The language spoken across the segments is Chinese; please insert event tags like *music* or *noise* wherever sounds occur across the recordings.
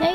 哎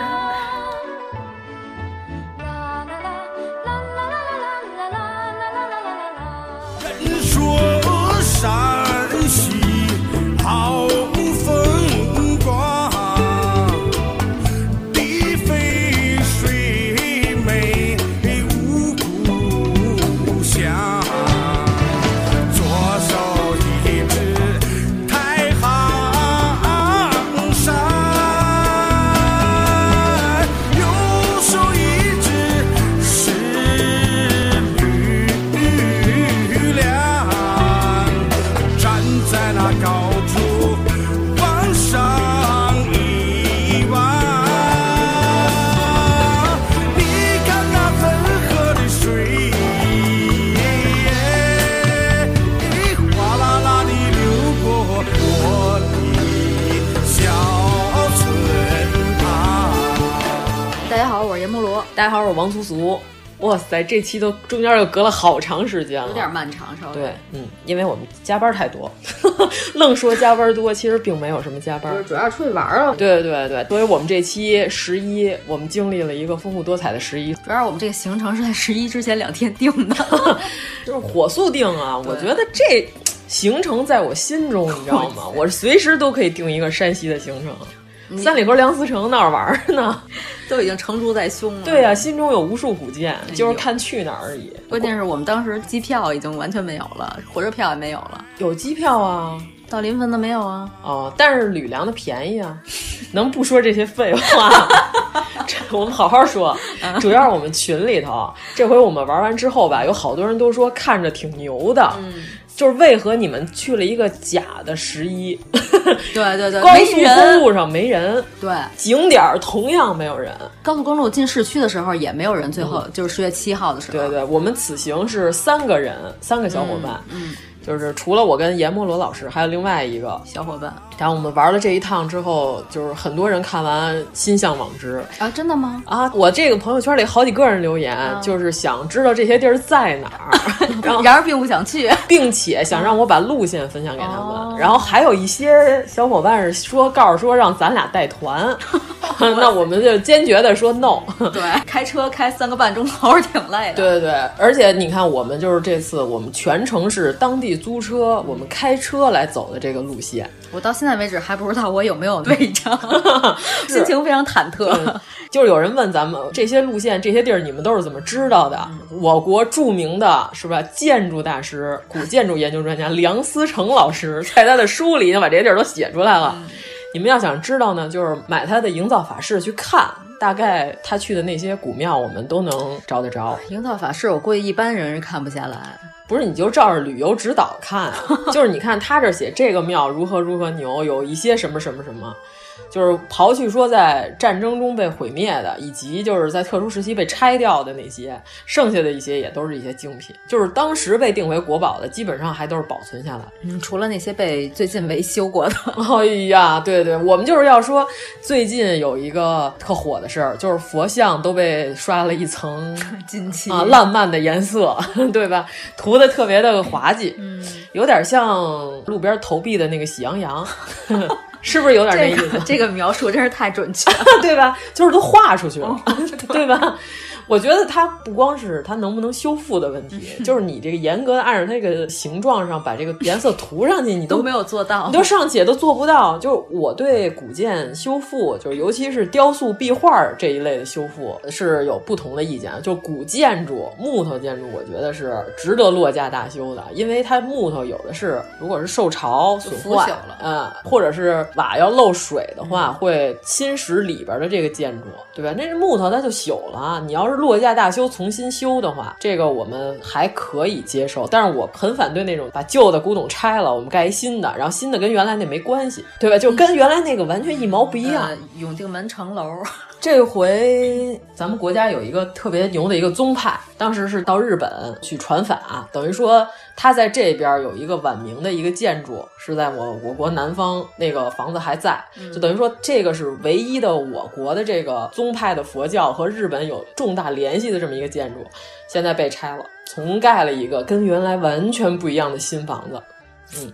人说山西好风光，地肥水美五谷香。左手一指太行山，右手一指是吕梁。站在那高处往上一望，你看那汾河的水。哗啦啦地流过我的小村啊旁。大家好，我是阎摩罗，大家好，我是王苏苏。哇塞，这期都中间又隔了好长时间了，有点漫长，稍微。对，嗯，因为我们加班太多， *laughs* 愣说加班多，其实并没有什么加班就是。主要出去玩了。对对对，所以我们这期十一，我们经历了一个丰富多彩的十一，主要是我们这个行程是在十一之前两天定的， *laughs* 就是火速定啊！我觉得这行程在我心中，你知道 *laughs* 吗？我是随时都可以定一个山西的行程，三里河梁思成那儿玩儿呢。嗯 *laughs* 都已经成竹在胸了。哎对呀、啊心中有无数古剑，就是看去哪儿而已。关键是我们当时机票已经完全没有了，火车票也没有了，有机票啊，到临汾的没有啊。哦，但是吕梁的便宜啊， *laughs* 能不说这些废话？ *laughs* 这我们好好说，主要是我们群里头，这回我们玩完之后吧，有好多人都说看着挺牛的，嗯，就是为何你们去了一个假的十一？对对对，高没速公人。路上没人，对，景点儿同样没有人。高速公路进市区的时候也没有人，最后、就是十月七号的时嗯候。对对，我们此行是三个人，三个小伙伴，嗯，就是除了我跟阎摩罗老师，还有另外一个。小伙伴然后我们玩了这一趟之后，就是很多人看完心向往之啊，真的吗？啊！我这个朋友圈里好几个人留言，就是想知道这些地儿在哪儿，然后然而并不 *laughs* 想去，并且想让我把路线分享给他们。然后还有一些小伙伴是说，告诉说让咱俩带团， *laughs* 那我们就坚决的说 no。对，开车开三个半钟头儿挺累的。对对对，而且你看，我们就是这次我们全程是当地租车，我们开车来走的这个路线。我到现在为止还不知道我有没 *laughs* 有对账， *laughs* 心情非常忐忑。就是有人问咱们这些路线、这些地儿，你们都是怎么知道的？我国著名的是吧建筑大师、古建筑研究专家梁思成老师，在他的书里已经把这些地儿都写出来了。你们要想知道呢，就是买他的营造法式去看，大概他去的那些古庙，我们都能找得着。营造法式，我估计一般人是看不下来。不是，你就照着旅游指导看啊，就是你看他这儿写这个庙如何如何牛，有一些什么什么什么，就是刨去说在战争中被毁灭的，以及就是在特殊时期被拆掉的那些，剩下的一些也都是一些精品，就是当时被定为国宝的，基本上还都是保存下来。嗯，除了那些被最近维修过的， *laughs* 哎呀，对对，我们就是要说，最近有一个特火的事儿，就是佛像都被刷了一层近期啊烂漫的颜色， *laughs* 对吧？涂的特别的滑稽，嗯，有点像路边投币的那个喜羊羊，是不是有点这意思个？这个描述真是太准确了。 *laughs* 对吧？就是都画出去了， *laughs* 对吧？我觉得它不光是它能不能修复的问题，就是你这个严格的按照它这个形状上把这个颜色涂上去，你 *laughs* 都都没有做到你，都尚且都做不到。就是我对古建修复，就是尤其是雕塑、壁画这一类的修复是有不同的意见。就古建筑、木头建筑，我觉得是值得落价大修的，因为它木头有的是，如果是受潮损腐朽坏了嗯，或者是瓦要漏水的话，会侵蚀里边的这个建筑，对吧？那是木头，它就朽了。你要是落价大修，重新修的话，这个我们还可以接受。但是我很反对那种把旧的古董拆了，我们盖一新的，然后新的跟原来那没关系，对吧？就跟原来那个完全一毛不一样。呃永定门城楼，这回咱们国家有一个特别牛的一个宗派，当时是到日本去传法，等于说他在这边有一个晚明的一个建筑，是在我我国南方那个房子还在，就等于说这个是唯一的我国的这个宗派的佛教和日本有重大联系的这么一个建筑，现在被拆了，重盖了一个跟原来完全不一样的新房子，嗯，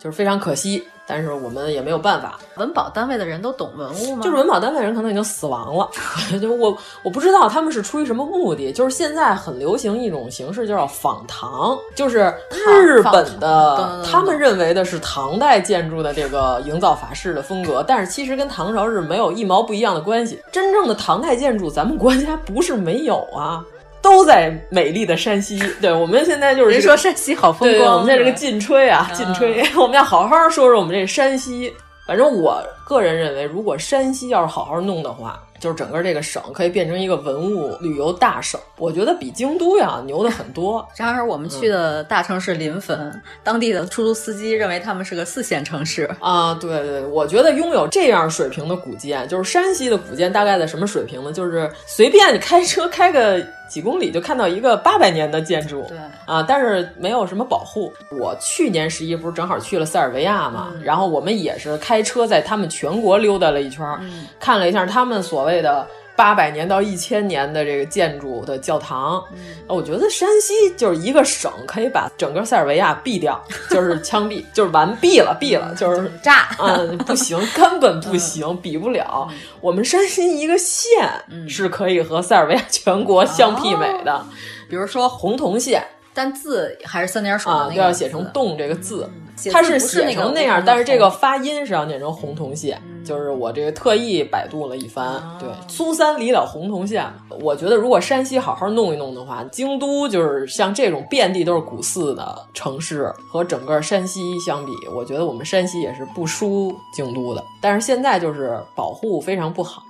就是非常可惜，但是我们也没有办法，文保单位的人都懂文物吗？就是文保单位人可能已经死亡了， *laughs* 就我我不知道他们是出于什么目的。就是现在很流行一种形式，叫仿唐，啊就是日本仿的唐他们认为的是唐代建筑的这个营造法式的风格，但是其实跟唐朝是没有一毛不一样的关系。真正的唐代建筑，咱们国家不是没有啊。都在美丽的山西，对我们现在就是人这个说山西好风对，光，我们在这个是吧劲吹啊，劲吹， *laughs* 我们要好好说说我们这山西。呃反正我个人认为，如果山西要是好好弄的话，就是整个这个省可以变成一个文物旅游大省。我觉得比京都呀牛的很多。然而，我们去的大城市临嗯汾，当地的出租司机认为他们是个四线城市。 *laughs* 啊，对对，我觉得拥有这样水平的古建，就是山西的古建，大概在什么水平呢？就是随便你开车开个几公里，就看到一个八百年的建筑。对啊，但是没有什么保护。我去年十一不是正好去了塞尔维亚嘛，然后我们也是开车在他们全国溜达了一圈儿，看了一下他们所谓的。八百年到一千年的这个建筑的教堂，我觉得山西就是一个省，可以把整个塞尔维亚毙掉，就是枪毙，就是完毙了，毙了，就是炸嗯，不行，根本不行，比不了。我们山西一个县是可以和塞尔维亚全国相媲美的，比如说，洪洞县，但字还是三点水的啊那，个都要写字嗯成“洞”这个字。写它字是不是写那个成那样红，但是这个红嗯发音是要念成红铜县，就是我这个特意百度了一番，啊对，苏三离岛红铜县，我觉得如果山西好好弄一弄的话，京都就是像这种遍地都是古寺的城市和整个山西相比，我觉得我们山西也是不输京都的，但是现在就是保护非常不好，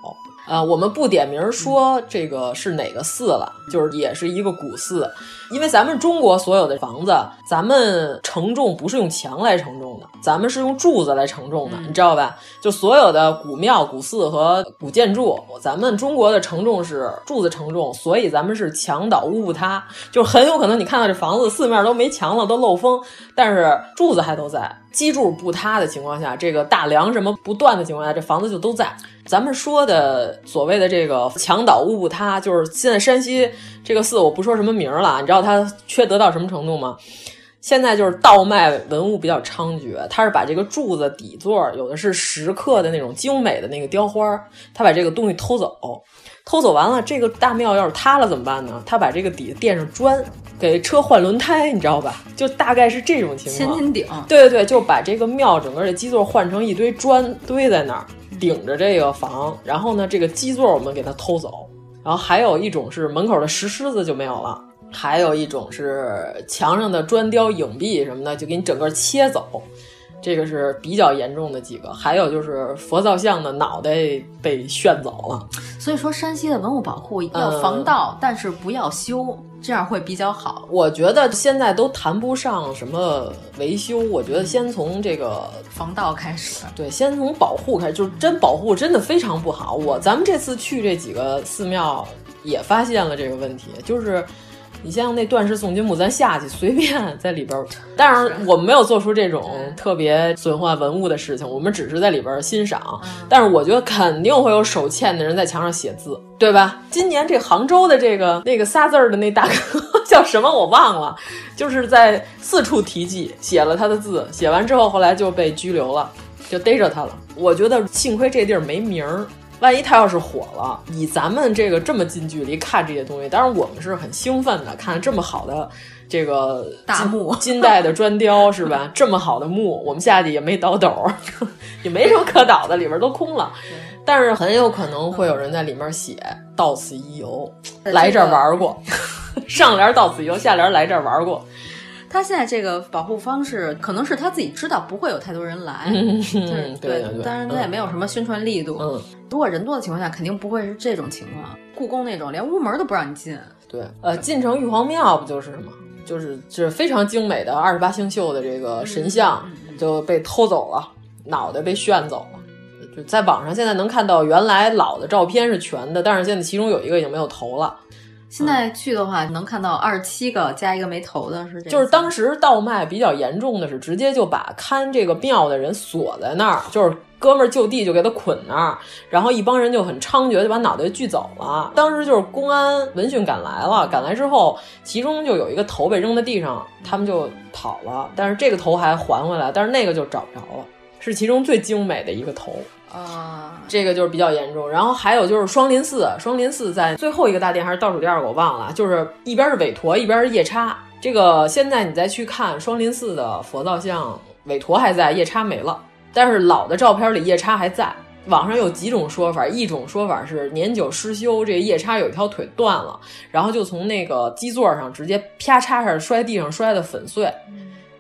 呃，我们不点名说这个是哪个寺了，就是也是一个古寺，因为咱们中国所有的房子，咱们承重不是用墙来承重的，咱们是用柱子来承重的，你知道吧？就所有的古庙、古寺和古建筑，咱们中国的承重是柱子承重，所以咱们是墙倒屋不塌，就是很有可能你看到这房子四面都没墙了，都漏风，但是柱子还都在，基柱不塌的情况下，这个大梁什么不断的情况下，这房子就都在。咱们说的所谓的这个墙倒屋不塌，就是现在山西这个寺，我不说什么名儿了啊，你知道它缺德到什么程度吗？现在就是倒卖文物比较猖獗，它是把这个柱子底座儿有的是石刻的那种精美的那个雕花儿，他把这个东西偷走，偷走完了，这个大庙要是塌了怎么办呢？他把这个底垫上砖，给车换轮胎，你知道吧？就大概是这种情千况。斤顶，对对对，就把这个庙整个的基座换成一堆砖堆在那儿，顶着这个房。然后呢，这个基座我们给它偷走。然后还有一种是门口的石狮子就没有了，还有一种是墙上的砖雕影壁什么的，就给你整个切走。这个是比较严重的几个，还有就是佛造像的脑袋被炫走了。 *laughs* 所以说山西的文物保护要嗯防盗，但是不要修，这样会比较好。我觉得现在都谈不上什么维修，我觉得先从这个防盗开始，对，先从保护开始，就是真保护真的非常不好。我咱们这次去这几个寺庙也发现了这个问题，就是你像那断石诵经木，咱下去随便在里边儿，但是我们没有做出这种特别损坏文物的事情，我们只是在里边儿欣赏。但是我觉得肯定会有手欠的人在墙上写字，对吧？今年这杭州的这个那个仨字儿的那大哥 *laughs* 叫什么我忘了，就是在四处题记，写了他的字，写完之后后来就被拘留了。就逮着他了。我觉得幸亏这地儿没名儿，万一他要是火了，以咱们这个这么近距离看这些东西，当然我们是很兴奋的，看这么好的这个金大 *laughs* 墓金代的砖雕是 *laughs* 吧？这么好的墓，我们下去也没倒斗儿， *laughs* 也没什么可倒的，里边都空了。但是很有可能会有人在里面写“到哎 *laughs* 此一游”，来这儿玩儿过，上联儿到此一游，下联儿来这儿玩儿过。他现在这个保护方式，可能是他自己知道不会有太多人来，就是嗯对对对当然他也没有什么宣传力度。嗯，如果人多的情况下，肯定不会是这种情况。故宫那种连屋门都不让你进，对，呃，晋城玉皇庙不就是吗？就是就是非常精美的二十八星宿的这个神像就被偷走了，脑袋被炫走了。就在网上现在能看到，原来老的照片是全的，但是现在其中有一个已经没有头了。现在去的话能看到二十七个加一个没头的，是这就是意思当时盗卖比较严重的是，直接就把看这个庙的人锁在那儿，就是哥们儿就地就给他捆那儿，然后一帮人就很猖獗，就把脑袋锯走了。当时就是公安闻讯赶来了，赶来之后，其中就有一个头被扔在地上，他们就跑了，但是这个头还还回来，但是那个就找不着了，是其中最精美的一个头。啊，这个就是比较严重。然后还有就是双林寺，双林寺在最后一个大殿还是倒数第二个，我忘了，就是一边是韦陀，一边是夜叉。这个现在你再去看双林寺的佛造像，韦陀还在，夜叉没了，但是老的照片里夜叉还在。网上有几种说法，一种说法是年久失修，这夜叉有一条腿断了，然后就从那个基座上直接啪嚓下摔地上，摔得粉碎。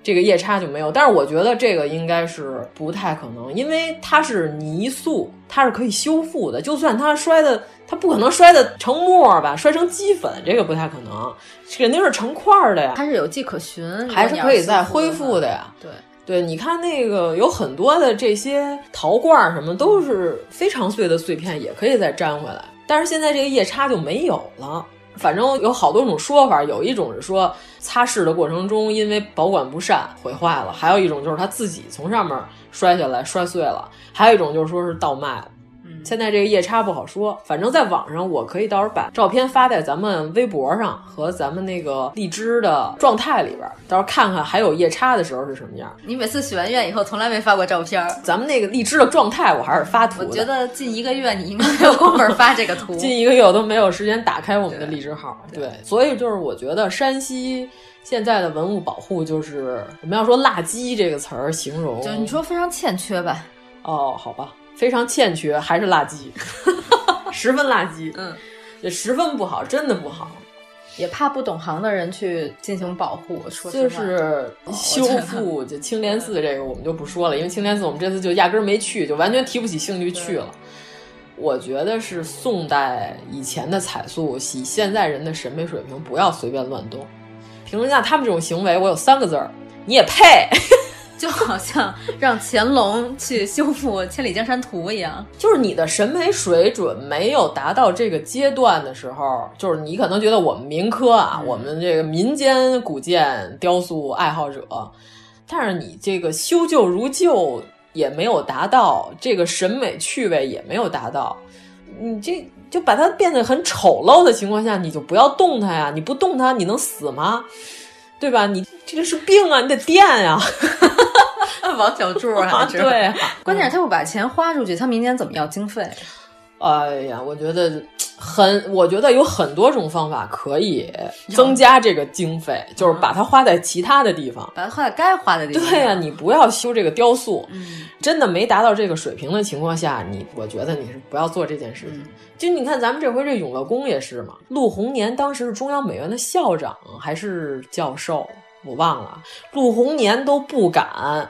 这个夜叉就没有。但是我觉得这个应该是不太可能，因为它是泥塑，它是可以修复的。就算它摔的，它不可能摔的成沫儿吧，摔成齑粉，这个不太可能，肯定是成块儿的呀，还是有迹可循，如果还是你要可以修再恢复复的呀。对，对，你看那个有很多的这些陶罐儿什么都是非常碎的碎片，也可以再粘回来。但是现在这个夜叉就没有了。反正有好多种说法，有一种是说擦拭的过程中因为保管不善毁坏了，还有一种就是他自己从上面摔下来摔碎了，还有一种就是说是倒卖了。嗯现在这个夜叉不好说，反正在网上我可以到时候把照片发在咱们微博上和咱们那个荔枝的状态里边儿，到时候看看还有夜叉的时候是什么样。你每次许完愿以后从来没发过照片 *laughs* 儿。咱们那个荔枝的状态，我还是发图我的。。觉得近一个月你应该没有功夫发这个 *laughs* 图近一个月我都没有时间打开我们的荔枝号，对，所以就是我觉得山西现在的文物保护，就是我们要说“垃圾”这个词儿形容，就是你说非常欠缺吧？哦，好吧，非常欠缺，还是垃圾，十分垃圾， *laughs* 嗯，也十分不好，真的不好，也怕不懂行的人去进行保护。说实就话，是 *laughs* 修复就青莲寺这个我们就不说了，因为青莲寺我们这次就压根儿没去，就完全提不起兴趣去了。我觉得是宋代以前的彩塑，以现在人的审美水平，不要随便乱动。评论一下他们这种行为，我有三个字儿：你也配。就好像让乾隆去修复《千里江山图》一 *laughs* 样。就是你的审美水准没有达到这个阶段的时候，就是你可能觉得我们民科啊，我们这个民间古建雕塑爱好者，但是你这个修旧如旧也没有达到，这个审美趣味也没有达到，你这就把它变得很丑陋的情况下，你就不要动它呀！你不动它，你能死吗？对吧？你这个是病啊，你得垫呀、王小柱啊！还是 *laughs* 嗯对啊，关键是他不把钱花出去，他明年怎么要经费？哎呀，我觉得很，我觉得有很多种方法可以增加这个经费，就是把它花在其他的地方。把它花在该花的地嗯方。对呀、你不要修这个雕塑，嗯真的没达到这个水平的情况下，你我觉得你是不要做这件事情。就你看咱们这回这永乐宫也是嘛，陆鸿年当时是中央美院的校长还是教授，我忘了，陆鸿年都不敢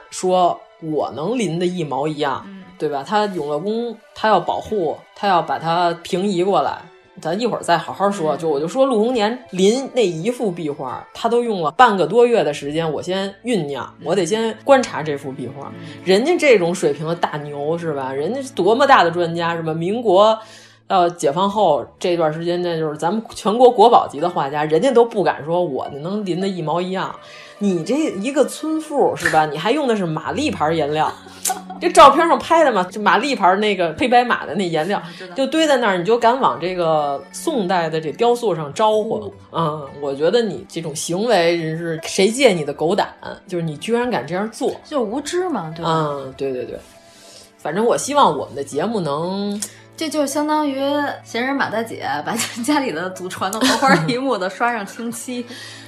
说我能淋的一毛一样。嗯，对吧？他永乐宫，他要保护，他要把它平移过来。咱一会儿再好好说。就我就说，陆红年临那一幅壁画，他都用了半个多月的时间，我先酝酿，我得先观察这幅壁画。人家这种水平的大牛是吧？人家是多么大的专家是吧？民国到呃解放后这段时间，那就是咱们全国国宝级的画家，人家都不敢说我能淋得一毛一样。你这一个村妇是吧？你还用的是玛丽牌颜料，这照片上拍的嘛，就玛丽牌那个黑白马的那颜料啊知道就堆在那儿，你就敢往这个宋代的这雕塑上招呼？嗯，我觉得你这种行为真是谁借你的狗胆？就是你居然敢这样做，就是无知嘛，对吧？嗯，对对对。反正我希望我们的节目能这就相当于闲人马大姐 *laughs* 把家里的祖传的桃花梨木都刷上清漆。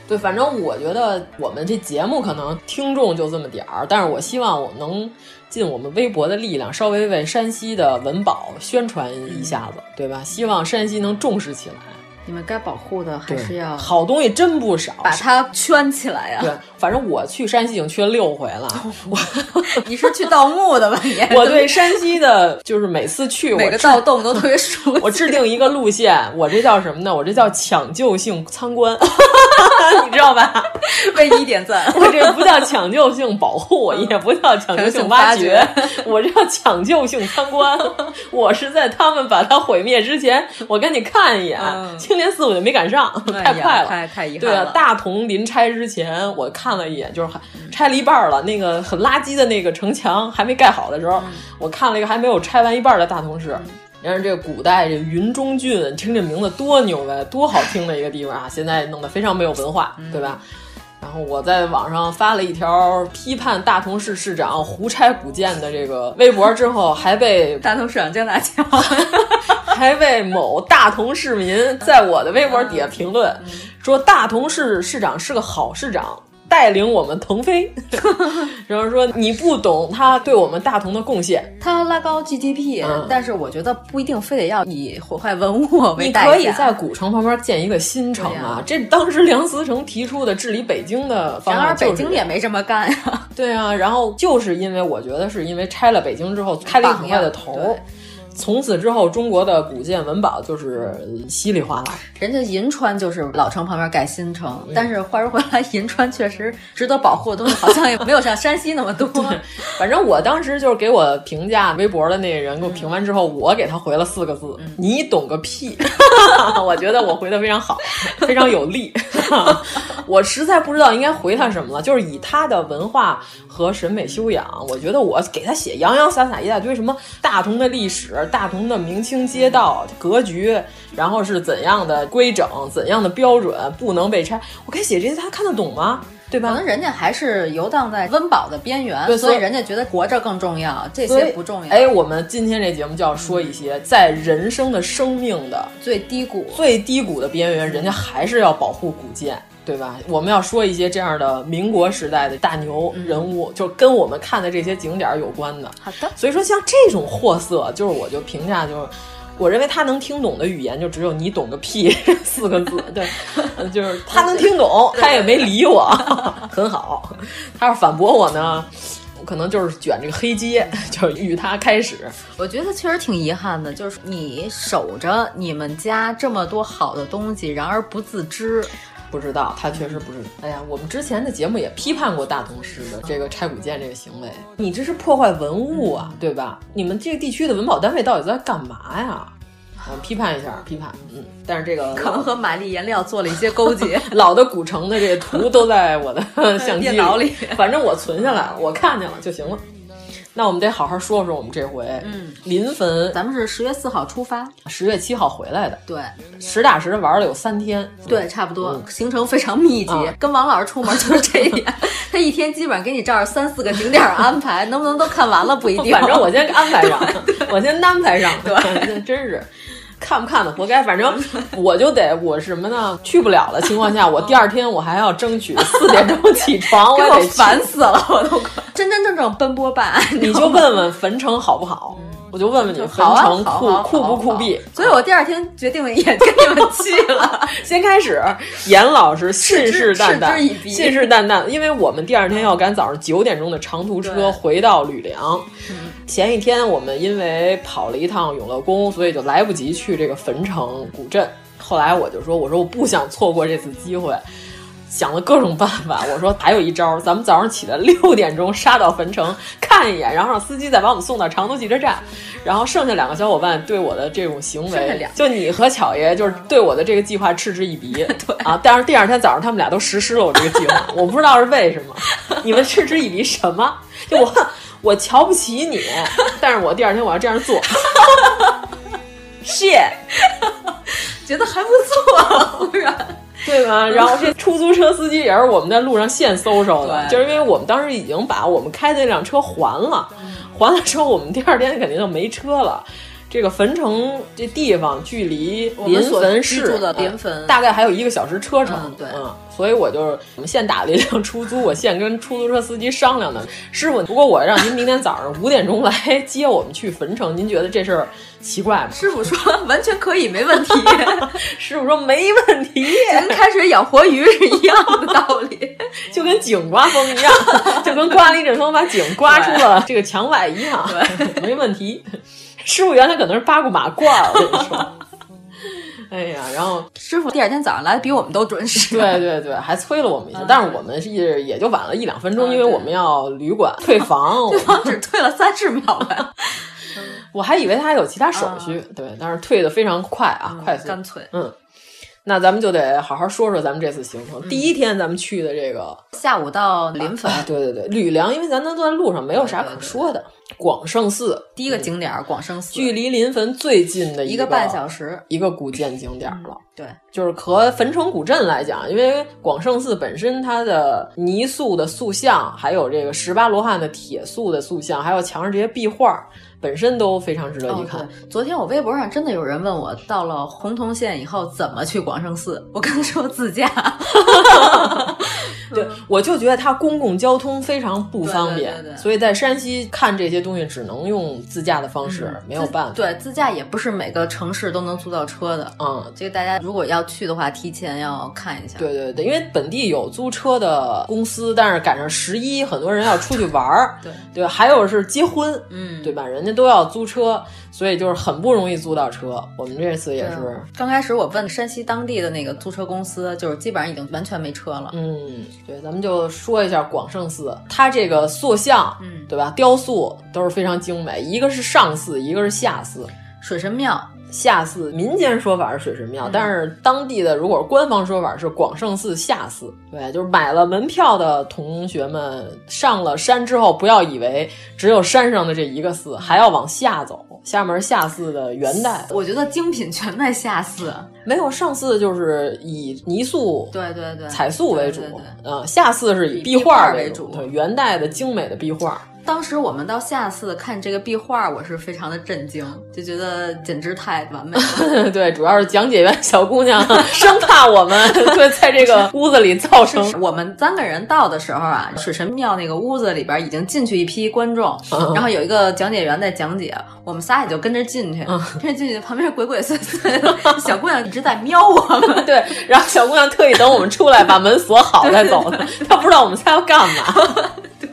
对，反正我觉得我们这节目可能听众就这么点儿，但是我希望我能尽我们微薄的力量，稍微嗯为山西的文保宣传一下子，对吧？希望山西能重视起来。你们该保护的还是要好东西真不少，把它圈起来啊呀、对，反正我去山西已经去了六回了。哦我 *laughs* 你是去盗墓的吧？你我对山西的，就是每次去， *laughs* 每我个制盗洞都特别熟悉。我 *laughs* 制定一个路线，我这叫什么呢？我这叫抢救性参 *laughs* 观， *laughs* 你知道吧？为你点 *laughs* 赞。我这不叫抢救性保护，也不叫抢救性挖掘嗯抢救，我这叫抢救性参观。 *laughs* 我是在他们把它毁灭之前，我赶紧看一眼。嗯青莲寺我就没赶上，太哎呀快了，太太遗对憾啊了。，大同临拆之前，我看了一眼，就是还拆了一半儿了，那个很垃圾的那个城墙还没盖好的时候，我看了一个还没有拆完一半儿的大同市。然后这古代这云中郡，听这名字多牛呗，多好听的一个地方啊！现在弄得非常没有文化，对吧？然后我在网上发了一条批判大同市市长胡拆古建的这个微博之后，还被大同市长江大 *laughs* 桥，还被某大同市民在我的微博底下评论嗯说，大同市市长是个好市长。带领我们腾 *laughs* 飞，然后说你不懂他对我们大同的贡献，它拉高 GDP，、嗯但是我觉得不一定非得要以毁坏文物为你代价。可以在古城旁边建一个新城对啊呀！这当时梁思成提出的治理北京的方然案而就是这个，北京也没这么干呀、对啊，然后就是因为我觉得是因为拆了北京之后嗯开了一个很快的头榜样儿，从此之后中国的古建文保就是稀里哗啦。 *laughs* 人家银川就是老城旁边盖新城，但是话说回来，银川确实值得保护的东西好像也没有像山西 *laughs* 那么多。反正我当时就是给我评价微博的那个人给我评完之后，我给他回了四个字：“你懂个屁！”我觉得我回的非常好，非常有力。 *laughs* 我实在不知道应该回他什么了，就是以他的文化和审美修养，我觉得我给他写洋洋洒洒一大堆什么大同的历史、大同的明清街道格局，然后是怎样的规整、怎样的标准不能被拆，我该写这些他看得懂吗？对吧？可能人家还是游荡在温饱的边缘，对所所以以人家觉得活着更重要，这所以些不重要。嗯哎，我们今天这节目就要说一些在人生的生命的最低谷，最低谷的边缘，人家还是要保护古建。对吧？我们要说一些这样的民国时代的大牛人嗯物，就跟我们看的这些景点有关的。好的，所以说，像这种货色，就是我就评价就是，我认为他能听懂的语言就只有“你懂个屁”四个字。对，就是他能听懂，他也没理我， *laughs* 很好。他要反驳我呢，我可能就是卷这个黑街，就是与他开始。我觉得确实挺遗憾的，就是你守着你们家这么多好的东西，然而不自知。不知道，他确实不知道。哎呀，我们之前的节目也批判过大同市的这个拆古建这个行为，你这是破坏文物啊，对吧？你们这个地区的文保单位到底在干嘛呀？嗯，批判一下，批判。嗯，但是这个可能和玛丽颜料做了一些勾 *laughs* 结。老的古城的这个图都在我 *laughs* 的相机电脑里反正我存下来了，我看见了就行了。那我们得好好说说我们这回，嗯，临汾咱咱们是十月四号出发，十月七号回来的，对哦实打实玩了有三天，对，差不多，行程非常密集。跟王老师出门就是这 *laughs* 样，他一天基本上给你照着三四个景点儿安排，能不能都看完了不一 *laughs* *laughs* 定。反正我先安排上， *laughs* 我先安排上，对， *laughs* 真是。看不看的活该，反正我就得我什么呢？去不了的情况下， *laughs* 我第二天我还要争取四点钟起床，给也我得去烦死了，我都快 *laughs* 真真正正奔波 *laughs* 吧，你就问问汾城好不好？我就问问你，汾嗯好啊，城好酷啊酷不酷好毙啊？所以我第二天决定也跟你们去了。 *laughs* 先开始，严老师信誓旦旦嗤之以，鼻信誓旦旦，因为我们第二天要赶早上九点钟的长途车对嗯回到吕梁。前一天我们因为跑了一趟永乐宫，所以就来不及去这个汾城古镇。后来我就说，我说我不想错过这次机会。想了各种办法，我说还有一招，咱们早上起来六点钟杀到汾城看一眼，然后让司机再把我们送到长途汽车站，然后剩下两个小伙伴对我的这种行剩下为两，个就你和巧爷就是对我的这个计划嗤之以 *laughs* 鼻，对啊，但是第二天早上他们俩都实施了我这个计划，我不知道是为 *laughs* 什么，你们嗤之以鼻什么？就我我瞧不起你，但是我第二天我要这样 *laughs* 做 *laughs* ，shit。觉得还不错， *laughs* 忽然对 *laughs* 吧？然后这出租车司机也是我们在路上现搜搜的，对就是因为我们当时已嗯经把我们开的那辆车还了，还了之后我们第二天肯定就没车了。这个汾城这地方距离我临们所汾居市住的嗯临汾大概还有一个小时车程。嗯对所以我就是我们现打了一辆出租，我现跟出租车司机商量呢，师傅，如果我让您明天早上五点钟来接我们去汾城，您觉得这事儿奇怪吗？*laughs* 师傅说完全可以，没问 *laughs* 题，师傅说没问 *laughs* 题，跟开水养活鱼是一样的道理。就跟井刮风一样， *laughs* 就跟刮了一阵风把井刮出了这个墙外一样，没问题。 *laughs* 师傅原来可能是八顾马褂儿，我跟你说。 *laughs* 哎呀，然后 *laughs* 师傅第二天早上来的比我们都准 *laughs* 时。对对对，还催了我们一下，嗯但是我们是也也就晚了一两分钟，嗯因为我们要旅馆退房。对我方只退了三十秒 *laughs* 吧，我还以为他还有其他手续，对，但是退的非常快啊，快速。干脆。嗯，那咱们就得好好说说咱们这次行程。第一天咱们去的这个下午到临汾、 *laughs* 啊，对对对，吕梁，因为咱都在路上，没有啥对对可对说的。广胜寺第一个景点儿广生寺，距离临汾最近的一个个半时，小时。一个古建景点了。对，就是和嗯汾城古镇来讲，因为广胜寺本身它的泥塑的塑像，还有这个十八罗汉的铁塑的塑像，还有墙上这些壁画，本身都非常值得一看。哦对昨天我微博上真的有人问我，到了洪洞县以后怎么去广生寺？我跟他说自 *laughs* 驾，对，我就觉得它公共交通非常不方便，对对对对所以在山西看这些东西只能用自驾的方式，没有办法。对，嗯自驾也不是每个城市都能租到车的。嗯，这个大家如果要去的话，提前要看一下。，对对对，因为本地有租车的公司，但是赶上十一，很多人要出去玩儿对对，还有是结婚，嗯，对吧？人家都要租车，所以就是很不容易租到车。我们这次也对啊是，刚开始我问山西当地的那个租车公司，就是基本上已经完全没车了。嗯，对，咱们就说一下广胜寺，它这个塑像，嗯对吧？雕塑都是非常精美，一个是上寺，一个是下寺。水神庙下寺民间说法是水神庙，嗯但是当地的如果是官方说法是广胜寺下寺。对，就是买了门票的同学们上了山之后，不要以为只有山上的这一个寺，还要往下走，下面是下寺的元代。我觉得精品全在下寺。没有上寺就是以泥塑、对对对，彩塑为主对对对，嗯，下寺是以以壁壁画画为主，主对，元代的精美的壁画。 *laughs* 当时我们到下寺看这个壁画，我是非常的震惊，就觉得简直太完美了。对，主要是讲解员小姑娘 *laughs* 生怕我们 *laughs* 对在这个屋子里造成我们三个人到的时候啊，水神庙那个屋子里边已经进去一批观众，嗯然后有一个讲解员在讲解，我们仨也就跟着进去，嗯跟着进去旁边鬼鬼祟祟的 *laughs* 小姑娘一直在瞄我 *laughs* 们， *laughs* 对，然后小姑娘特意等我们出来，把门锁好再走的。她不知道我们仨要干嘛。 *laughs* *laughs*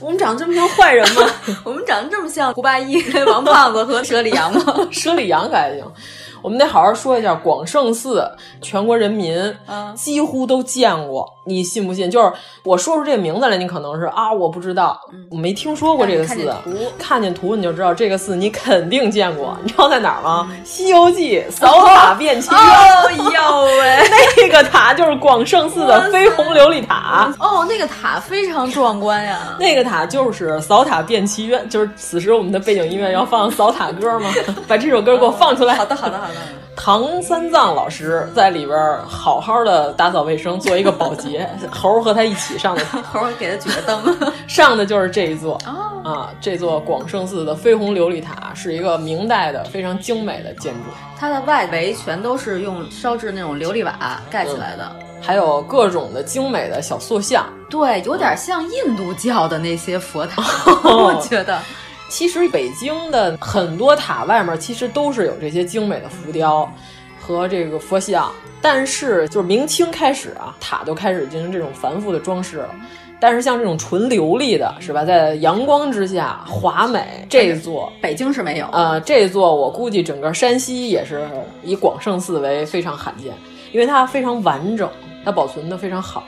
我们长得这么像坏人吗？ *laughs* 我们长得这么像胡八一、王胖子和佘里 *laughs* 洋吗？佘里洋可还行。我们得好好说一下广胜寺，全国人民嗯几乎都见过，你信不信？就是我说出这名字来，你可能是啊，我不知道，我没听说过这个寺。嗯看见图嗯看见图你就知道这个寺你肯定见过，你知道在哪儿吗？西游记》扫塔变齐腰，哦呦喂！ *laughs* 那个塔就是广胜寺的绯红琉璃塔。哦，那个塔非常壮观呀！那个塔就是扫塔变奇冤，就是此时我们的背景音乐要放扫塔歌 *laughs* 吗？把这首歌给我放出来。好的，好的，好的。唐三藏老师在里边儿好好的打扫卫生，做一个保 *laughs* 洁，猴儿和他一起上的塔，猴儿给他举个灯。 *laughs* 上的就是这一座哦，啊，这座广胜寺的绯红琉璃塔是一个明代的非常精美的建筑，它的外围全都是用烧制那种琉璃瓦盖起来的，还有各种的精美的小塑像。对，有点像印度教的那些 *laughs* 佛塔，哦我觉得。其实北京的很多塔外面其实都是有这些精美的浮雕和这个佛像，但是就是明清开始啊，塔就开始进行这种繁复的装饰了。但是像这种纯琉璃的，是吧？在阳光之下华美，这座北京是没有，呃，这座我估计整个山西也是以广胜寺为非常罕见，因为它非常完整，它保存的非常好。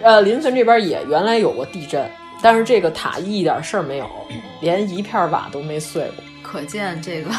呃，临汾这边也原来有过地震，但是这个塔一点事儿没有，连一片瓦都没碎过，可见 *laughs* 这个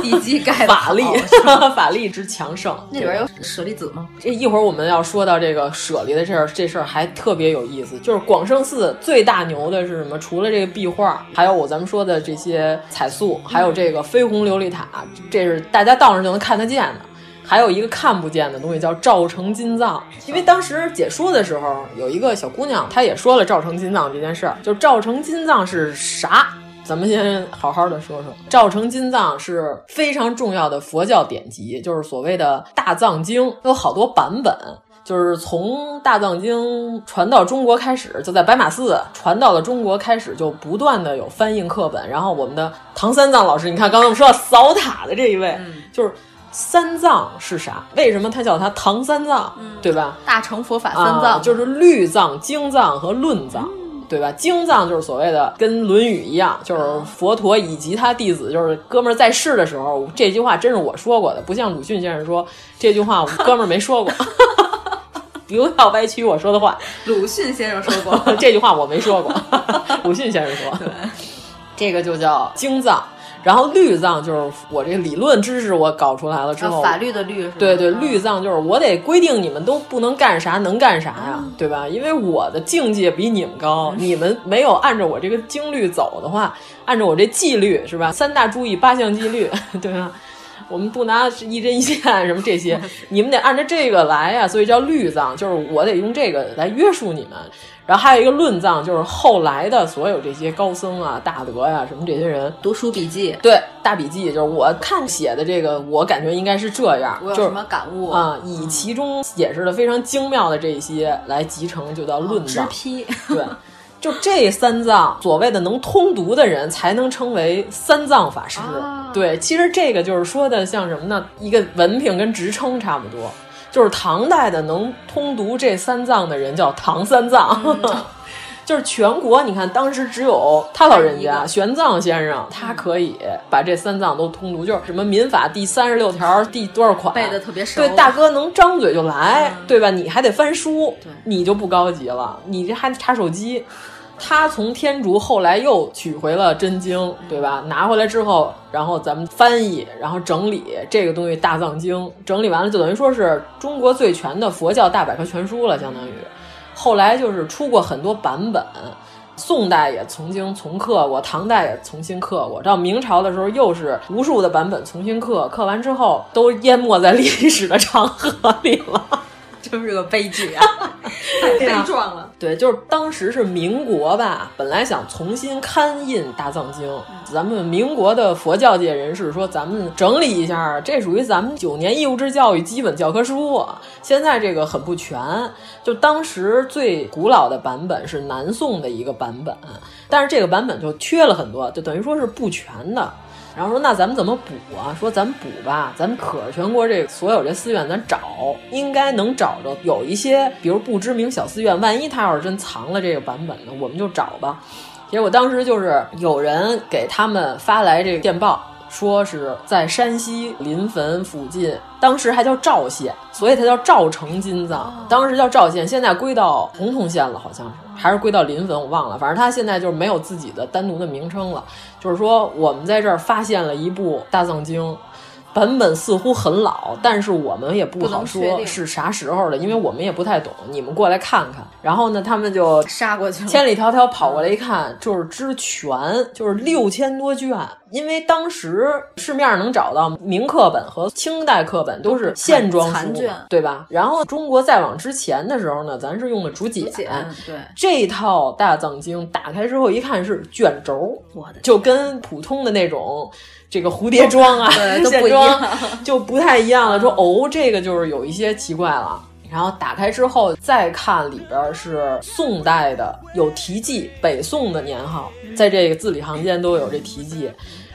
地基盖的法力 *laughs* 法力之强盛。那里边有舍利子吗？这一会儿我们要说到这个舍利的事儿，这事儿还特别有意思。就是广胜寺最大牛的是什么？除了这个壁画，还有我咱们说的这些彩塑，还有这个绯红琉璃塔，这是大家到那就能看得见的。还有一个看不见的东西叫照城金藏，因为当时解说的时候，有一个小姑娘，她也说了照城金藏这件事儿。就照城金藏是啥？咱们先好好的说说《赵成金藏》是非常重要的佛教典籍，就是所谓的《大藏经》，有好多版本。就是从《大藏经》传到中国开始，就在白马寺传到了中国开始，就不断的有翻印课本。然后我们的唐三藏老师，你看刚才我们说到扫塔的这一位，就是三藏是啥？为什么他叫他唐三藏？对吧？大乘佛法嗯三藏、啊就是律藏、经藏和论藏。对吧？经藏就是所谓的跟《论语》一样，就是佛陀以及他弟子，就是哥们儿在世的时候，这句话真是我说过的，不像鲁迅先生说这句话，我哥们儿没说过， *laughs* 不要歪曲我说的话，，鲁迅先生说过这句话我没说过，鲁迅先生说，这个就叫经藏。然后律藏就是我这理论知识我搞出来了 *laughs* 之后，啊法律的律是吧？对对，嗯律藏就是我得规定你们都不能干啥，能干啥嗯呀，对吧？因为我的境界比你们高，你们没有按照我这个经律走的话，按照我这纪律是吧？三大注意八项纪律， *laughs* 对吧？我们不拿一针一线什么这嗯些，你们得按照这个来呀、所以叫律藏，就是我得用这个来约束你们。然后还有一个论藏，就是后来的所有这些高僧啊、大德呀、什么这些人，读书笔记，对大笔记，就是我看写的这个，我感觉应该是这样，我有就是什么感悟啊，嗯以其中解释的非常精妙的这一些来集成，就叫论直藏。哦批， *laughs* 对，就这三藏，所谓的能通读的人才能称为三藏法师。啊对，其实这个就是说的像什么呢？一个文凭跟职称差不多。就是唐代的能通读这三藏的人叫唐三藏。嗯 *laughs* 就是全国，你看当时只有他老人一家个玄奘先生，他嗯可以把这三藏都通读，就是什么民法第三十六条第多少款嗯背得特别熟对，大哥能张嘴就来，对吧？你还得翻书，你就不高级了，你这还查手机。他从天竺后来又取回了真经，对吧？拿回来之后，然后咱们翻译，然后整理这个东西《大藏经》，整理完了就等于说是中国最全的佛教大百科全书了，相当于。后来就是出过很多版本，宋代也曾经重刻过，唐代也重新刻过，到明朝的时候又是无数的版本重新刻，刻完之后都淹没在历史的长河里了。真是个悲剧 *laughs* 啊，太悲壮了。对，啊就是当时是民国吧，本来想重新刊印《大藏经》，咱们民国的佛教界人士说，咱们整理一下，这属于咱们九年义务制教育基本教科书啊。现在这个很不全，就当时最古老的版本是南宋的一个版本，但是这个版本就缺了很多，就等于说是不全的。然后说那咱们怎么补啊？说咱们补吧，咱们可着全国这所有这寺院咱找，应该能找着有一些，比如不知名小寺院，万一他要是真藏了这个版本呢，我们就找吧。结果当时就是有人给他们发来这个电报，说是在山西临汾附近，当时还叫赵县，所以它叫赵城金哦藏，当时叫赵县，现在归到洪洞县了，好像是，还是归到临汾，我忘了，反正它现在就是没有自己的单独的名称了。就是说我们在这儿发现了一部《大藏经》。版本似乎很老，但是我们也不不能好确说定是啥时候的，因为我们也不太懂。你们过来看看。然后呢，他们就杀过去了，千里迢迢跑过来一看，就是之全，就是六千多卷。因为当时市面上能找到明课本和清代课本都是线装书残卷，对吧？然后中国再往之前的时候呢，咱是用的竹简。嗯对，这套《大藏经》打开之后一看是卷轴，我的就跟普通的那种这个蝴蝶装啊、 *laughs* 对都线不一样嗯装就不太一样了。说哦，这个就是有一些奇怪了。然后打开之后再看里边是宋代的，有题记，北宋的年号，嗯在这个字里行间都有这题记。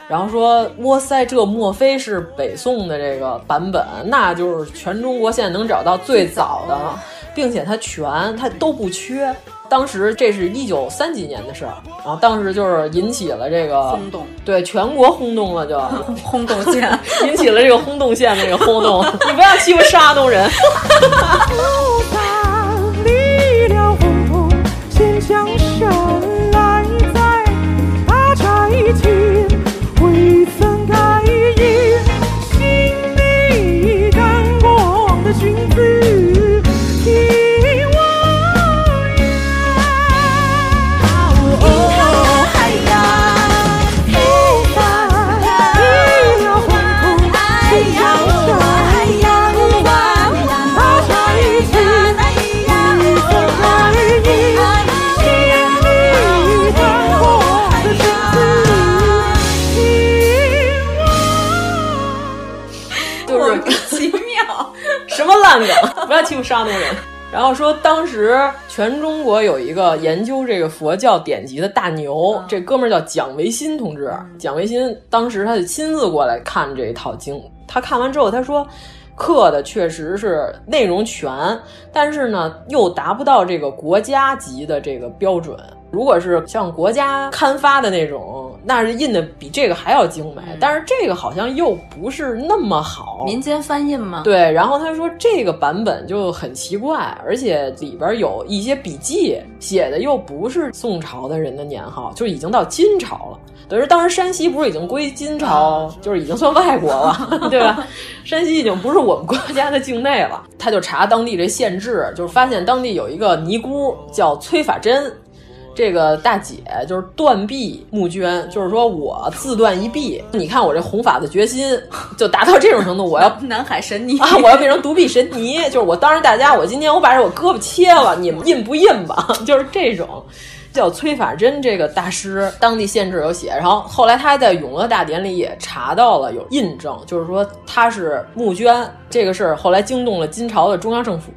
然后说，哇塞，这莫非是北宋的这个版本？那就是全中国现在能找到最早的了，并且它全，它都不缺。当时这是一九三几年的事儿，然后当时就是引起了这个轰动，对全国轰动了就，轰动县。引起了这个轰动县的这个轰动。 *laughs* 你不要欺负山东 *laughs* 人。路上离了红土，心向神来在阿柴琴，未曾改意，心里感光的寻子听我言。哦嗨呀，路上离了红土，心向神来在阿柴。烂梗， *laughs* 不要欺负山东人。然后说，当时全中国有一个研究这个佛教典籍的大牛，这哥们儿叫蒋维新同志。蒋维新当时他就亲自过来看这一套经，他看完之后他说，刻的确实是内容全，但是呢又达不到这个国家级的这个标准。如果是像国家刊发的那种，那是印的比这个还要精美，但是这个好像又不是那么好。 *laughs* 民间翻印吗？对，然后他说这个版本就很奇怪，而且里边有一些笔记写的又不是宋朝的人的年号，就已经到金朝了。等于当时山西不是已经归金朝，就是已经算外国了，对吧？山西已经不是我们国家的境内了。他就查当地这县志，就是发现当地有一个尼姑叫崔法珍，这个大姐就是断臂募捐，就是说我自断一臂。你看我这弘法的决心就达到这种程度，我要南海神尼啊， *laughs* 我要变成独臂神尼，就是我当着大家，我今天我把我胳膊切了，你们印不印吧？ *laughs* 就是这种。叫崔法珍这个大师，当地县志有写，然后后来他在《永乐大典》里也查到了有印证，就是说他是募捐这个事儿，后来惊动了金朝的中央政府。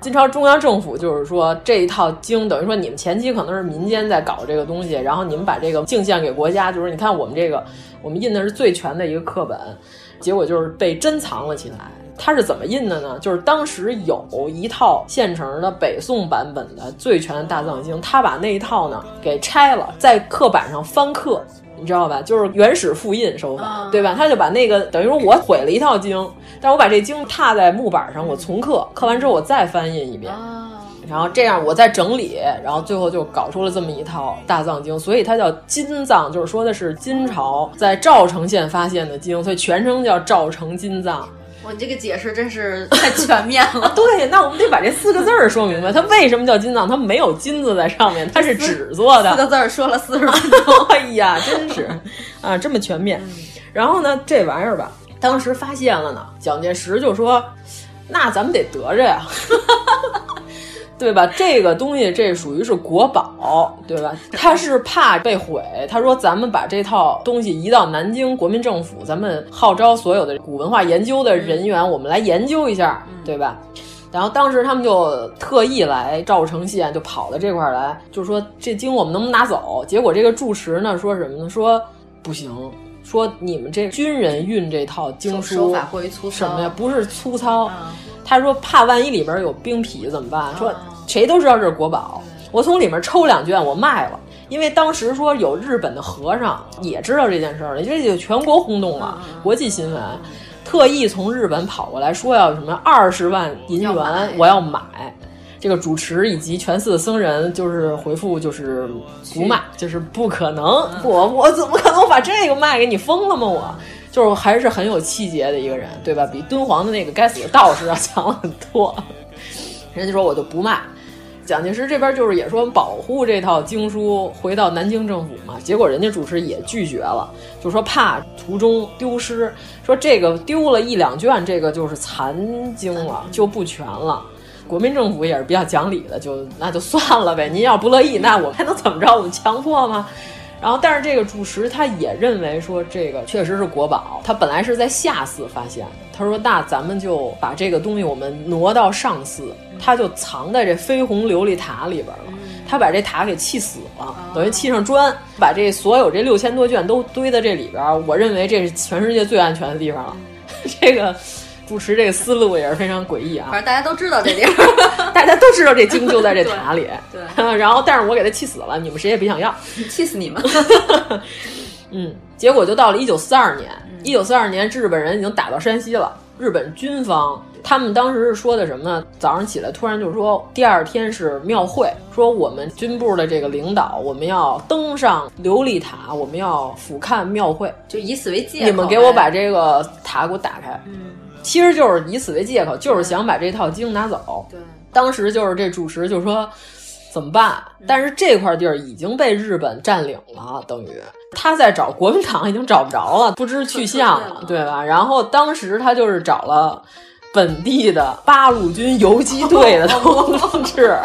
金朝中央政府就是说这一套经，等于说你们前期可能是民间在搞这个东西，然后你们把这个敬献给国家，就是你看我们这个我们印的是最全的一个课本，结果就是被珍藏了起来。它是怎么印的呢？就是当时有一套现成的北宋版本的最全的大藏经，他把那一套呢给拆了，在刻板上翻刻，你知道吧？就是原始复印手法，对吧？他就把那个等于说我毁了一套经，但我把这经踏在木板上，我重刻，刻完之后我再翻印一遍。啊然后这样我再整理，然后最后就搞出了这么一套大藏经，所以它叫金藏，就是说的是金朝在赵城县发现的经，所以全称叫赵城金藏。。我这个解释真是太全面了对，那我们得把这四个字儿说明白，它为什么叫金藏？它没有金子在上面，它是纸做的。四个字儿说了四十分 *laughs* 哎呀，真是啊，这么全面。然后呢，这玩意儿吧，当时发现了呢，蒋介石就说：“那咱们得得着呀。” *laughs* 对吧？这个东西这属于是国宝，对吧？他是怕被毁，他说咱们把这套东西移到南京国民政府，咱们号召所有的古文化研究的人员，我们来研究一下，对吧？然后当时他们就特意来赵城县，就跑到这块儿来，就说这经我们能不能拿走？结果这个住持呢说什么呢？说不行，说你们这军人运这套经钟，书手法过于粗糙。什么呀？不是粗糙。嗯他说怕万一里边有兵痞怎么办？说谁都知道这是国宝，我从里面抽两卷我卖了。因为当时说有日本的和尚也知道这件事儿了，这就全国轰动了，嗯国际新闻，特意从日本跑过来说要什么二十万银元要买我要买。这个主持以及全寺的僧人就是回复就是不卖，就是不可能，嗯我我怎么可能把这个卖给你疯了吗？我就是还是很有气节的一个人，对吧？比敦煌的那个该死的道士要强了很多。人家就说我就不卖。蒋介石这边就是也说保护这套经书回到南京政府嘛，结果人家主持也拒绝了，就说怕途中丢失，说这个丢了一两卷，这个就是残经了，就不全了。国民政府也是比较讲理的，就那就算了呗，您要不乐意，那我还能怎么着？我们强迫吗？然后，但是这个主持他也认为说这个确实是国宝，他本来是在下寺发现的。他说：“那咱们就把这个东西我们挪到上寺，他就藏在这绯红琉璃塔里边了。他把这塔给砌死了，等于砌上砖，把这所有这六千多卷都堆在这里边儿。我认为这是全世界最安全的地方了。 *laughs* 这个主持这个思路也是非常诡异啊反。正大家都知道这地儿， *laughs* 大家都知道这经就在这塔里， *laughs* 对然后，但是我给他气死了，你们谁也别想要。 *laughs* 气 *laughs* 死你们！嗯，结果就到了一九四二年，嗯一九四二年日本人已经打到山西了，日本军方。他们当时是说的什么呢？早上起来突然就说，第二天是庙会，说我们军部的这个领导，我们要登上琉璃塔，我们要俯瞰庙会。就以此为借口。嗯你们给我把这个塔给我打开。其实就是以此为借口，就是想把这套经拿走。对，当时就是这主持就说怎么办？但是这块地儿已经被日本占领了，等于他在找国民党已经找不着嗯了，不知去向了，对吧？然后当时他就是找了 *laughs* 本地的八路军游击队的同志。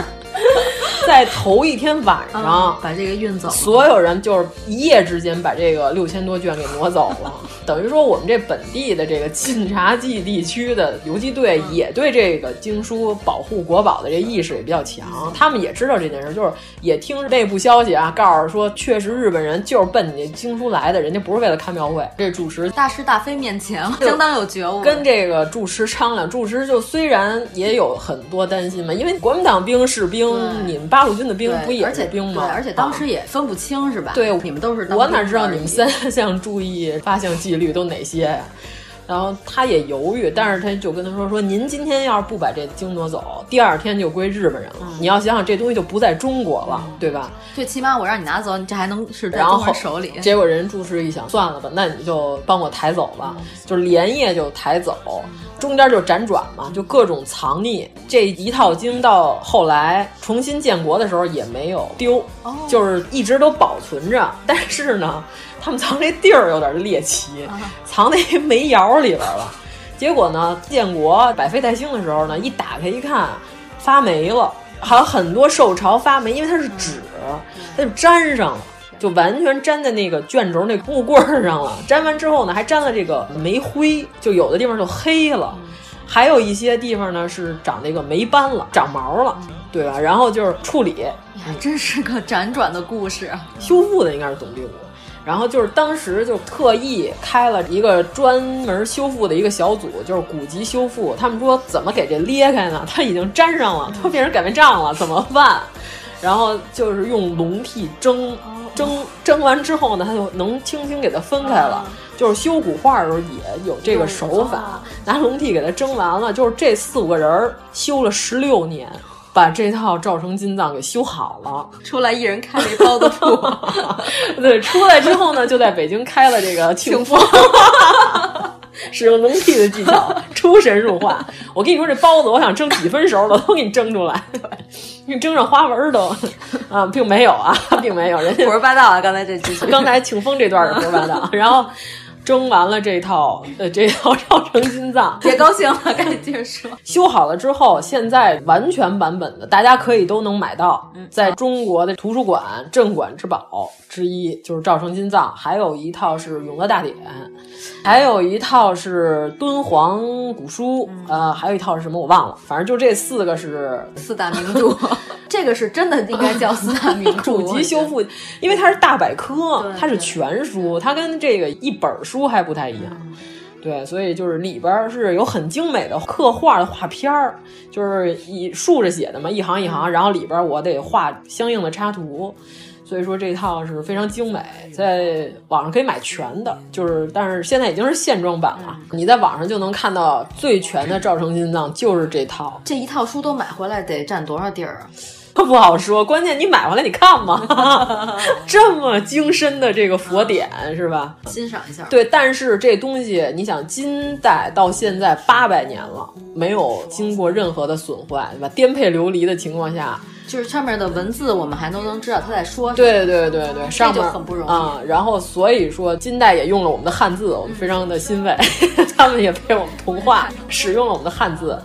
在头一天晚上嗯，把这个运走了。所有人就是一夜之间把这个六千多卷给挪走了， *laughs* 等于说我们这本地的这个晋察冀地区的游击队嗯也对这个经书保护国宝的这意识也比较嗯强，他们也知道这件事，就是也听内部消息啊，告诉说确实日本人就是奔你这经书来的，人家不是为了看庙会。这主持大是大非面前，对相当有觉悟。跟这个住持商量，住持就虽然也有很多担心嘛，因为国民党兵是兵，对你们八路军的兵对不也而且是兵吗？啊对，而且当时也分不清是吧？对，你们都是当我兵哪知道而你们已三项注意、八项纪律都哪些呀？然后他也犹豫，但是他就跟他说：“说您今天要是不把这经挪走，第二天就归日本人了。嗯你要想想，这东西就不在中国了，对吧？” *laughs* 最起码我让你拿走，你这还能是在然中后国人手里。结果人住持一想，算了吧，那你就帮我抬走吧，嗯就连夜就抬走，中间就辗转嘛，就各种藏匿。这一套经到后来重新建国的时候也没有丢，哦就是一直都保存着。但是呢，他们藏这地儿有点猎奇，啊藏那煤窑里边了。结果呢，建国百废待兴的时候呢，一打开一看，发霉了，还有很多受潮发霉，因为它是纸，它就粘上了。就完全粘在那个卷轴那木棍儿上了，粘完之后呢，还粘了这个煤灰，就有的地方就黑了，还有一些地方呢是长那个霉斑了，长毛了，对吧？然后就是处理，哎呀，真是个辗转的故事啊。 *laughs* 修复的应该是总兵。然后就是当时就特意开了一个专门修复的一个小组，就是古籍修复。他们说怎么给这裂开呢？它已经粘上了，它变成擀面杖了，怎么办？然后就是用笼屉蒸，蒸蒸完之后呢，它就能轻轻给它分开了。就是修古画的时候也有这个啊手法，拿笼屉给它蒸完了。就是这四五个人儿修了十六年，把这套赵成金藏给修好了。出来一人开了一包子 *laughs* 铺， *laughs* 对，出来之后呢，就在北京开了这个庆丰，使用笼屉的技巧，出神入化。我跟你说，这包子我想蒸几分熟了，都给你蒸出来，对，给你蒸上花纹儿都，啊，并没有啊，并没有，人家 *laughs* 胡说八道啊！刚才这几句， *laughs* 刚才庆丰这段是胡说八道，然后。蒸完了这套，呃，这套 *laughs* 绕城金藏，别高兴了，赶紧接着说。修好了之后，现在完全版本的，大家可以都能买到，在中国的图书馆镇馆之宝之一就是赵成金藏，还有一套是《永乐大典》，还有一套是敦煌古书，呃，还有一套是什么我忘了，反正就这四个是四大名 *laughs* 著，这个是真的应该叫四大名 *laughs* 著。古籍修复，因为它是大百科，它是全书，它跟这个一本书还不太一样。对，所以就是里边儿是有很精美的刻画的画片儿，就是以竖着写的嘛，一行一行，然后里边儿我得画相应的插图。所以说这套是非常精美，在网上可以买全的，就是但是现在已经是现装版了，你在网上就能看到最全的赵成金藏就是这套，这一套书都买回来得占多少地儿啊？不好说，关键你买回来你看 *laughs* 吗？这么精深的这个佛典是吧？欣赏一下。，对，但是这东西，你想，金代到现在八百年了，没有经过任何的损坏，对吧？颠沛流离的情况下，就是上面的文字，我们还都能知道他在说什么。对对对对，上面就很不容易啊、然后所以说，金代也用了我们的汉字，我们非常的欣慰， *laughs* 他们也被我们同化，使用了我们的汉字。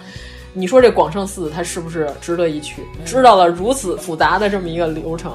你说这广胜寺它是不是值得一去？知道了如此复杂的这么一个流程，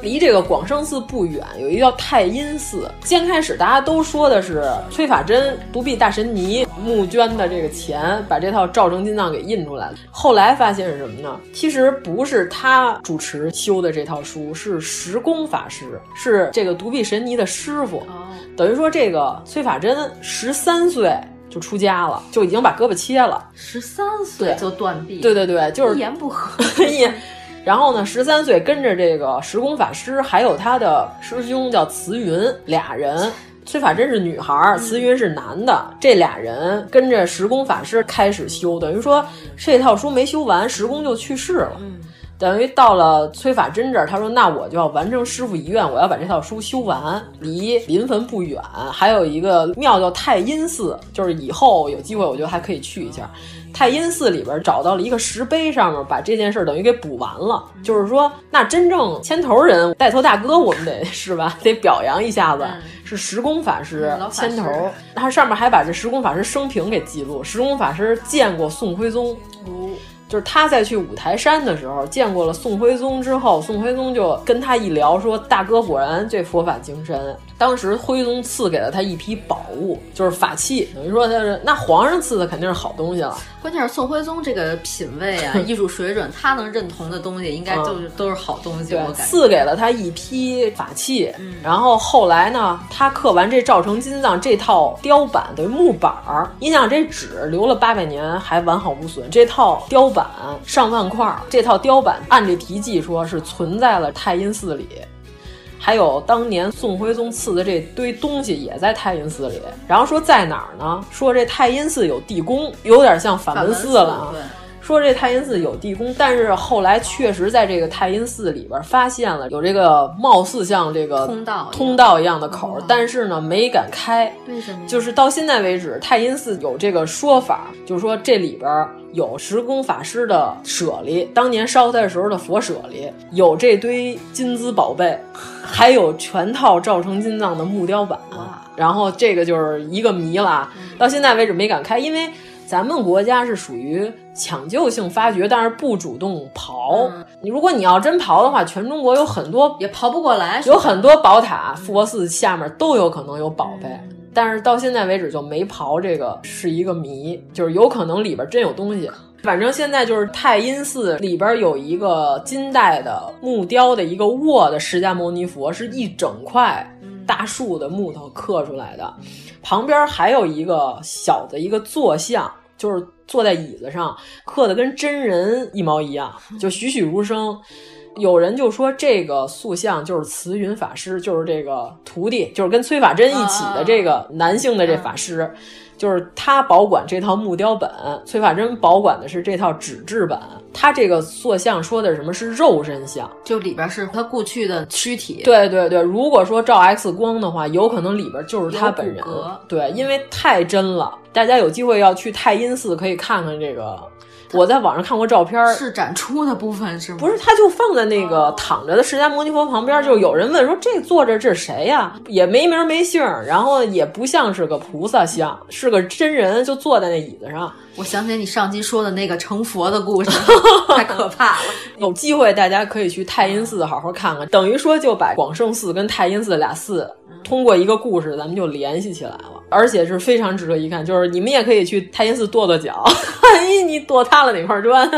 离这个广胜寺不远有一个叫太阴寺。先开始大家都说的是崔法真、独臂大神尼募捐的这个钱，把这套《赵成金藏》给印出来了。后来发现是什么呢？其实不是他主持修的这套书，是石公法师，是这个独臂神尼的师傅。哦等于说，这个崔法真十三岁就出家了，就已经把胳膊切了。十三岁对就断臂，对，对对，就是一言不合。 *laughs* *laughs* 一言然后呢，十三岁跟着这个石公法师，还有他的师兄叫慈云，俩人。崔法真是女孩儿，慈云是男的，这俩人跟着石公法师开始修，等于说这套书没修完，石公就去世了。等于到了崔法真这儿，他说：“那我就要完成师傅遗愿，我要把这套书修完。”离临汾不远，还有一个庙叫太阴寺，就是以后有机会，我觉得还可以去一下。太阴寺里边找到了一个石碑，上面把这件事儿等于给补完了。就是说，那真正牵头人、带头大哥，我们得是吧？得表扬一下子，是石公法师嗯老法师牵头。哦他上面还把这石公法师生平给记录，石公法师见过宋徽宗。就是他在去五台山的时候见过了宋徽宗之后，宋徽宗就跟他一聊说：“大哥果然这佛法精深。”当时徽宗赐给了他一批宝物，就是法器，等于说他是那皇上赐的肯定是好东西了。关键是宋徽宗这个品位 *laughs* 啊，艺术水准，他能认同的东西，应该就是都是好东嗯西。对我，感觉嗯赐给了他一批法器，然后后来呢，他刻完这赵成金藏这套雕版等于木板儿，你想这纸留了八百年还完好无损，这套雕版上万块儿，这套雕版按这题记说是存在了太阴寺里。还有当年宋徽宗赐的这堆东西也在太阴寺里，然后说在哪儿呢？说这太阴寺有地宫，有点像法门寺了啊。对，说这太阴寺有地宫，但是后来确实在这个太阴寺里边发现了有这个貌似像这个通道一样通道一样的口儿嗯，但是呢没敢开。为什么呀？就是到现在为止，太阴寺有这个说法，就是说这里边儿有石公法师的舍利，当年烧他的时候的佛舍利，有这堆金兹宝贝，还有全套赵成金藏的木雕版哇。然后这个就是一个谜了啊，嗯到现在为止没敢开，因为。咱们国家是属于抢救性发掘，但是不主动刨。你如果你要真刨的话，全中国有很多嗯也刨不过来，有很多宝塔、嗯富国寺下面都有可能有宝贝，但是到现在为止就没刨这个是一个谜，就是有可能里边真有东西。反正现在就是太阴寺里边有一个金代的木雕的一个卧的释迦牟尼佛，是一整块大树的木头刻出来的，旁边还有一个小的一个坐像，就是坐在椅子上刻的跟真人一毛一样，就栩栩如生。有人就说这个塑像就是慈云法师，就是这个徒弟，就是跟崔法真一起的这个男性的这法师，就是他保管这套木雕本，崔法真保管的是这套纸质本。他这个塑像说的是什么是肉身像？就里边是他过去的躯体，，对对对，如果说照 X 光的话，有可能里边就是他本人有骨骼。对，因为太真了，大家有机会要去太阴寺可以看看这个。我在网上看过照片儿，是展出的部分是吗？不是，他就放在那个哦躺着的释迦牟尼佛旁边，就有人问说这坐着这是谁呀、也没名儿没姓儿，然后也不像是个菩萨像，是个真人，就坐在那椅子上。我想起你上期说的那个成佛 *laughs* 的故事，太可怕了。有机会大家可以去太阴寺好好看看，等于说就把广胜寺跟太阴寺俩寺通过一个故事，咱们就联系起来了，而且是非常值得一看。就是你们也可以去太阴寺跺跺脚，万一你跺塌了哪块砖，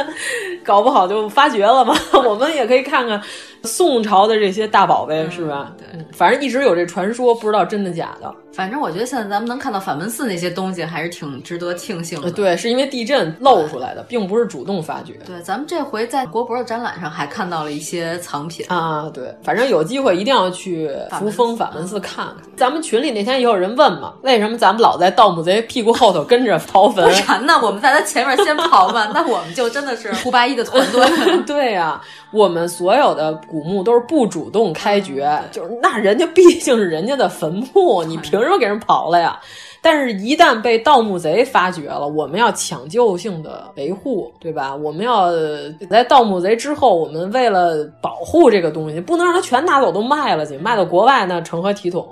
搞不好就发掘了嘛。我们也可以看看宋朝的这些大宝贝，是吧？对嗯，反正一直有这传说，不知道真的假的。反正我觉得现在咱们能看到反文寺那些东西，还是挺值得庆幸的。呃，对，是因为地震漏出来的，并不是主动发掘。对，咱们这回在国博的展览上还看到了一些藏品。啊，对，反正有机会一定要去扶风法嗯门寺看看。咱们群里那天也有人问嘛，为什么咱们老在盗墓贼屁股后头跟着刨坟不？然呢，我们在他前面先刨嘛，那我们就真 *laughs* 的是胡八一的团队。 *laughs* 对呀、我们所有的古墓都是不主动开掘， *laughs* 就是那人家毕竟是人家的坟墓，你凭什么给人刨了 *laughs* 呀？但是，一旦被盗墓贼发掘了，我们要抢救性的维护，对吧？我们要呃在盗墓贼之后，我们为了保护这个东西，不能让它全拿走都卖了去，卖到国外那成何体统，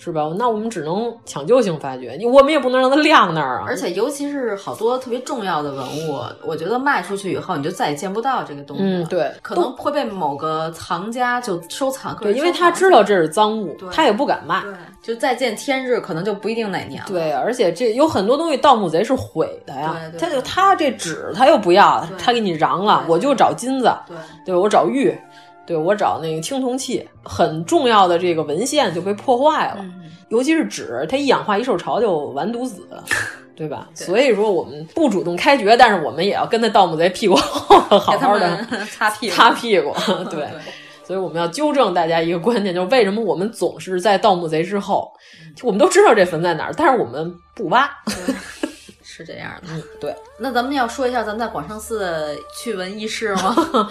是吧？那我们只能抢救性发掘，你我们也不能让它晾那儿啊。而且，尤其是好多特别重要的文物，我觉得卖出去以后，你就再也见不到这个东西了。嗯，，对，可能会被某个藏家就收藏。对，因为他知道，道这是赃物对，他也不敢卖。对，就再见天日，可能就不一定哪年了。对，而且这有很多东西盗墓贼是毁的呀，对对他就对他这纸他又不要对，他给你瓤了，对我就找金子，对，对我找玉，对我找那个青铜器，很重要的这个文献就被破坏了，嗯，尤其是纸，它一氧化一受潮就完犊子。 *laughs* 对吧？对所以说我们不主动开掘，但是我们也要跟那盗墓贼屁股后头 *laughs* 好给他好的们擦屁股，擦屁股。对， *laughs* 对所以我们要纠正大家一个观念，就是为什么我们总是在盗墓贼之后，我们都知道这坟在哪儿，但是我们不挖。是这样的。嗯，对，那咱们要说一下咱们在广胜寺的趣闻轶事 *laughs* 吗？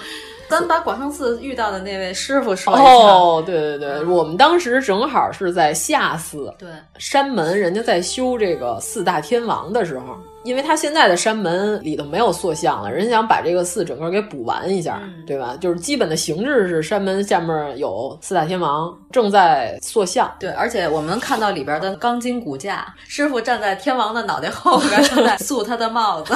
咱们把广胜寺遇到的那位师傅说一下。， *laughs* 哦，对对对，我们当时正好是在下寺对，山门，人家在修这个四大天王的时候，因为它现在的山门里头没有塑像了，人家想把这个寺整个给补完一下，嗯对吧？就是基本的形制是山门下面有四大天王正在塑像，对，而且我们能看到里边的钢筋骨架，师傅站在天王的脑袋后边，正 *laughs* 在塑他的帽子。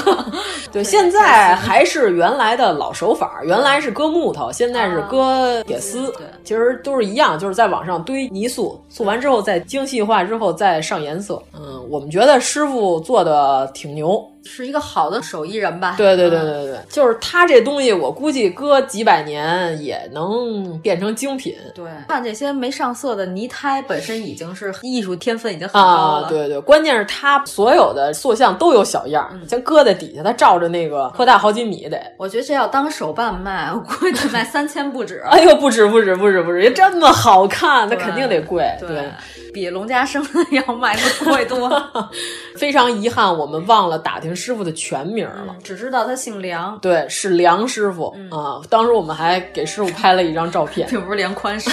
对，现在还是原来的老手法儿，原来是割木头，现在是割铁丝，啊对其实都是一样，就是在网上堆泥塑，塑完之后再精细化之后再上颜色。嗯，我们觉得师傅做的挺牛。是一个好的手艺人吧？对对对嗯对对，就是他这东西，我估计搁几百年也能变成精品。对，看这些没上色的泥胎，本身已经是艺术天分已经很高啊了。，对对，关键是它所有的塑像都有小样儿，嗯先搁在底下，它照着那个扩大好几米得，我觉得这要当手办卖，我估计得卖三千 *laughs* 不止。哎呦，不止不止不止不止，这么好看，那对肯定得贵。对，比龙家生的 *laughs* 要卖的贵多 *laughs* 了。 *laughs* 非常遗憾，我们忘了打听师傅的全名了。只知道他姓梁，对，是梁师傅啊、嗯当时我们还给师傅拍了一张照片，并不是梁 *laughs* 宽是。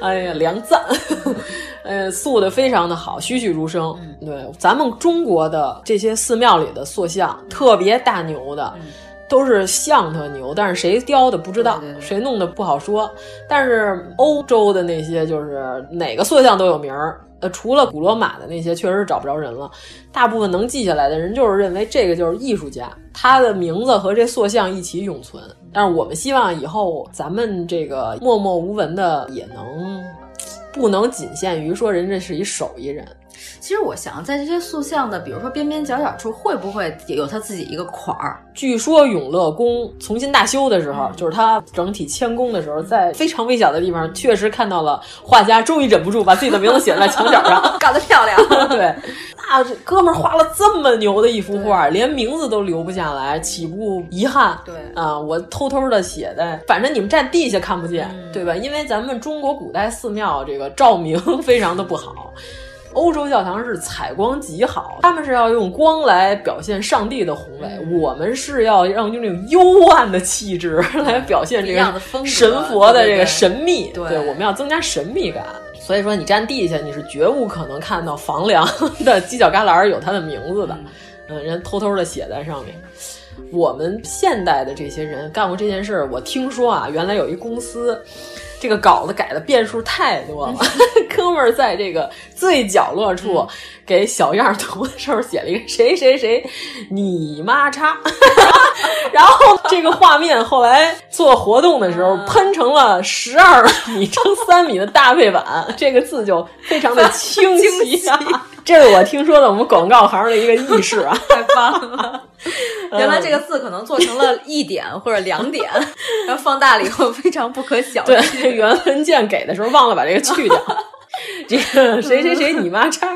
哎呀，梁赞，呃，塑的非常的好，栩栩如生。嗯对，咱们中国的这些寺庙里的塑像，特别大牛的，都是像他牛，但是谁雕的不知道，嗯对对对谁弄的不好说。但是欧洲的那些，就是哪个塑像都有名儿。呃，除了古罗马的那些，确实是找不着人了。大部分能记下来的人，就是认为这个就是艺术家，他的名字和这塑像一起永存。但是我们希望以后咱们这个默默无闻的也能，不能仅限于说人家是一手艺人。其实我想，在这些塑像的，比如说边边角角处，会不会有他自己一个款儿？据说永乐宫重新大修的时候，就是它整体迁宫的时候，在非常微小的地方，确实看到了画家终于忍不住把自己的名字写在墙角上。 *laughs* 搞得漂亮。 *laughs* 对，那这哥们儿画了这么牛的一幅画，连名字都留不下来，岂不遗憾？对啊，我偷偷的写在，反正你们站地下看不见，嗯对吧？因为咱们中国古代寺庙这个照明 *laughs* 非常的不好。欧洲教堂是采光极好，他们是要用光来表现上帝的宏伟，嗯我们是要让用那种幽暗的气质 *laughs* 来表现这不一样的风个格神佛的这对对个对神秘，对我们要增加神秘感。所以说，你站地下，你是绝无可能看到房梁的犄角旮旯儿有他的名字的，嗯，人偷偷的写在上面。我们现代的这些人干过这件事儿，我听说啊，原来有一公司，这个稿子改的变数太多了。嗯 *laughs* 哥们儿在这个最角落处给小样儿读的时候写了一个谁谁谁，你妈叉。 *laughs* 然后这个画面后来做活动的时嗯候喷成了十二米乘三米的大背板， *laughs* 这个字就非常的清晰、 *laughs* 啊。这是我听说的我们广告行的一个轶事啊。太棒 *laughs* 了！嗯原来这个字可能做成了一点或者两点，然后放大了以后非常不可小 *laughs* 对觑。，原文件给的时候忘了把这个去 *laughs* 掉。这个谁谁谁你妈叉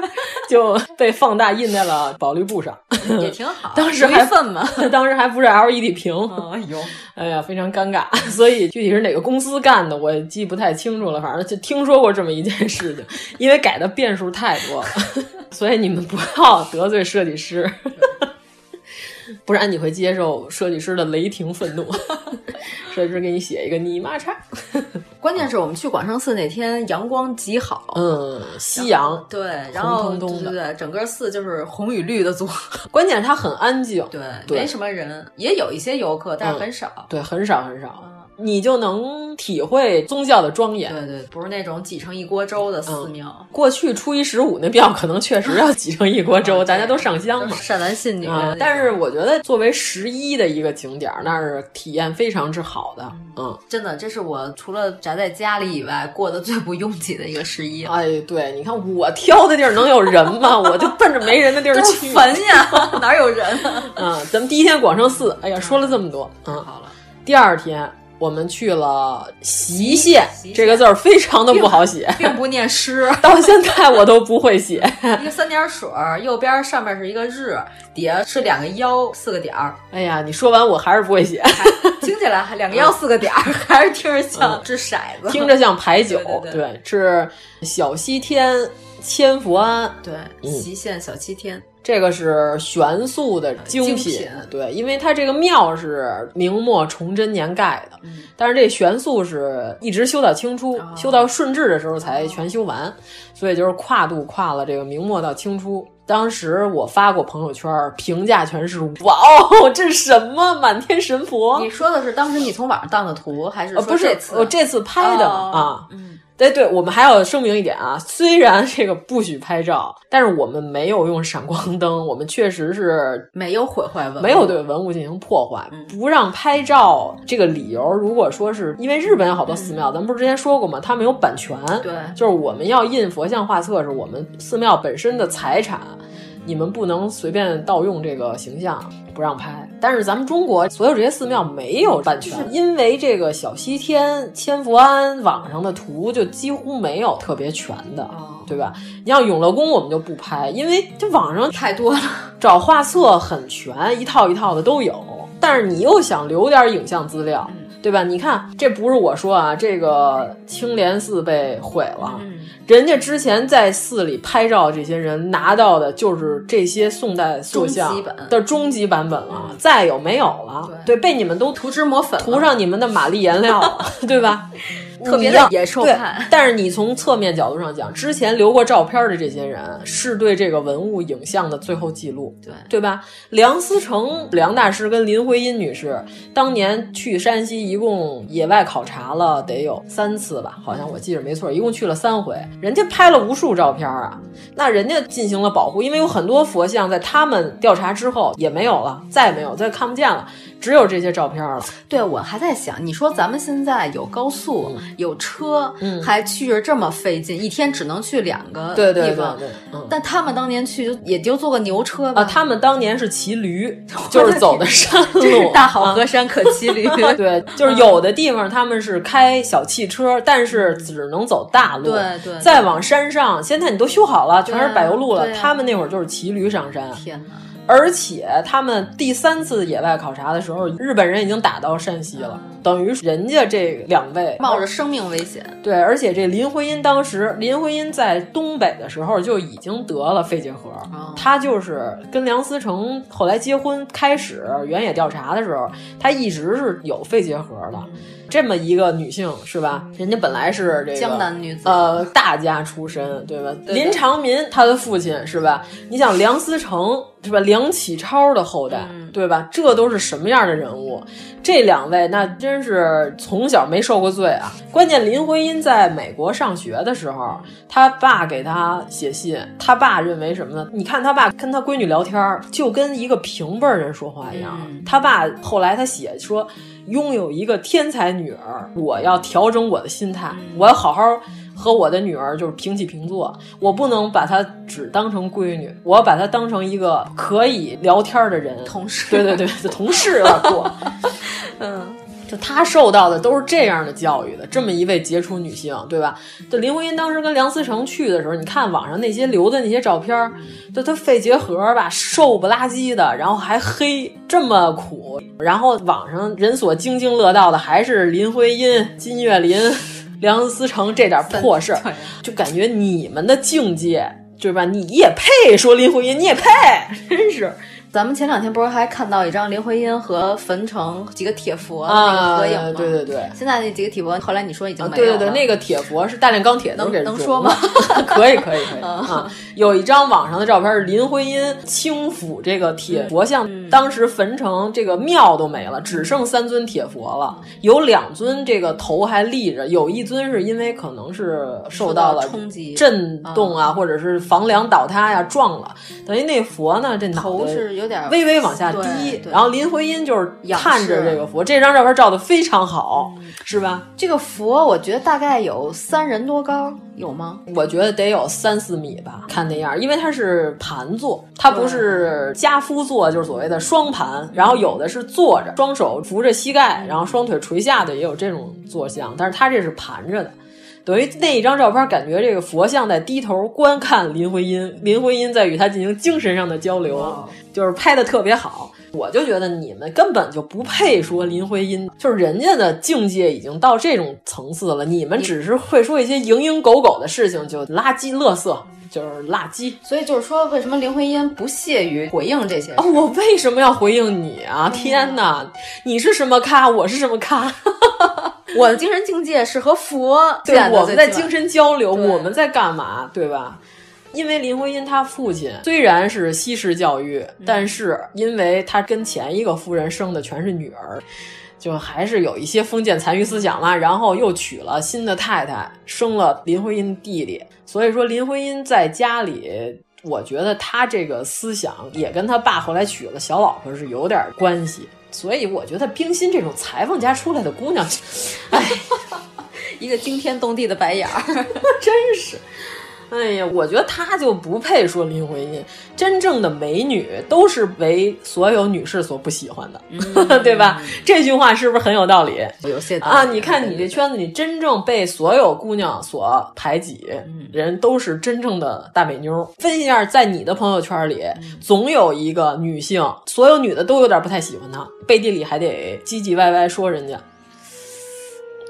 就被放大印在了保绿布上，也挺好，当时还啊一 *laughs* 份嘛。当时还不是 LED 屏，哎呦，哎呀，非常尴尬。 *laughs* 所以具体是哪个公司干的，我也记不太清楚了。反正就听说过这么一件事 *laughs* 情，因为改的变数太多了， *laughs* 所以你们不要得罪设计 *laughs* 师，不然你会接受设计师的雷霆愤 *laughs* 怒。设计师给你写一个你妈叉，关键是我们去广胜寺那天阳光极好，嗯，夕阳。对，然后红彤彤的对对对，整个寺就是红与绿的组合，关键是它很安静，对，对嗯没什么人，也有一些游客，但是很少。对，很少很少，你就能体会宗教的庄严。嗯对对，不是那种挤成一锅粥的嗯寺庙，过去初一十五那庙可能确实要挤成一锅粥，大家都上香啊都嘛是。善男信女的那啊种。，但是我觉得作为十一的一个景点儿，那是体验非常之好的。嗯，真的，这是我除了宅在家里以外过得最不拥挤的一个十一了。哎，对，你看我挑的地儿能有人吗？ *laughs* 我就奔着没人的地儿真去。烦呀， *laughs* 哪有人啊？ *laughs* 啊，咱们第一天广胜寺，哎呀，说了这么多，嗯，好了，第二天我们去了隰县隰，县这个字儿非常的不好写，并不念诗， *laughs* 到现在我都不会写。一个三点水儿，右边上面是一个日，底下是两个腰，四个点儿，哎呀，你说完我还是不会 *laughs* 写，听起来还两个腰四个点儿，还是听着像掷骰子，嗯听着像牌九，对对对是小西天千佛庵，对，嗯隰县小七天，这个是玄素的精呃精品对，因为它这个庙是明末崇祯年盖的，嗯但是这玄素是一直修到清初，哦修到顺治的时候才全修完，所以就是跨度跨了这个明末到清初。当时我发过朋友圈，评价全是“哇哦，这是什么满天神佛你说的是当时你从网上当的图，还是”？呃，说哦不是这，次我这次拍的哦啊。嗯，对对，我们还要声明一点啊，虽然这个不许拍照，但是我们没有用闪光灯，我们确实是没有毁坏文物，没有对文物进行破坏嗯，不让拍照这个理由，如果说是因为日本有好多寺庙，咱们不是之前说过吗？它没有版权，嗯对就是我们要印佛像画册是我们寺庙本身的财产，你们不能随便盗用这个形象，不让拍。但是咱们中国所有这些寺庙没有版权，因为这个小西天、千佛庵网上的图就几乎没有特别全的哦，对吧？你像永乐宫我们就不拍，因为这网上太多了。找画册很全，一套一套的都有。但是你又想留点影像资料，对吧？你看，这不是我说啊，这个青莲寺被毁了，嗯，人家之前在寺里拍照，这些人拿到的就是这些宋代塑像终极版的终极版本了，再有没有了？对，对被你们都涂涂脂抹粉了，涂上你们的玛丽颜料了， *laughs* 对吧？特别你要的野兽对派，但是你从侧面角度上讲，之前留过照片的这些人是对这个文物影像的最后记录，对对吧？梁思成梁大师跟林徽因女士当年去山西，一共野外考察了得有三次吧，好像我记着没错，一共去了三回，人家拍了无数照片啊，那人家进行了保护，因为有很多佛像在他们调查之后也没有了，再也没有，再看不见了，只有这些照片了。对，我还在想，你说咱们现在有高速，有车，嗯还去着这么费劲，一天只能去两个对对地对方。对，嗯。但他们当年去就也就坐个牛车吧，啊， *laughs* 他们当年是骑驴，就是走的山路，真是大好河啊山可骑驴。 *laughs* 对，就是有的地方他们是开小汽车，但是只能走大路。对对对再往山上，现在你都修好了，全是对柏油路了。对啊他们那会儿就是骑驴上山，天哪！而且他们第三次野外考察的时候，日本人已经打到山西了，等于人家这两位冒着生命危险，对，而且这林徽因当时，林徽因在东北的时候就已经得了肺结核，哦她就是跟梁思成后来结婚开始原野调查的时候，她一直是有肺结核的。嗯这么一个女性是吧？人家本来是这个江南女子呃，大家出身对吧？对对林长民他的父亲是吧？你想梁思成是吧？梁启超的后代、嗯对吧？这都是什么样的人物？这两位那真是从小没受过罪啊！关键林徽因在美国上学的时候，她爸给她写信，她爸认为什么呢？你看她爸跟她闺女聊天儿，就跟一个平辈儿人说话一样。嗯她爸后来他写说，拥有一个天才女儿，我要调整我的心态，嗯我要好好。和我的女儿就是平起平坐，我不能把她只当成闺女，我要把她当成一个可以聊天儿的人，同事对对对， *laughs* 这同事有点过。 *laughs* 嗯，就她受到的都是这样的教育的，这么一位杰出女性，对吧？就林徽因当时跟梁思成去的时候，你看网上那些留的那些照片儿，就她肺结核吧，瘦不拉几的，然后还黑，这么苦，然后网上人所津津乐道的还是林徽因、金岳霖、梁思成这点破事儿， *laughs* 对就感觉你们的境界，对吧？你也配说林徽因，你也配， *laughs* 真是。咱们前两天不是还看到一张林徽因和冯程几个铁佛的那啊个合影吗？对对对现在那几个铁佛，后来你说已经没有对对对，了。那个铁佛是大炼钢铁的，嗯能给人能做说的 *laughs* 可以可以可以嗯啊！有一张网上的照片是林徽因轻抚这个嗯铁佛像，当时焚城这个庙都没了，只剩三尊铁佛了，嗯有两尊这个头还立着，有一尊是因为可能是受到了受到冲击震动啊，或者是房梁倒塌呀、撞了，等于那佛呢这脑袋嗯头是有点微微往下低对，对然后林徽因就是仰视嗯看着这个佛，这张照片照的非常好，是吧？这个佛，我觉得大概有三人多高，有吗？我觉得得有三四米吧，看那样儿，因为它是盘坐，它不是家夫坐，就是所谓的双盘，然后有的是坐着，双手扶着膝盖，然后双腿垂下的也有这种坐像，但是它这是盘着的。等于那一张照片，感觉这个佛像在低头观看林徽因，林徽因在与他进行精神上的交流，哦就是拍的特别好。我就觉得你们根本就不配说林徽因，就是人家的境界已经到这种层次了，你们只是会说一些蝇营狗苟的事情，就垃圾、垃圾，就是垃圾。所以就是说，为什么林徽因不屑于回应这些？哦，我为什么要回应你啊？天哪，你是什么咖，我是什么咖？我的精神境界是和佛对见，的我们在最起码精神交流，对我们在干嘛，对吧？因为林徽因她父亲虽然是西式教育，嗯但是因为他跟前一个夫人生的全是女儿，就还是有一些封建残余思想啦。然后又娶了新的太太，生了林徽因弟弟，所以说林徽因在家里。我觉得她这个思想也跟她爸后来娶了小老婆是有点关系，所以我觉得冰心这种裁缝家出来的姑娘， *laughs* 哎，一个惊天动地的白眼儿。真是，哎呀，我觉得她就不配说林徽因。真正的美女都是为所有女士所不喜欢的，嗯 *laughs* 对吧？这句话是不是很有道理？有些道理啊，你看你这圈子里真正被所有姑娘所排挤，人都是真正的大美妞。分析一下，在你的朋友圈里，总有一个女性，所有女的都有点不太喜欢她，背地里还得唧唧歪歪说人家。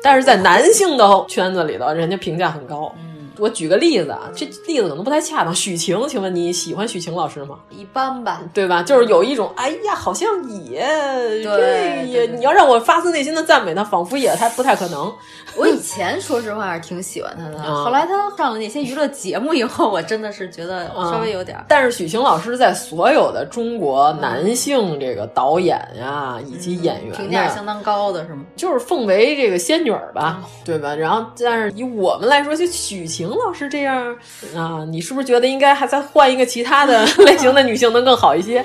但是在男性的圈子里头，人家评价很高。嗯，我举个例子啊，这例子可能不太恰当。许晴，请问你喜欢许晴老师吗？一般吧，对吧？就是有一种，哎呀，好像也对也，对对你要让我发自内心的赞美他，仿佛也他不太可能。我以前说实话是挺喜欢他的，啊后来他上了那些娱乐节目以后，我真的是觉得嗯稍微有点儿。 *laughs* 但是许晴老师在所有的中国男性这个导演呀、以及演员、呀嗯评价相当哦高的是吗？就是奉为这个仙女儿吧，对吧？然后，但是以我们来说，就许晴老师这样啊，你是不是觉得应该还再换一个其他的 *laughs* 类型的女性能更好一些？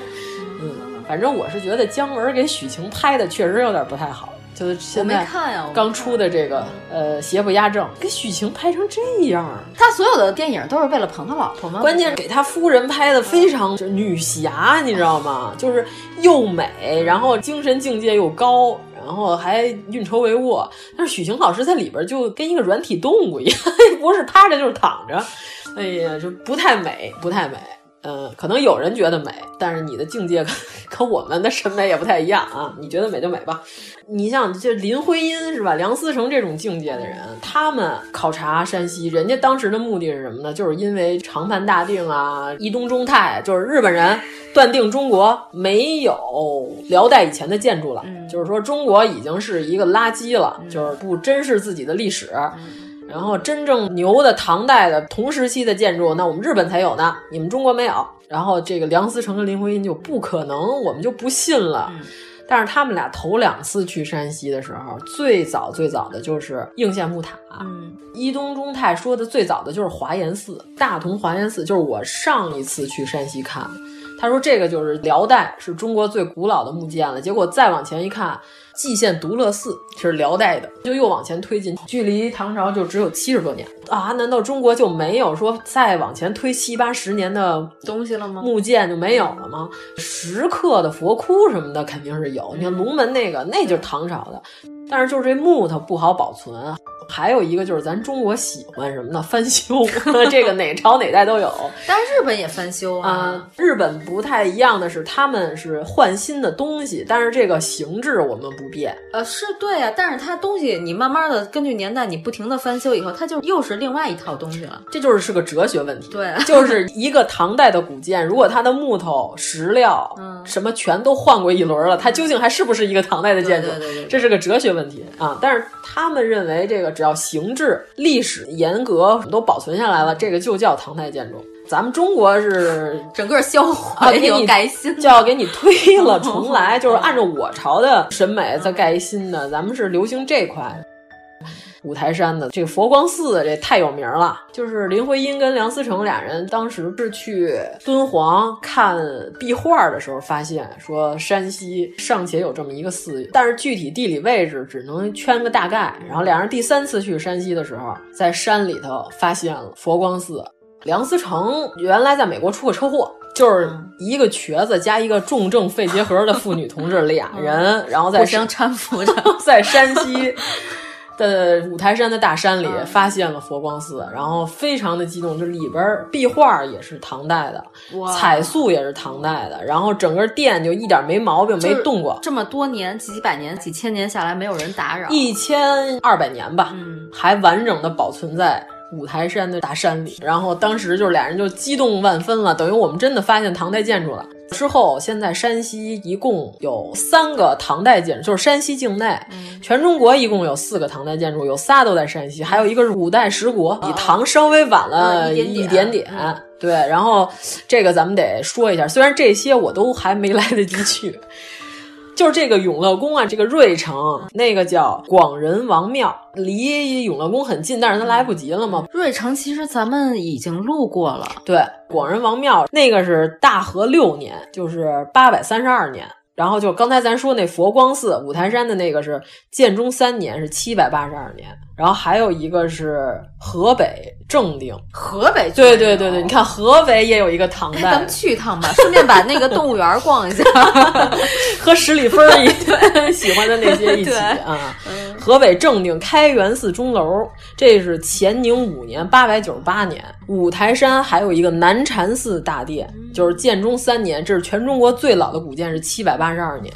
嗯，反正我是觉得姜文给许晴拍的确实有点不太好，就是我现没在看呀、我没看刚出的这个呃《邪不压正》，给许晴拍成这样儿，他所有的电影都是为了捧他老婆吗？关键给他夫人拍的非常就是女侠，你知道吗？就是又美，然后精神境界又高，然后还运筹帷幄。但是许晴老师在里边就跟一个软体动物一样， *laughs* 不是趴着就是躺着，哎呀，就不太美，不太美。嗯，可能有人觉得美，但是你的境界跟 *laughs* 跟我们的审美也不太一样啊。你觉得美就美吧。你像这林徽因是吧，梁思成这种境界的人，他们考察山西，人家当时的目的是什么呢？就是因为长盘大定啊，一东中泰，就是日本人断定中国没有辽代以前的建筑了，就是说中国已经是一个垃圾了，就是不珍视自己的历史。然后真正牛的唐代的同时期的建筑，那我们日本才有呢，你们中国没有。然后这个梁思成跟林徽因就不可能，我们就不信了。但是他们俩头两次去山西的时候，最早最早的就是应县木塔，嗯，伊东忠泰说的最早的就是华严寺，大同华严寺就是我上一次去山西看的。他说这个就是辽代是中国最古老的木建了，结果再往前一看，蓟县独乐寺是辽代的，就又往前推进，距离唐朝就只有七十多年啊！难道中国就没有说再往前推七八十年的东西了吗？木剑就没有了吗？石刻的佛窟什么的肯定是有，你看龙门那个，那就是唐朝的，但是就是这木头不好保存。啊还有一个就是咱中国喜欢什么呢？翻修， *laughs* 这个哪朝哪代都有但是日本也翻修啊、日本不太一样的是，他们是换新的东西，但是这个形制我们不变。呃，是对啊，但是它东西你慢慢的根据年代，你不停的翻修以后，它就又是另外一套东西了。这就是是个哲学问题。对就是一个唐代的古建，如果它的木头、石料、嗯什么全都换过一轮了，它究竟还是不是一个唐代的建筑？对对对对对这是个哲学问题啊。但是他们认为，这个只要形制、历史严格都保存下来了，这个就叫唐代建筑。咱们中国是整个销 *laughs* 啊，毁给又你改新就要给你推了 *laughs* 重来，就是按照我朝的审美再盖一新的。咱们是流行这块。五台山的这个佛光寺，这太有名了。就是林徽因跟梁思成俩人当时是去敦煌看壁画的时候，发现说山西尚且有这么一个寺，但是具体地理位置只能圈个大概。然后俩人第三次去山西的时候，在山里头发现了佛光寺，梁思成原来在美国出过车祸，就是嗯一个瘸子加一个重症肺结核的妇女同志俩嗯人，然后在互 *laughs* 相搀扶着。在山西的五台山的大山里嗯发现了佛光寺，然后非常的激动，就里边儿壁画也是唐代的，哇彩塑也是唐代的，然后整个殿就一点没毛病，没就是动过，这么多年，几百年、几千年下来，没有人打扰。一千二百年吧，嗯还完整的保存在五台山的大山里。然后当时就是俩人就激动万分了，等于我们真的发现唐代建筑了。之后，现在山西一共有三个唐代建筑，就是山西境内，全中国一共有四个唐代建筑，呃有仨都在山西，还有一个是五代十国，比唐稍微晚了嗯一点点一点点。对，然后这个咱们得说一下，虽然这些我都还没来得及去，就是这个永乐宫啊，这个瑞城那个叫广仁王庙，离永乐宫很近，但是它来不及了嘛。瑞城其实咱们已经路过了，对，广仁王庙那个是大和六年，就是八百三十二年。然后就刚才咱说那佛光寺五台山的那个是建中三年，是七百八十二年。然后还有一个是河北正定，河北对对对对，你看河北也有一个唐哦哎，咱代 *laughs* 们，去一趟吧， *laughs* 顺便把那个动物园逛一下。和十里分儿一 *laughs* 喜欢的那些一起对嗯啊。河北正定开元寺钟楼，这是乾宁五年八百九十八年。五台山还有一个南禅寺大殿，嗯就是建中三年，这是全中国最老的古建，是七百八十二年。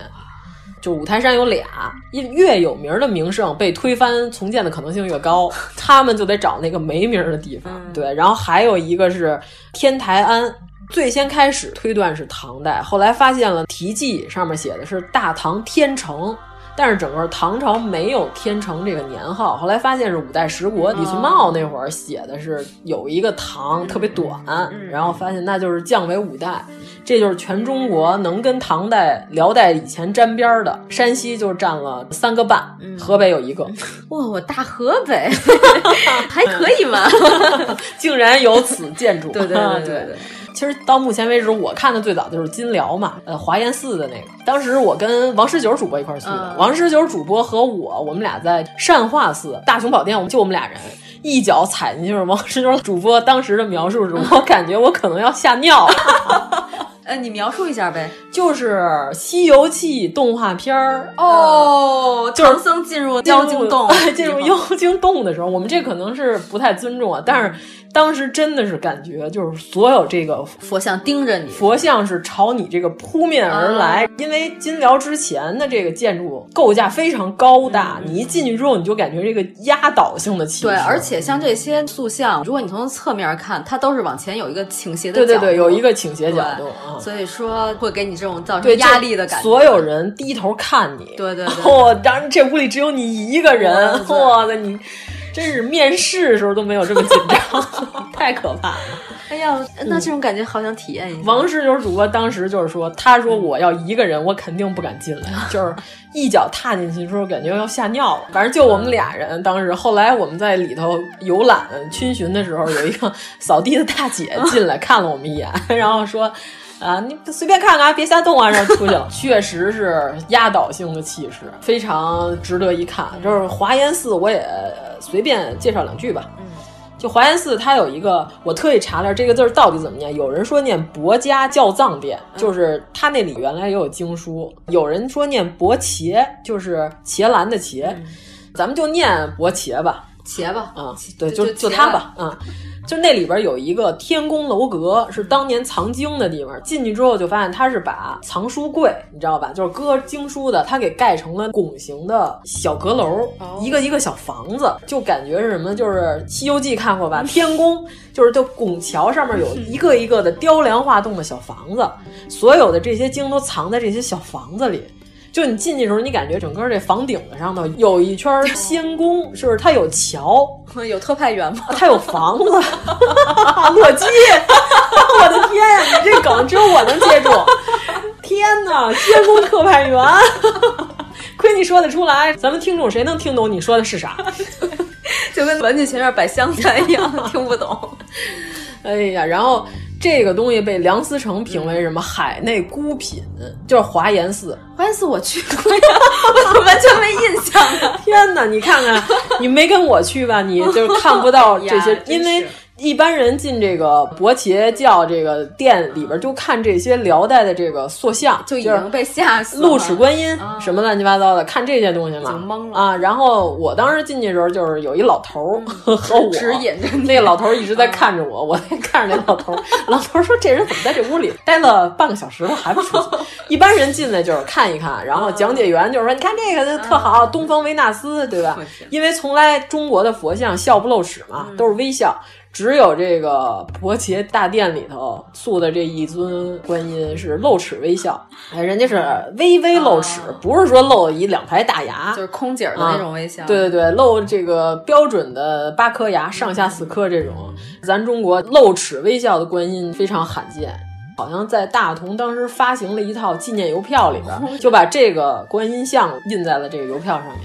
就五台山有俩，越越有名的名胜被推翻重建的可能性越高，他们就得找那个没名儿的地方。对，然后还有一个是天台庵，最先开始推断是唐代，后来发现了题记上面写的是大唐天成。但是整个唐朝没有天成这个年号，后来发现是五代十国李存茂那会儿写的是有一个唐特别短，嗯然后发现那就是降为五代，这就是全中国能跟唐代、辽代以前沾边儿的，山西就占了三个半，嗯河北有一个，哇，我大河 *laughs* 北还可以吗？竟然有此建筑。*laughs* 嗯 *laughs* 对对对对对对。其实到目前为止，我看的最早就是金辽嘛，呃，华严寺的那个。当时我跟王十九主播一块儿去的，嗯王十九主播和我，我们俩在善化寺大雄宝殿，我们就我们俩人。一脚踩进去，王十九主播当时的描述是， *laughs* 我感觉我可能要吓尿了。呃，你描述一下呗。就是《西游记》动画片儿，哦，唐僧进入妖精洞呃 *laughs* 进入妖精洞的时候，我们这可能是不太尊重啊，但是当时真的是感觉就是所有这个 *laughs* 佛像盯着你。佛像是朝你这个扑面而来，因为金辽之前的这个建筑构架非常高大，你一进去之后，你就感觉这个压倒性的气势。对，而且像这些塑像，如果你从侧面看，它都是往前有一个倾斜的对对角对，度有一个倾斜角度对啊，所以说会给你这种造对成压力的感觉。所有人低头看你，*laughs* 对对对哇、当然这屋里只有你一个人哇，塞哇塞，你真是面试的时候都没有这么紧 *laughs* 张，太可怕了。哎呀，那这种感觉好想体验一下。嗯王十九主播当时就是说，他说我要一个人，我肯定不敢进 *laughs* 来，就是一脚踏进去的时候，感觉要吓尿了。反正就我们俩人，当时后来我们在里头游览逡巡的时候，有一个扫地的大姐进来看了我们一眼，然后说。啊，你随便看看啊，别瞎动啊，然后出去 *laughs* 了。确实是压倒性的气势，非常值得一看。就是华严寺，我也随便介绍两句吧。就华严寺，它有一个，我特意查了这个字儿到底怎么念。有人说念博家教藏殿，就是它那里原来也有经书；有人说念博茄，就是茄兰的茄，咱们就念博茄吧。茄吧，啊茄，对，就就就它吧，啊，就那里边有一个天宫楼阁，是当年藏经的地方。进去之后就发现它是把藏书柜，你知道吧，就是搁经书的，它给盖成了拱形的小阁楼，一个一个小房子，就感觉是什么，就是《西游记》看过吧，天宫就是就拱桥上面有一个一个的雕梁画栋的小房子，所有的这些经都藏在这些小房子里。就你进去的时候，你感觉整个这房顶子上头有一圈儿仙宫，就是它有桥，吧， *laughs* 有特派员吗？啊 *laughs* 它有房子， *laughs* 裸机，我的天呀、你这梗只有我能接住。天哪，天宫特派员，亏你说得出来，咱们听众谁能听懂你说的是啥？就跟文具前面摆香菜 *laughs* 一样，听不懂。哎呀，然后这个东西被梁思成评为什么海内孤品，就是华严寺。关系我去过呀， *laughs* 我完全没印象啊了。 *laughs* 天哪，你看看，你没跟我去吧，你就看不到这些 *laughs* 呀，真因是为。一般人进这个伯伽教这个店里边，就看这些辽代的这个塑像，就已是经被吓死了。露齿观音啊什么乱七八糟的，看这些东西嘛，就懵了啊。然后我当时进去的时候，就是有一老头儿 *laughs* 和我嗯指引着你啊那个老头儿一直在看着我，我在看着那老头儿。 *laughs* 老头儿说：“这人怎么在这屋里待了半个小时了还不 *laughs* 出去？”一般人进来就是看一看，然后讲解员就是说：“你看这个特啊好，东方维纳斯，对吧我天？”嗯因为从来中国的佛像笑不露齿嘛，都是微笑。只有这个伯伽大殿里头塑的这一尊观音是露齿微笑，哎，人家是微微露齿，啊不是说露一两排大牙， *laughs* 就是空姐儿的那种微笑。啊对，对对，露这个标准的八颗牙，上下四颗这种，嗯咱中国露齿微笑的观音非常罕见。好像在大同当时发行了一套纪念邮票，里 *laughs* 边就把这个观音像印在了这个邮票上面。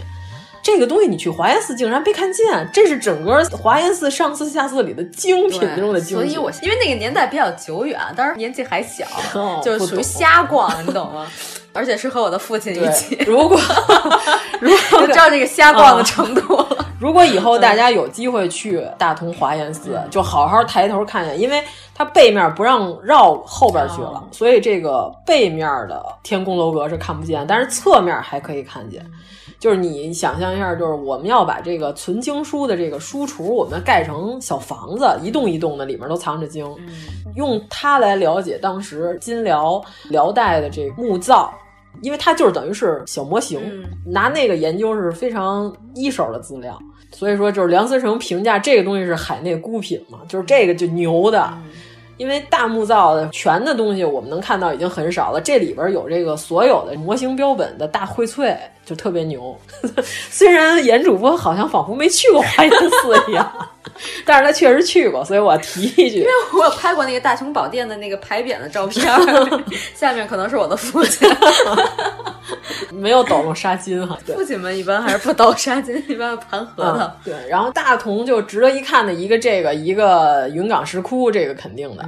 这个东西你去华严寺竟然没看见，这是整个华严寺上寺下寺里的精品中的精所品。以我因为那个年代比较久远，当时年纪还小， *laughs* 哦就是属于瞎逛，你 *laughs* 懂吗？而且是和我的父亲一起对，，如果 *laughs* 如果啊就知 *laughs* 道这个瞎逛的程度了。如果以后大家有机会去大同华严寺，就好好抬头看一眼，因为它背面不让绕后边去了，所以这个背面的天宫楼阁是看不见，但是侧面还可以看见。就是你想象一下，就是我们要把这个存经书的这个书橱，我们盖成小房子，一栋一栋的，里面都藏着经，用它来了解当时金辽辽代的这个木造。因为它就是等于是小模型，拿那个研究是非常一手的资料，所以说就是梁思成评价这个东西是海内孤品嘛，就是这个就牛的，因为大木造的全的东西我们能看到已经很少了，这里边有这个所有的模型标本的大荟萃就特别牛。 *laughs* 虽然严主播好像仿佛没去过华严寺一样， *laughs* 但是他确实去过，所以我提一句， *laughs* 我有拍过那个大雄宝殿的那个牌匾的照片， *laughs* 下面可能是我的父 *laughs* 亲。没有抖落纱巾哈。对父，亲们一般还是不刀杀金，一般盘核桃。嗯对，然后大同就值得一看的一个这个一个云冈石窟，这个肯定的。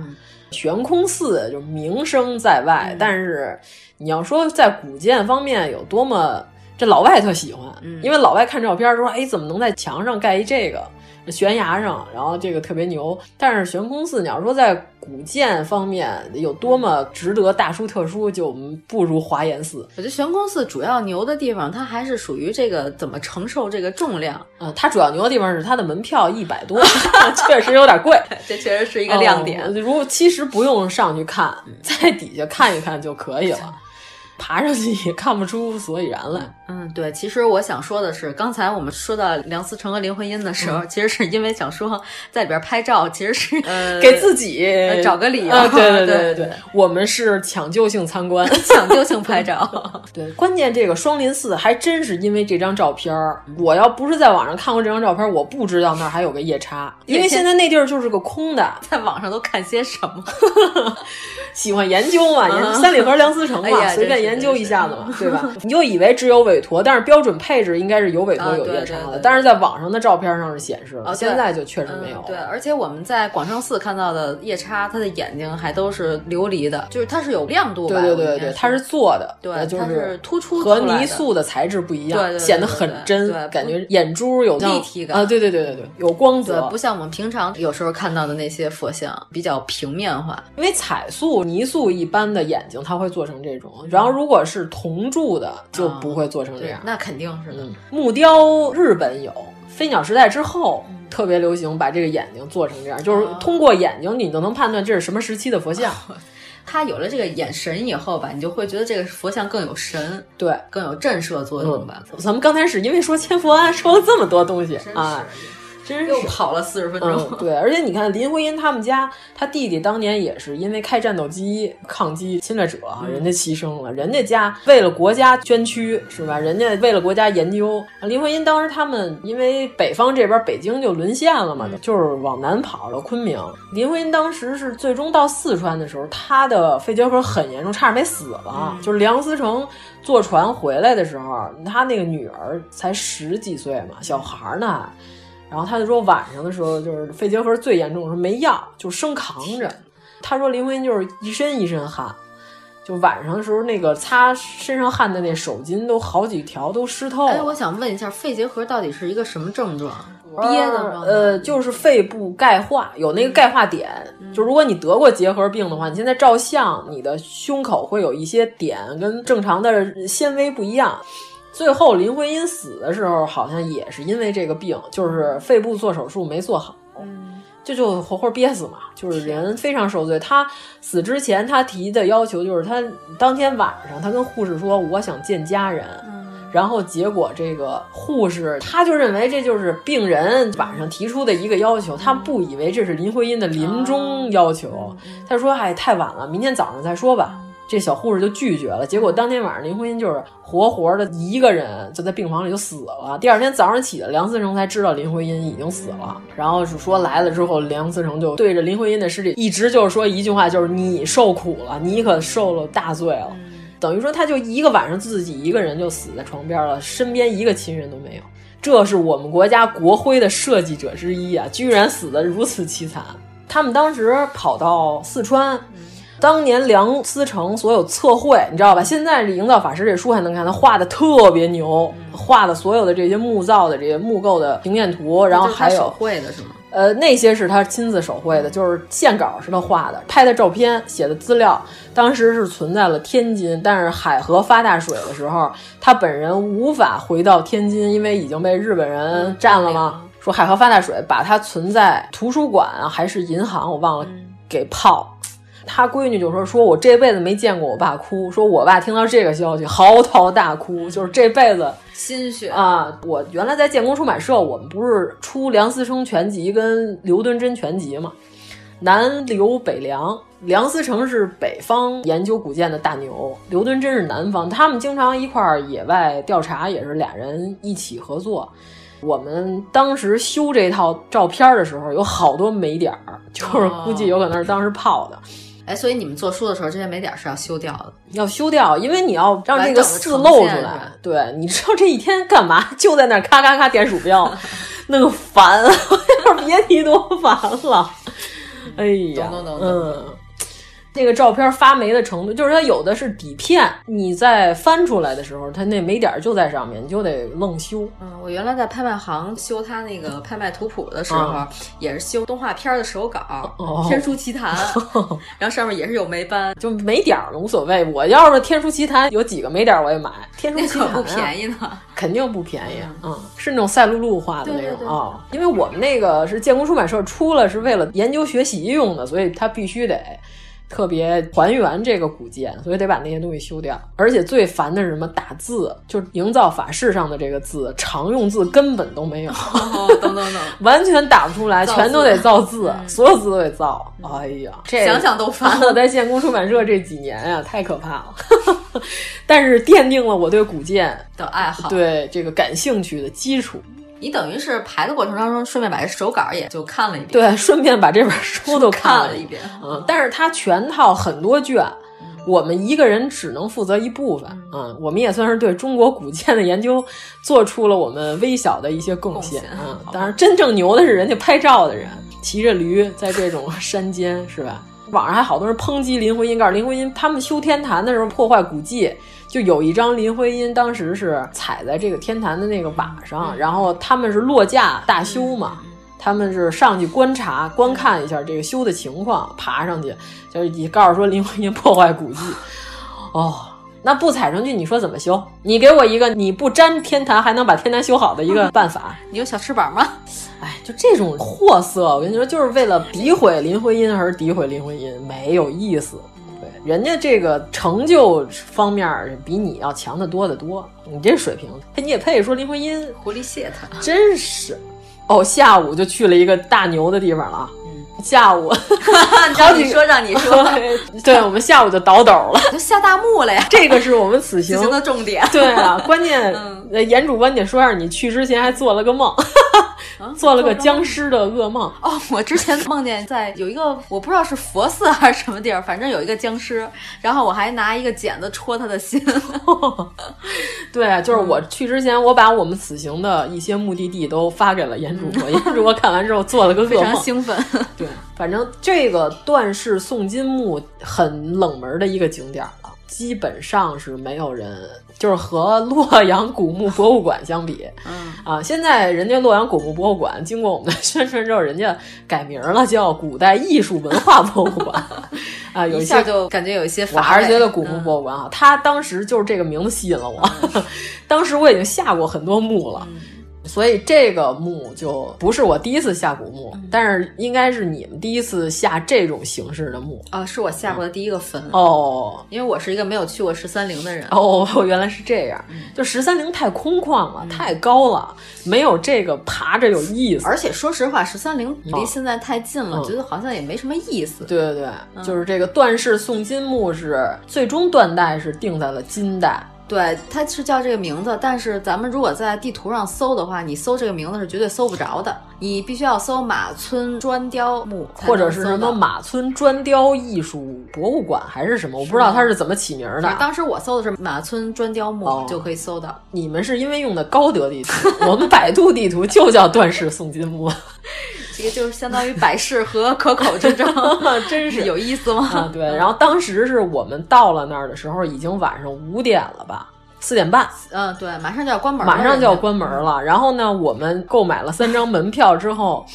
悬空寺就名声在外，但是你要说在古建方面有多么，这老外特喜欢，因为老外看照片说，哎，怎么能在墙上盖一这个？悬崖上，然后这个特别牛。但是悬空寺，你要说在古建方面有多么值得大书特书，就不如华严寺。我觉得悬空寺主要牛的地方，它还是属于这个怎么承受这个重量，嗯，它主要牛的地方是它的门票一百多， *laughs* 确实有点贵。这确实 *laughs* 是一个亮点。嗯嗯如果其实不用上去看，在底下看一看就可以 *laughs* 了，爬上去也看不出所以然来。嗯，对，其实我想说的是，刚才我们说到梁思成和林徽因的时候，其实是因为想说在里边拍照，其实是、给自己嗯呃找个理由啊对 *laughs* 对对对对对，我们是抢救性参观。 *laughs* 抢救性拍 *laughs* 照。对，关键这个双林寺还真是因为这张照片儿，嗯我要不是在网上看过这张照片儿，我不知道那儿还有个夜叉，因为夜间现在那地儿就是个空的。在网上都看些什么？喜欢研究嘛，研啊三里河梁思成嘛，哎呀随便研究一下子嘛，对 *laughs* 吧？你就以为只有韦陀，但是标准配置应该是有韦陀啊有对夜叉对的对，但是在网上的照片上是显示哦了，对现在就确实没有嗯了。，对，而且我们在广胜寺看到的夜叉，它的眼睛还都是琉璃的，就是它是有亮度吧？对对我对应该对，它是做的，呃对就它是突出和出来的泥塑的材质不一对对样，对显得很真对对，对感觉眼珠有像立体感啊，对对对对对，有光对泽，，不像我们平常有时候看到的那些佛像比较平面化。因为彩塑、泥塑一般的眼睛它会做成这种，然后如果是铜铸的就不会做成这嗯啊对样，。那肯定是的。嗯，木雕日本有，飞鸟时代之后特别流行把这个眼睛做成这样，就是通过眼睛你就能判断这是什么时期的佛像。他有了这个眼神以后吧，你就会觉得这个佛像更有神，对，更有震慑作用吧。咱们刚开始因为说千佛庵说了这么多东西啊，真又是。跑了四十分钟。嗯，对，而且你看林徽因他们家，他弟弟当年也是因为开战斗机抗击侵略者，啊嗯人家牺牲了，人家家为了国家捐躯是吧？人家为了国家研究。林徽因当时他们因为北方这边北京就沦陷了嗯嘛，就是往南跑了昆明。林徽因当时是最终到四川的时候，她的肺结核很严重，差点没死了。啊嗯就是梁思成坐船回来的时候，他那个女儿才十几岁嘛，小孩儿呢。然后他就说晚上的时候就是肺结核最严重的时候没药，就生扛着。他说林徽因就是一身一身汗，就晚上的时候那个擦身上汗的那手巾都好几条都湿透了。 *laughs* 哎，我想问一下，肺结核到底是一个什么症状？憋的吗？嗯呃，就是肺部钙化，有那个钙化点。就如果你得过结核病的话，你现在照相，你的胸口会有一些点跟正常的纤维不一样。最后林徽因死的时候，好像也是因为这个病，就是肺部做手术没做好。嗯这就活活憋死嘛，就是人非常受罪。他死之嗯前，他提的要求就是他当天晚上，他跟护士说：“我想见家人。然后结果这个护士他就认为这就是病人晚上提出的一个要求，他不以为这是林徽因的临终要求，他说：“哎，太晚了，明天早上再说吧。”这小护士就拒绝了，结果当天晚上林徽因就是活活的一个人就在病房里就死了。第二天早上起来，梁思成才知道林徽因已经死了，然后是说来了之后，梁思成就对着林徽因的尸体一直就是说一句话，就是你受苦了，你可受了大罪了。嗯等于说他就一个晚上自己一个人就死在床边了，身边一个亲人都没有。这是我们国家国徽的设计者之一啊，居然死得如此凄惨。他们当时跑到四川，嗯当年梁思成所有测绘，你知道吧？现在《营造法师》这书还能看，他画的特别牛，嗯画的所有的这些木造的这些木构的平面图，然后就是他还有手绘的是吗？呃，那些是他亲自手绘的，就是线稿是他画的，拍的照片、写的资料，当时是存在了天津，但是海河发大水的时候，他本人无法回到天津，因为已经被日本人嗯占了嘛。说海河发大水，把他存在图书馆啊还是银行，我忘了给泡。他闺女就说：“说我这辈子没见过我爸哭，说我爸听到这个消息嚎啕大哭，就是这辈子心血，啊，我原来在建工出版社，我们不是出梁思成全集跟刘敦桢全集嘛，南刘北梁，梁思成是北方研究古建的大牛，刘敦桢是南方，他们经常一块儿野外调查，也是俩人一起合作。我们当时修这套照片儿的时候，有好多霉点儿，就是估计有可能是当时泡的，哎，所以你们做书的时候，这些霉点儿是要修掉的。要修掉，因为你要让这个丝完露出整地呈现来。对，你知道这一天干嘛？就在那儿咔咔咔点鼠 *laughs* 标，那个烦，别提多烦了。哎呀，懂懂懂嗯。那个照片发霉的程度，就是它有的是底片，你在翻出来的时候，它那霉点儿就在上面，你就得愣修。嗯，我原来在拍卖行修他那个拍卖图谱的时候，也是修动画片儿的手稿哦《天书奇谭》 *laughs* 然后上面也是有霉斑，就霉点儿了无所谓，我要是《天书奇谭》有几个霉点儿我也买，《天书那奇谭、啊》可不便宜呢。肯定不便宜，嗯，是那种赛璐璐画的那对对种对啊、因为我们那个是建工出版社出了，是为了研究学习用的，所以它必须得特别还原这个古建，所以得把那些东西修掉。而且最烦的是什么？打字，就是营造法式上的这个字，常用字根本都 *laughs* 没有， *laughs* 哦，等等等，完全打不出来，造字嗯全都得造字，所有字都得造。哎呀，这想想都烦。我 *laughs* 在建工出版社这几年啊，太可怕了， *laughs* 但是奠定了我对古建的爱好，，对这个感兴趣的基础。你等于是排的过程当中，顺便把这手稿也就看了一遍，对，顺便把这本书都看了了一。遍。嗯，但是它全套很多卷，我们一个人只能负责一部分。嗯，我们也算是对中国古建的研究做出了我们微小的一些贡献贡。献嗯好，吧当然真正牛的是人家拍照的人，骑着驴在这种 *laughs* 山间，是吧？网上还好多人抨击林徽因，告诉林徽因他们修天坛的时候破坏古迹，就有一张林徽因当时是踩在这个天坛的那个瓦上，然后他们是落架大修嘛，他们是上去观察、观看一下这个修的情况，爬上去，就是你告诉说林徽因破坏古迹，哦。那不踩上去，你说怎么修？你给我一个你不沾天坛还能把天坛修好的一个办法。你有小翅膀吗？哎，就这种货色，我跟你说，就是为了诋毁林徽因而诋毁林徽因，没有意思。对，人家这个成就方面儿比你要强得多得多，你这水平，你也配说林徽因狐狸谢他，真是。哦，下午就去了一个大牛的地方了。嗯，下 *laughs* 午， *laughs* 让你说，让你说， *laughs* *laughs* 对，我们下午就倒斗 *laughs* 了。就下大幕了呀，这个是我们此剧行情的重点。对啊，关 *laughs* 键嗯呃严主官得说一下，你去之前还做了个梦，啊 *laughs* 做了个僵尸的噩梦。哦，我之前梦见在有一个我不知道是佛寺还是什么地儿，反正有一个僵尸，然后我还拿一个剪子戳他的心。 *laughs* 对啊，嗯就是我去之前，我把我们此行的一些目的地都发给了严主播，严主播看完之后做了个嗯非噩常梦。兴奋，对，反正这个段氏宋金墓很冷门的一个景点了，基本上是没有人，就是和洛阳古墓博物馆相比，嗯，啊，现在人家洛阳古墓博物馆经过我们的宣传之后，人家改名了，叫古代艺术文化博物馆， *laughs* 啊，有一些下就感觉有一些乏我味。还是觉得古嗯墓博物馆好，啊 *laughs* 它当时就是这个名字吸引了我。当时我已经下过很多墓了，所以这个墓就不是我第一次下古墓，但是应该是你们第一次下这种形式的墓。啊，是我下过的第一个坟，哦因为我是一个没有去过十三陵的人。哦， *laughs* 原来是这样，就十三陵太空旷了，太高了，没有这个爬着有意思。而且说实话，十三陵离现在太近了，哦嗯觉得好像也没什么意思。对对对，就是这个段氏宋金墓是最终断代是定在了金代。对，它是叫这个名字，但是咱们如果在地图上搜的话，你搜这个名字是绝对搜不着的，你必须要搜马村砖雕墓，或者是什么马。马村砖雕艺术博物馆还是什么，我不知道它是怎么起名反的正。当时我搜的是马村砖雕墓，哦就可以搜到。你们是因为用的高德地图， *laughs* 我们百度地图就叫段氏宋金墓。这个就是相当于百世和可口之争， *laughs* 真是有意思吗？ *laughs* 啊，对。然后当时是我们到了那儿的时候，已经晚上五点了吧，四点半，嗯，对，马上就要关门了，嗯马上就要关门了。然后呢，我们购买了三张门票之后，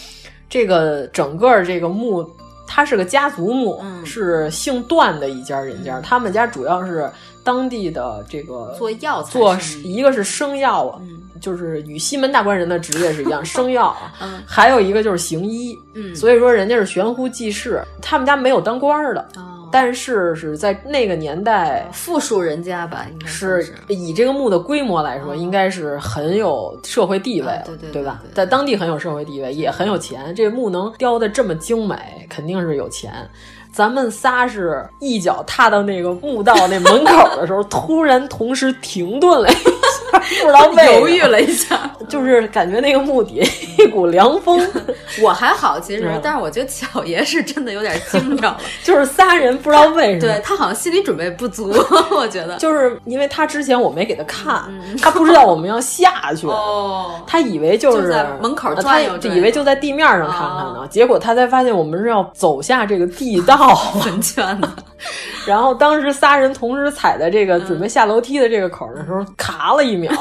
这个整个这个墓。它是个家族墓，嗯是姓段的一家人家，他们家主要是当地的这个做药材做生意一个是生药啊，嗯就是与西门大官人的职业是 *laughs* 一样，生药啊，嗯还有一个就是行医，嗯所以说人家是悬壶济世，他们家没有当官儿的，哦哎但是是在那个年代。富庶人家吧，应该算是以这个墓的规模来说，应该是很有社会地位了，嗯啊对对对吧对？对在当地很有社会地位，也很有钱。这墓能雕的这么精美，肯定是有钱。咱们仨是一脚踏到那个墓道那门口的时候， *laughs* 突然同时停顿了一下，不知道为什么 *laughs* 犹豫了一下，就是感觉那个墓底一股凉风， *laughs* 我还好其实嗯，但是我觉得巧爷是真的有点惊着了， *laughs* 就是仨人不知道为什对么。他好像心理准备 *laughs* 不足，我觉得。就是因为他之前我没给他看，嗯他不知道我们要下 *laughs* 去，哦，他以为就就是在门口转悠呃转他悠以为就在地面上看看哦呢。结果他才发现我们是要走下这个地 *laughs* 道，很圈的， *laughs* 然后当时仨人同时踩在这个嗯准备下楼梯的这个口儿的时候，卡了一 *laughs* 秒，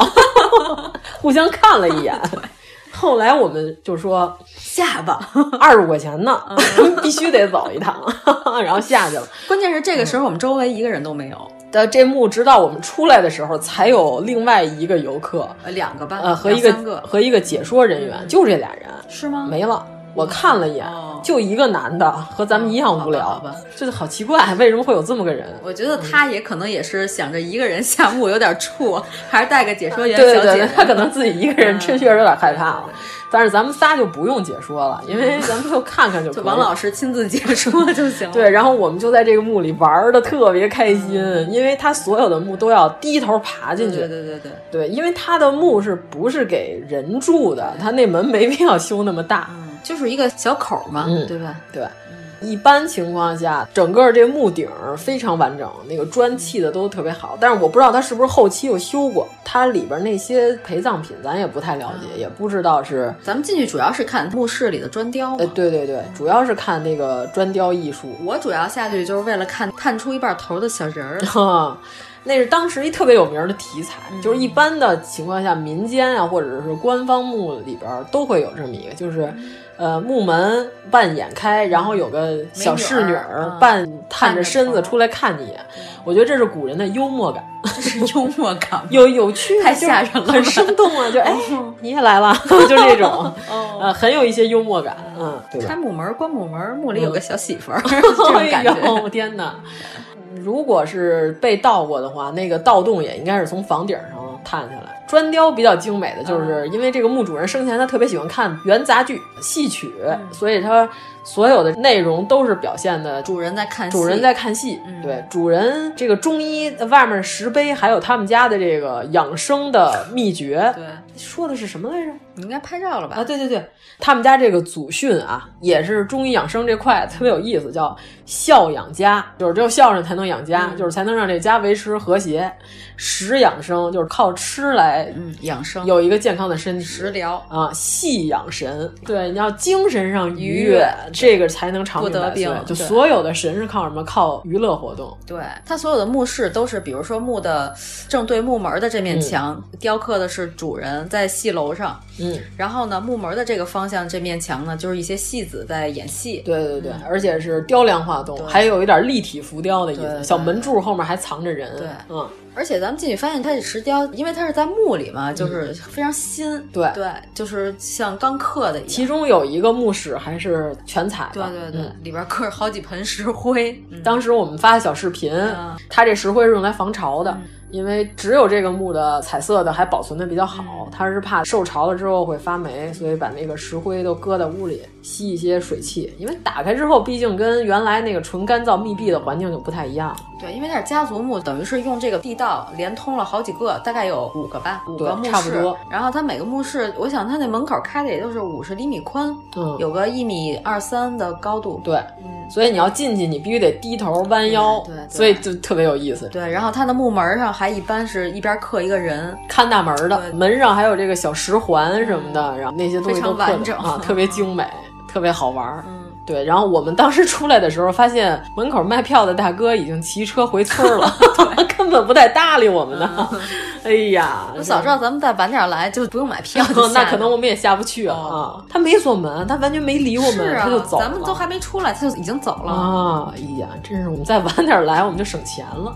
互相看了一眼。后来我们就说 *laughs* 下吧。二十五块钱呢，嗯 *laughs* 必须得走一趟， *laughs* 然后下去了。关键是这个时候我们周围一个人都没有，的这幕，直到我们出来的时候，才有另外一个游客，呃，两个吧，呃，和两一个三个嗯和一个解说人员，就这俩人，是吗？没了。我看了一眼哦，就一个男的，和咱们一样无好吧聊好吧，就是好奇怪，为什么会有这么个 *laughs* 人？我觉得他也可能也是想着一个人 *laughs* 下墓有点怵，还是带个解说员对小对姐对，姐嗯对他可能自己一个人真确实有点害怕了。但是咱们仨就不用解说了，因为咱们就看看就可 *laughs* 就以王了老师亲自解说就行了。对，然后我们就在这个墓里玩的特别开心，因为它所有的墓都要低头爬进对去。嗯对对对对，对因为它的墓是不是给人住的？它那门没必要修那么大。嗯，就是一个小口嘛，嗯对吧？对，一般情况下，整个这墓顶儿非常完整，那个砖砌的都特别好。但是我不知道它是不是后期又修过，它里边那些陪葬品咱也不太了解，也不知道是。咱们进去主要是看墓室里的砖雕呃，嘛。对对对，主要是看那个砖雕艺术。。我主要下去就是为了看探出一半头的小人儿哈， *laughs* 那是当时一特别有名儿的题材，嗯就是一般的情况下，民间啊或者是官方墓里边儿都会有这么一个，就是。呃，木门半掩开，然后有个小侍女嗯美女儿儿半探探着着身头嗯子出来看你一眼，我觉得这是古人的幽默感，这是 *laughs* 幽默感吗，有有趣，太就是吓人了吧嗯很生动啊！就哎，你也来了， *laughs* 就这 *laughs* 种，哦呃，很有一些幽默嗯哎感，嗯，对吧开？木门儿关木门儿，墓里有个小媳妇儿，这 *laughs* 这种种感感觉。觉。我 *laughs* 天哪！如果是被盗过的话，那个盗洞也应该是从房顶上探下来。砖雕比较精美的，嗯就是因为这个墓主人生前他特别喜欢看元杂剧、戏曲，嗯所以他所有的内容都是表现的主人在看戏，主人在看戏，嗯对主人这个中医外面石碑，还有他们家的这个养生的秘诀，对，说的是什么来着？你应该拍照了吧？啊，对对对，他们家这个祖训啊，也是中医养生这块特别有意思，叫孝养家，就是只有孝顺才能养家，嗯就是才能让这家维持和谐。食养生就是靠吃来嗯，养生有一个健康的身体。食疗，啊，细养神，对，你要精神上愉愉悦这个才能长不命得百岁病就对所有的神是靠什么？靠娱乐活动。对，它所有的墓室都是，比如说墓的正对木门的这面墙、雕刻的是主人在戏楼上，嗯，然后呢，木门的这个方向这面墙呢，就是一些戏子在演戏。对对嗯对，而且是雕梁画栋，还有一点立体浮雕的意对思。对小门柱后面还藏着人。对嗯，而且咱们进去发现它这石雕，因为它是在墓里嘛，就是非常新，嗯对对，就是像刚刻的一样。其中有一个墓室还是全彩对的，对对，嗯里边刻着好几盆石灰。嗯当时我们发的小视频嗯，它这石灰是用来防潮的嗯，因为只有这个木的彩色的还保存的比较好嗯，它是怕受潮了之后会发霉，所以把那个石灰都搁在屋里吸一些水汽，因为打开之后，毕竟跟原来那个纯干燥密闭的环境就不太一样了。对，因为它是家族墓，等于是用这个地道连通了好几个，大概有五个吧，五个对墓室。差不多然后它每个墓室，我想它那门口开的也就是五十厘米宽，嗯有个一米二三的高度。对，嗯，所以你要进去，你必须得低头弯腰，对对对所以就特别有意思。对。然后它的墓门上还一般是一边刻一个人，看大门的对嗯门上还有这个小石环什么的，然后那些东西都刻非常完的整啊，特别精美，特别好玩。嗯，对，然后我们当时出来的时候，发现门口卖票的大哥已经骑车回村 *laughs* 了， *laughs* 根本不带搭理我们的。 *laughs* 哎呀，嗯我嗯早知道咱们再晚点来，就不用买票就下 *laughs* 那来可能我们也下不去啊。哦他没锁门，他完全没理我是们，啊，他就走了。咱们都还没出来，他就已经走了。啊，哎呀，真是我们再晚点来，我们就省钱了。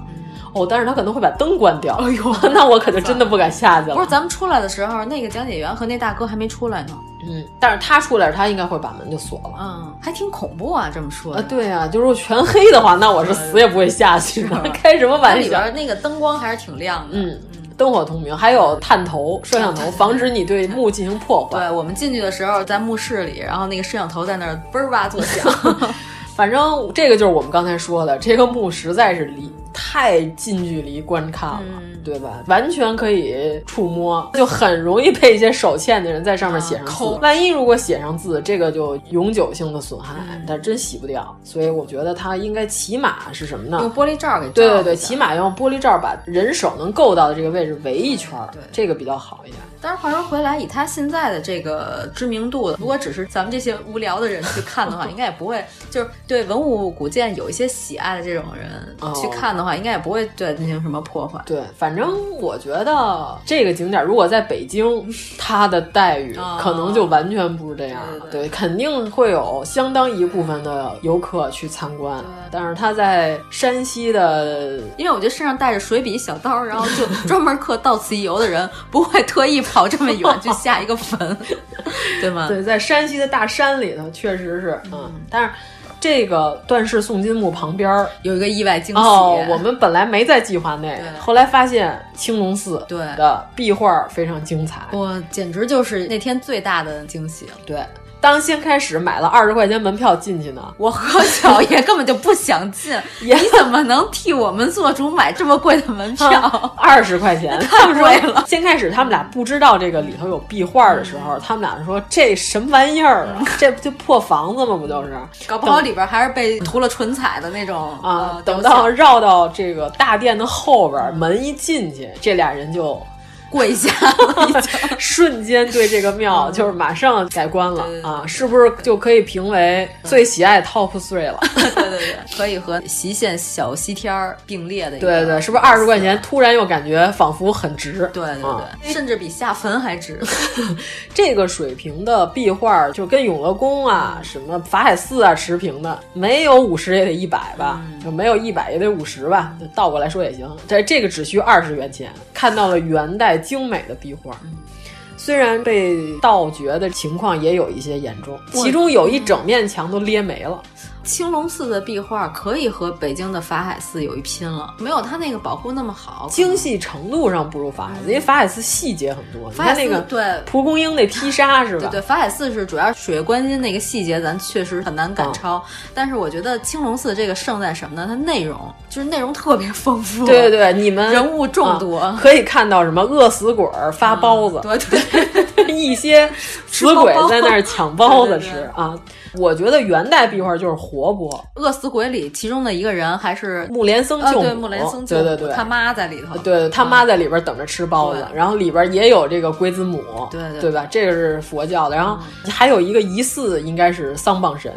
哦，但是他可能会把灯关掉。哎呦， *laughs* 那我可就真的不敢下去了。不是，咱们出来的时候，那个讲解员和那大哥还没出来呢。嗯，但是他出来，他应该会把门就锁了。嗯，还挺恐怖啊，这么说啊，对啊，就是全黑的话，那我是死也不会下去的， *laughs* 开什么它玩里笑？边那个灯光还是挺亮的。嗯，灯火通明，还有探头、摄像头，防止你对墓进行破坏。对我们进去的时候在墓室里，然后那个摄像头在那儿嘣儿哇 *laughs* 作响。反正这个就是我们刚才说的，这个墓实在是离太近距离观看了，嗯对吧？完全可以触摸，就很容易被一些手欠的人在上面写上啊字。抠万一如果写上字，这个就永久性的损害，嗯但真洗不掉。所以我觉得它应该起码是什么呢用？玻璃罩给罩对对对，一下起码要用玻璃罩把人手能够到的这个位置围一圈儿，对这个比较好一点。但是话说回来，以他现在的这个知名度，如果只是咱们这些无聊的人去看的 *laughs* 话，应该也不会就是对文物古建有一些喜爱的这种人哦去看的话，应该也不会对进行什么破坏。对，反正我觉得这个景点如果在北京， *laughs* 它的待遇啊可能就完全不是这样。对对肯定会有相当一部分的游客去参观，但是它在山西的，因为我觉得身上带着水笔、小刀，然后就专门刻到此一游的人，不会特意跑这么远去下一个坟，对吗？ *laughs* 对，在山西的大山里头，确实是，嗯，但是这个段氏宋金墓旁边儿。有一个意外惊喜。哦，我们本来没在计划内对，后来发现青龙寺对的壁画非常精彩，我简直就是那天最大的惊喜了。对，当先开始买了二十块钱门票进去呢，我和小爷根本就不想 *laughs* 进，你也怎么能替我们做主买这么贵的门票？二十块钱， *laughs* 他们贵了说先开始他们俩不知道这个里头有壁画的时候，嗯他们俩说这什么玩意儿 *laughs* 啊？这不就破房子吗？不就是？搞不好里边还是被涂了纯彩的那种啊呃，等雕像到绕到这个大殿的后边儿，门一进去，这俩人就跪下 *laughs* 了，已经 *laughs* 瞬间对这个庙就是马上改观了嗯对对对啊！是不是就可以评为最喜爱 top three 了？ *laughs* 对对对，可以和隰县小西天儿并列的一个。对对，是不是二十块钱突然又感觉仿佛很值？对对啊对，甚至比下坟还值。 *laughs* 这个水平的壁画，就跟永乐宫嗯啊、什么法海寺啊持平的，没有五十也得一百吧，嗯就没有一百也得五十吧，就倒过来说也行。但这个只需二十元钱，看到了元代精美的壁画。嗯虽然被盗掘的情况也有一些严重，其中有一整面墙都裂没了。青龙寺的壁画可以和北京的法海寺有一拼了，没有它那个保护那么好。精细程度上不如法海寺，因为法海寺细节很多。你嗯法海看寺那个对蒲公英那披纱是吧？对对，法海寺是主要水月观音那个细节，咱确实很难赶超。嗯但是我觉得青龙寺这个胜在什么呢？它内容就是内容特别丰富，对对对，你们人物众多啊可以看到什么饿死鬼儿发包子，对对 *laughs* *laughs* 一些死鬼在那儿抢包子吃包包 *laughs* 吃对对对啊。我觉得元代壁画就是活泼，饿死鬼里其中的一个人还是木莲僧啊，救母，对木莲僧救对母对对，呃他。妈在里头，对，他妈在里边等着吃包子，对然后里边也有这个龟子母，对对对吧？这个是佛教的，然后还有一个疑似应该是丧棒神，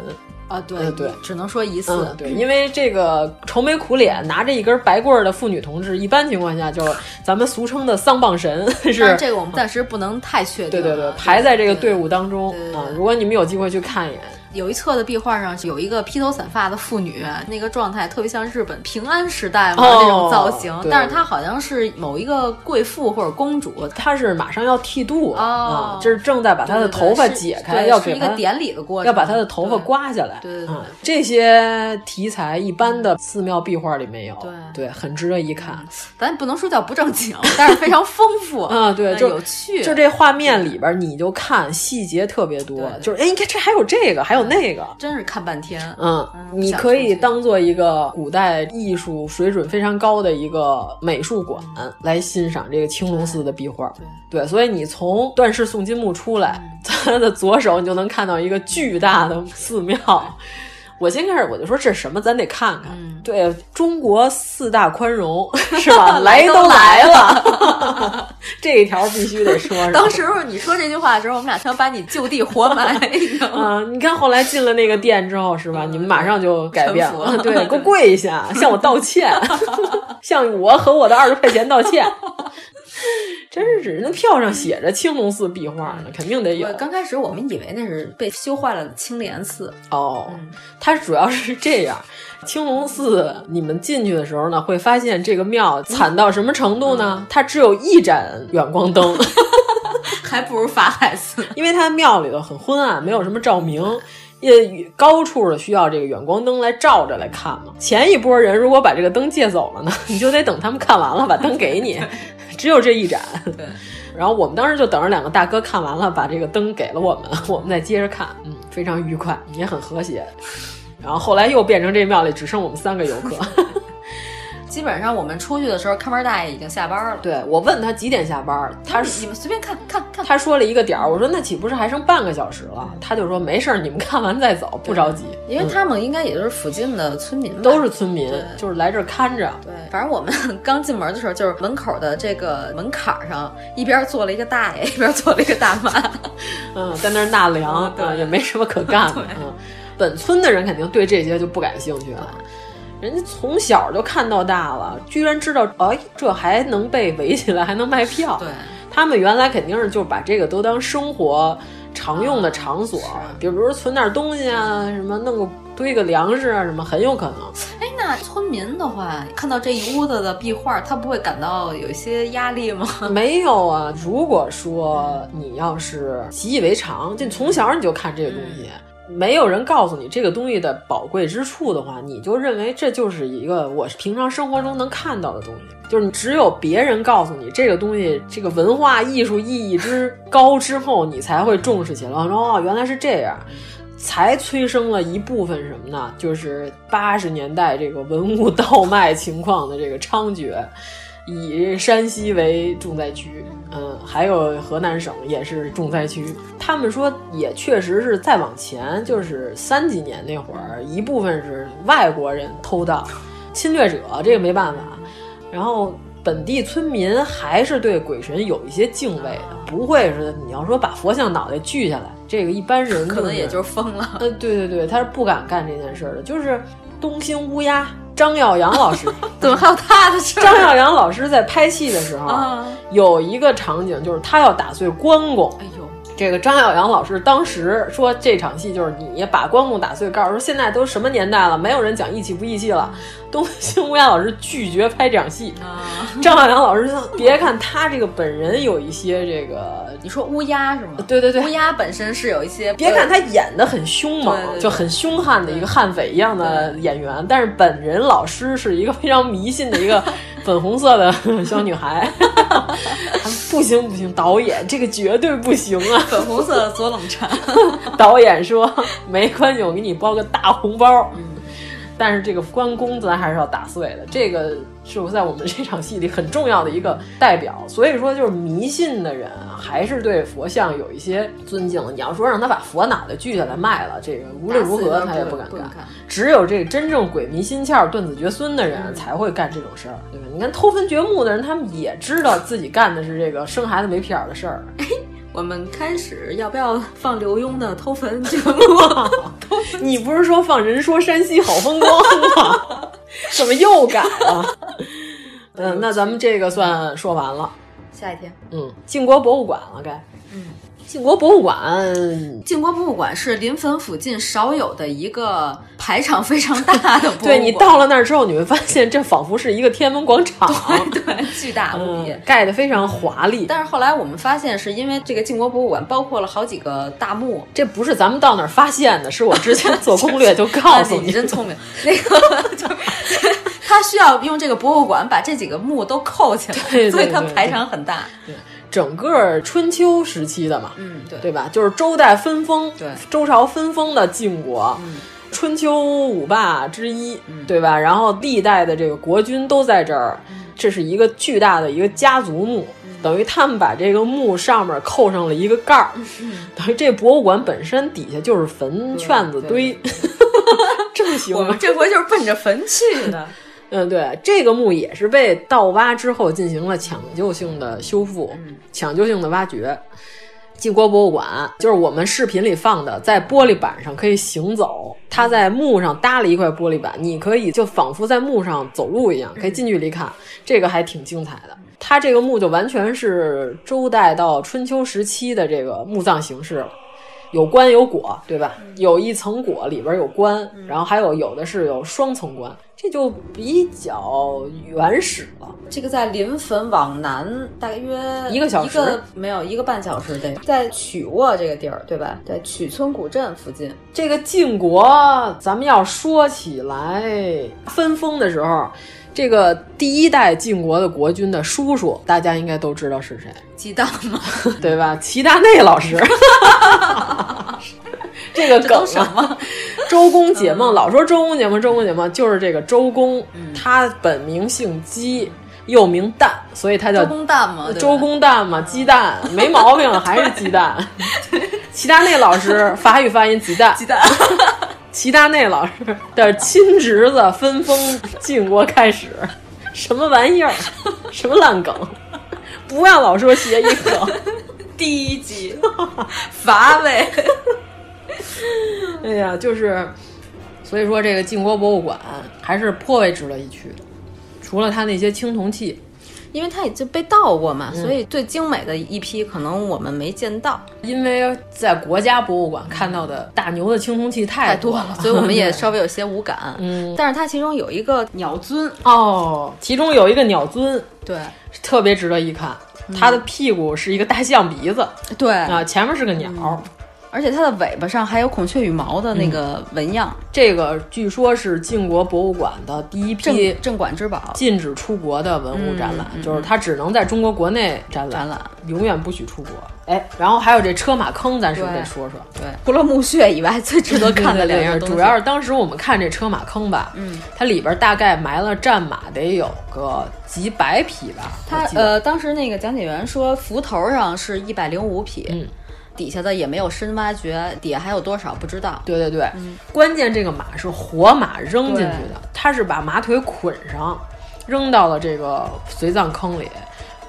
啊，对对呃对只能说一次嗯，，对，因为这个愁眉苦脸拿着一根白棍儿的妇女同志，一般情况下就是咱们俗称的丧棒神， *laughs* 但是啊是这个我们暂时不能太确定对对啊，对，排在这个队伍。伍当中对对对啊。如果你们有机会去看一眼，有一侧的壁画上有一个披头散发的妇女，那个状态特别像日本平安时代嘛、哦那种造型，对但是她好像是某一个贵妇或者公主。她是马上要剃度哦啊，就是正在把她的头发对对对解是开，对要是给一个她典礼的过程，要把她的头发对。刮下来。对对对嗯嗯这些题材一般的寺庙壁画里没有，对很值得一看。咱不能说叫不正经，但是非常丰富 *laughs* 啊，对，嗯就有趣，就这画面里边，你就看细节特别多对，对就是哎，你看这还有这个，还有那个，真是看半天。嗯嗯，你想可出以去当做一个古代艺术水准非常高的一个美术馆嗯来欣赏这个青龙寺的壁画。对，所以你从段氏宋金木出来，嗯它的左手你就能看到一个巨大的寺庙。 *laughs* 我先开始我就说这是什么，咱得看看。嗯对中国四大宽 *laughs* 容是吧？来都都来了， *laughs* 这一条必须得 *laughs* 说上。当时你说这句话的时候，我们俩想把你就地活埋，你 *laughs* 知道吗啊、你看后来进了那个店之后，是吧？你们马上就改变臣了，嗯服对，给我跪 *laughs* 下，向我道歉，向我和我的二十块钱道 *laughs* 歉。真是，那票上写着青龙寺壁画呢，肯定得有我刚开始我们以为那是被修坏了的青莲寺，哦。它主要是这样，青龙寺你们进去的时候呢，会发现这个庙惨到什么程度呢？它只有一盏远光灯。还不如法海寺。 *laughs* 因为它庙里头很昏暗，没有什么照明。也高处的需要这个远光灯来照着来看嘛。前一波人如果把这个灯借走了呢， *laughs* 你就得等他们看完了把灯给你，只有这一盏。对。然后我们当时就等着两个大哥看完了，把这个灯给了我们， *laughs* 我们再接着看，嗯，非常愉快，也很和谐。然后后来又变成这庙里只剩我们三个游客。基本上我们出去的时候，看门大爷已经下班了。对我问他几点下班， *laughs* 他你你们随便看看看。他说了一个点儿，我说那岂不是还剩半个小时了？他就说没事儿，你们看完再走，不着急。嗯因为他们应该也就是附近的村民吧，都是村民对，就是来这儿看着。对。反正我们 *laughs* 刚进门的时候，就是门口的这个门槛儿上，一边坐了一个大爷，一 *laughs* 边坐了一个大 *laughs* 妈。嗯，在那儿纳凉，哦对嗯也没什么可 *laughs* 干的。嗯，本村的人肯定对这些就不感兴趣了。人家从小就看到大了，居然知道，哎，这还能被围起来，还能卖票。对，他们原来肯定是就把这个都当生活常啊用的场所，比如说存点东西啊，什么弄个堆个粮食啊，什么很有可能。哎，那村民的话，看到这一屋子的壁画，他不会感到有一些压力吗？没有啊，如果说你要是习以为常，就从小你就看这个东西，没有人告诉你这个东西的宝贵之处的话，你就认为这就是一个我平常生活中能看到的东西。就是你只有别人告诉你这个东西，这个文化艺术意义之高之后，你才会重视起来。说哦，原来是这样。才催生了一部分什么呢？就是八十年代这个文物倒卖情况的这个猖獗，以山西为重灾区，嗯，还有河南省也是重灾区。他们说也确实是再往前，就是三几年那会儿，一部分是外国人偷盗、侵略者，这个没办法。然后本地村民还是对鬼神有一些敬畏的，不会是你要说把佛像脑袋锯下来，这个一般人 *laughs* 可能也是就是疯了。呃，对对对，他是不敢干这件事儿的。就是东兴乌鸦张耀扬老师， *laughs* 怎 *laughs* 么还有他的事儿？张耀扬老师在拍戏的时候， *laughs* 啊有一个场景就是他要打碎关公。哎呦，这个张耀扬老师当时说这场戏就是你把关公打碎，告诉说现在都什么年代了，没有人讲义气不义气了。东兴乌鸦老师拒绝拍这场戏。啊，张耀扬老师说，别看他这个本人有一些这个，你说乌鸦是吗？对对对乌，鸦本身是有一些，别看他演的很凶猛对对，对就很凶悍的一个悍匪一样的演员，但是本人老师是一个非常迷信的一 *laughs* 个粉红色的小女孩。 *laughs* 不行不行，导演这个绝对不行啊！粉红色的左冷 *laughs* 禅，导演说没关系，我给你包个大红包。但是这个关公咱还是要打碎的，这个是我在我们这场戏里很重要的一个代表。所以说，就是迷信的人啊还是对佛像有一些尊敬的。你要说让他把佛脑袋锯下来卖了，这个无论如何他也不敢不敢干 *laughs* 干。只有这真正鬼迷心窍、断子绝孙的人才会干这种事儿，对吧？你看偷坟掘墓的人，他们也知道自己干的是这个生孩子没屁眼儿的事儿。我们开始要不要放刘墉的偷坟节目？ *laughs* 你不是说放人说山西好风光吗？ *laughs* 怎么又 *laughs* 改了？哎嗯，那咱们这个算说完了。下一天，嗯，晋国博物馆了该。晋国博物馆晋国博物馆是临汾附近少有的一个排场非常大的博物 *laughs* 馆，对你到了那儿之后，你会发现这仿佛是一个天安门广场，哦 *laughs* 对巨大无比。嗯，盖得非常华丽。但是后来我们发现，是因为这个晋国博物馆包括了好几个大墓，这不是咱们到那儿发现的，是我之前做攻略就告诉 *laughs* 啊你，你真的聪明。那个就是他需要用这个博物馆把这几个墓都扣起来，对对所以它对排场很大。整个春秋时期的嘛，嗯，对对吧？就是周代分封，对嗯周朝分封的晋国。春秋五霸之一，对吧？然后历代的这个国君都在这儿，嗯这是一个巨大的一个家族墓，等于他们把这个墓上面扣上了一个盖儿，嗯等于这博物馆本身底下就是坟圈子堆， *laughs* 正形我吗们？这回就是奔着坟去的。嗯，对，这个墓也是被盗挖之后进行了抢救性的修复，抢救性的挖掘。晋国博物馆就是我们视频里放的，在玻璃板上可以行走，它在墓上搭了一块玻璃板，你可以就仿佛在墓上走路一样，可以近距离看，这个还挺精彩的。它这个墓就完全是周代到春秋时期的这个墓葬形式了。有棺有椁，对吧？有一层椁里边有棺，然后还有有的是有双层棺，这就比较原始了。这个在临汾往南大约一个小时一个没有一个半小时得在曲沃这个地儿，对吧？在曲村古镇附近。这个晋国，咱们要说起来分封的时候，这个第一代晋国的国君的叔叔，大家应该都知道是谁，鸡蛋吗？对吧？齐达内老师，这个梗啊， *laughs* 周公解嗯梦，老说周公解梦，周公解梦就是这个周公，他本名姓姬，又名旦，所以他叫 *laughs* 周公蛋吗？对吧嗯周公旦嘛，鸡蛋没毛 *laughs* 病，还是鸡蛋。齐达内老师法语发音鸡蛋，鸡蛋。 *laughs* 齐达内老师的亲侄子分封晋国开始，什么玩意儿？什么烂梗？不要老说谐音梗。第一集 *laughs* 乏味。 *laughs* 哎呀，就是，所以说这个晋国博物馆还是颇为值得一去。除了它那些青铜器，因为它已经被盗过嘛，所以最精美的一批可能我们没见到，因为在国家博物馆看到的大牛的青铜器太太多了，所以 *laughs* 我们也稍微有些无感。 *laughs* 嗯，但是它其中有一个鸟尊，哦，其中有一个鸟尊对特别值得一看，嗯它的屁股是一个大象鼻子对，啊，前面是个鸟。嗯而且它的尾巴上还有孔雀羽毛的那个纹样，这个据说是晋国博物馆的第一批镇镇馆之宝。禁止出国的文物展嗯览，就是它只能在中国国内展览，展览永远不许出国。哎，然后还有这车马坑，咱是不是对得说说？对，除了墓穴以外，最值得看的两样东西，主要是当时我们看这车马坑吧，嗯，它里边大概埋了战马得有个几百匹吧，它我记得呃，当时那个讲解员说，浮头上是一百零五匹，嗯底下的也没有深挖掘，底下还有多少不知道。对对对，嗯关键这个马是活马扔进去的，他是把马腿捆上，扔到了这个随葬坑里，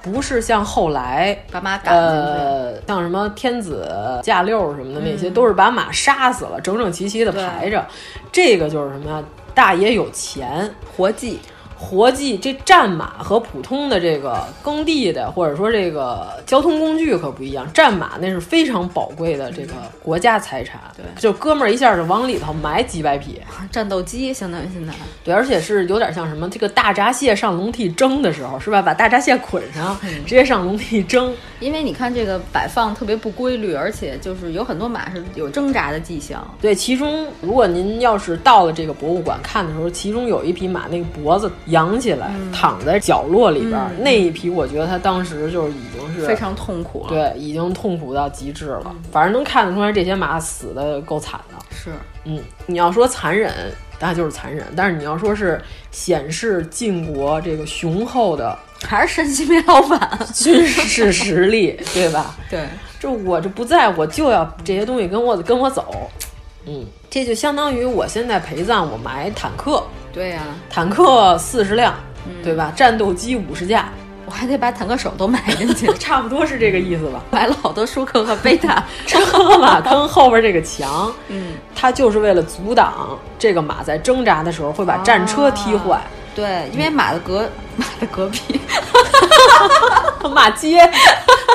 不是像后来把马赶进去，呃像什么天子驾六什么的那嗯些，都是把马杀死了，整整齐齐的对排着。这个就是什么呀？大爷有钱，活计活计这战马和普通的这个耕地的，或者说这个交通工具可不一样。战马那是非常宝贵的这个国家财产，对就哥们儿一下就往里头埋几百匹，战斗机相当于现在。对，而且是有点像什么这个大闸蟹上笼屉蒸的时候，是吧？把大闸蟹捆上，嗯直接上笼屉蒸，因为你看这个摆放特别不规律，而且就是有很多马是有挣扎的迹象。对，其中如果您要是到了这个博物馆看的时候，其中有一匹马那个脖子扬起来，嗯躺在角落里边儿，那一匹我觉得它当时就是已经是非常嗯痛苦了，，啊对，已经痛苦到极致了。反正能看得出来，这些马死的够惨的。是嗯，你要说残忍，那就是残忍；但是你要说是显示晋国这个雄厚的 *laughs* 还是山西煤老板，军事实力，对吧？对，这我这不在，我就要这些东西跟我跟我走。嗯，这就相当于我现在陪葬，我买坦克，对呀、坦克四十辆，嗯对吧？战斗机五十架，我还得把坦克手都埋进去， *laughs* 差不多是这个意思吧？埋了好多舒克和贝 *laughs* 塔，车马坑后边这个墙，嗯，它就是为了阻挡这个马在挣扎的时候会把战车啊踢坏，对，因为马的隔 *laughs* 马的 *laughs* 隔壁， *laughs* 马街，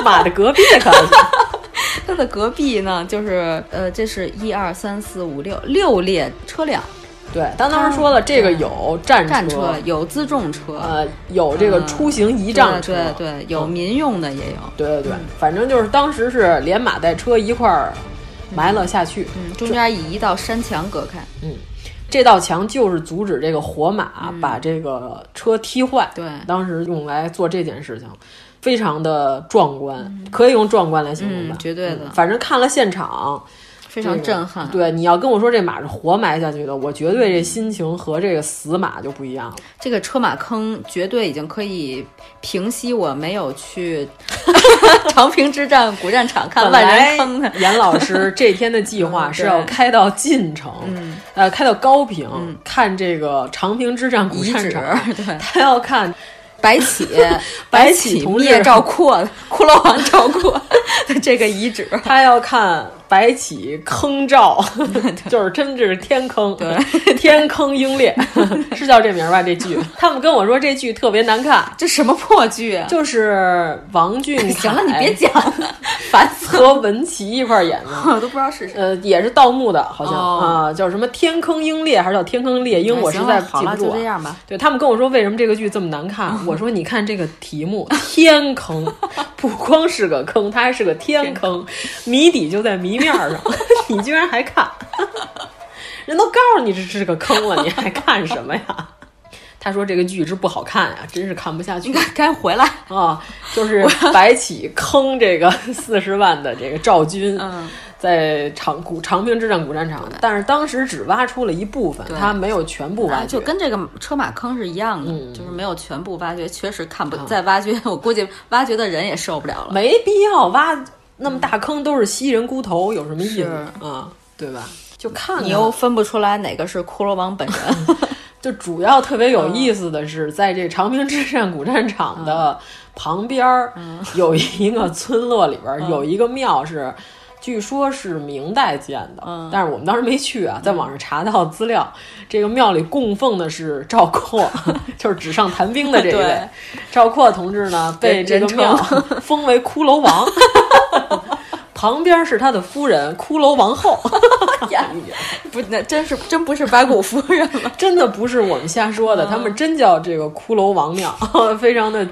马的隔壁可还行。的隔壁呢，就是呃，这是一二三四五六六列车辆，对，当当时说了，这个有战嗯战车有自重车，嗯呃，有这个出行仪对仗车，对对，有民用的也有。对对对，反正就是当时是连马带车一块儿埋了下去。嗯嗯，中间以一道山墙隔开。这道墙就是阻止这个火马把这个车踢坏。嗯对当时用来做这件事情，非常的壮观，可以用壮观来形容吧？嗯绝对的嗯反正看了现场，非常震撼这个对，你要跟我说这马是活埋下去的，我绝对这心情和这个死马就不一样了。这个车马坑绝对已经可以平息我没有 *laughs* 去长平之战古战场看万人坑的。严老师这天的计划嗯是要对嗯开到晋城，呃，开到高平、看这个长平之战古遗战址场， *laughs* 对他要看，白 *laughs* 起白起起同志灭赵括， *laughs* 骷髅王赵括的 *laughs* 这个遗址。他要看白起坑赵， *laughs* 就是真是天坑，对，天坑英烈 *laughs* 是叫这名儿吧？这剧，他们跟我说这剧特别难看， *laughs* 这什么破剧啊！就是王俊凯，哎行了，你别讲了，烦死和了，文琪一块儿演的。我都不知道是谁。呃，也是盗墓的，好像啊、哦哎叫什么天坑英烈还是叫天坑猎鹰，我实行在了好记不了，住就啊这。样吧。对他们跟我说为什么这个剧这么难看，我说你看这个题目“天 *laughs* 坑”，不光是个坑，它还是个天坑，谜底就在谜面上， *laughs* 你居然还看， *laughs* 人都告诉你这是个坑了，你还看什么呀？ *laughs* 他说这个剧之不好看呀，真是看不下去你该该回来。 *laughs* 啊！就是白起坑这个 *laughs* 四十万的这个赵军，嗯，在长古长平之战古战场，但是当时只挖出了一部分，对他没有全部挖啊，掘，就跟这个车马坑是一样的，嗯就是没有全部挖掘，确实看不再挖掘，我估计挖掘的人也受不了了。没必要挖那么大坑，都是吸人骨头，有什么意思是啊？对吧？就看啊看嗯你又分不出来哪个是骷髅王本 *laughs* 人， *laughs* 就主要特别有嗯意思的是，在这长平之战古战场的嗯旁边儿， *laughs* 有一个村落里边儿嗯有一个庙是。据说是明代建的，嗯但是我们当时没去啊，在网上查到资料，这个庙里供奉的是赵括， *laughs* 就是纸上谈兵的这一位对。赵括同志呢，被人这个人庙称封为骷髅 *laughs* 王， *laughs* 旁边是他的夫人骷髅王后。不，那真是真不是白骨夫人了。真的不是我们瞎说嗯的，他们真叫这个骷髅王庙， *laughs* 非常的，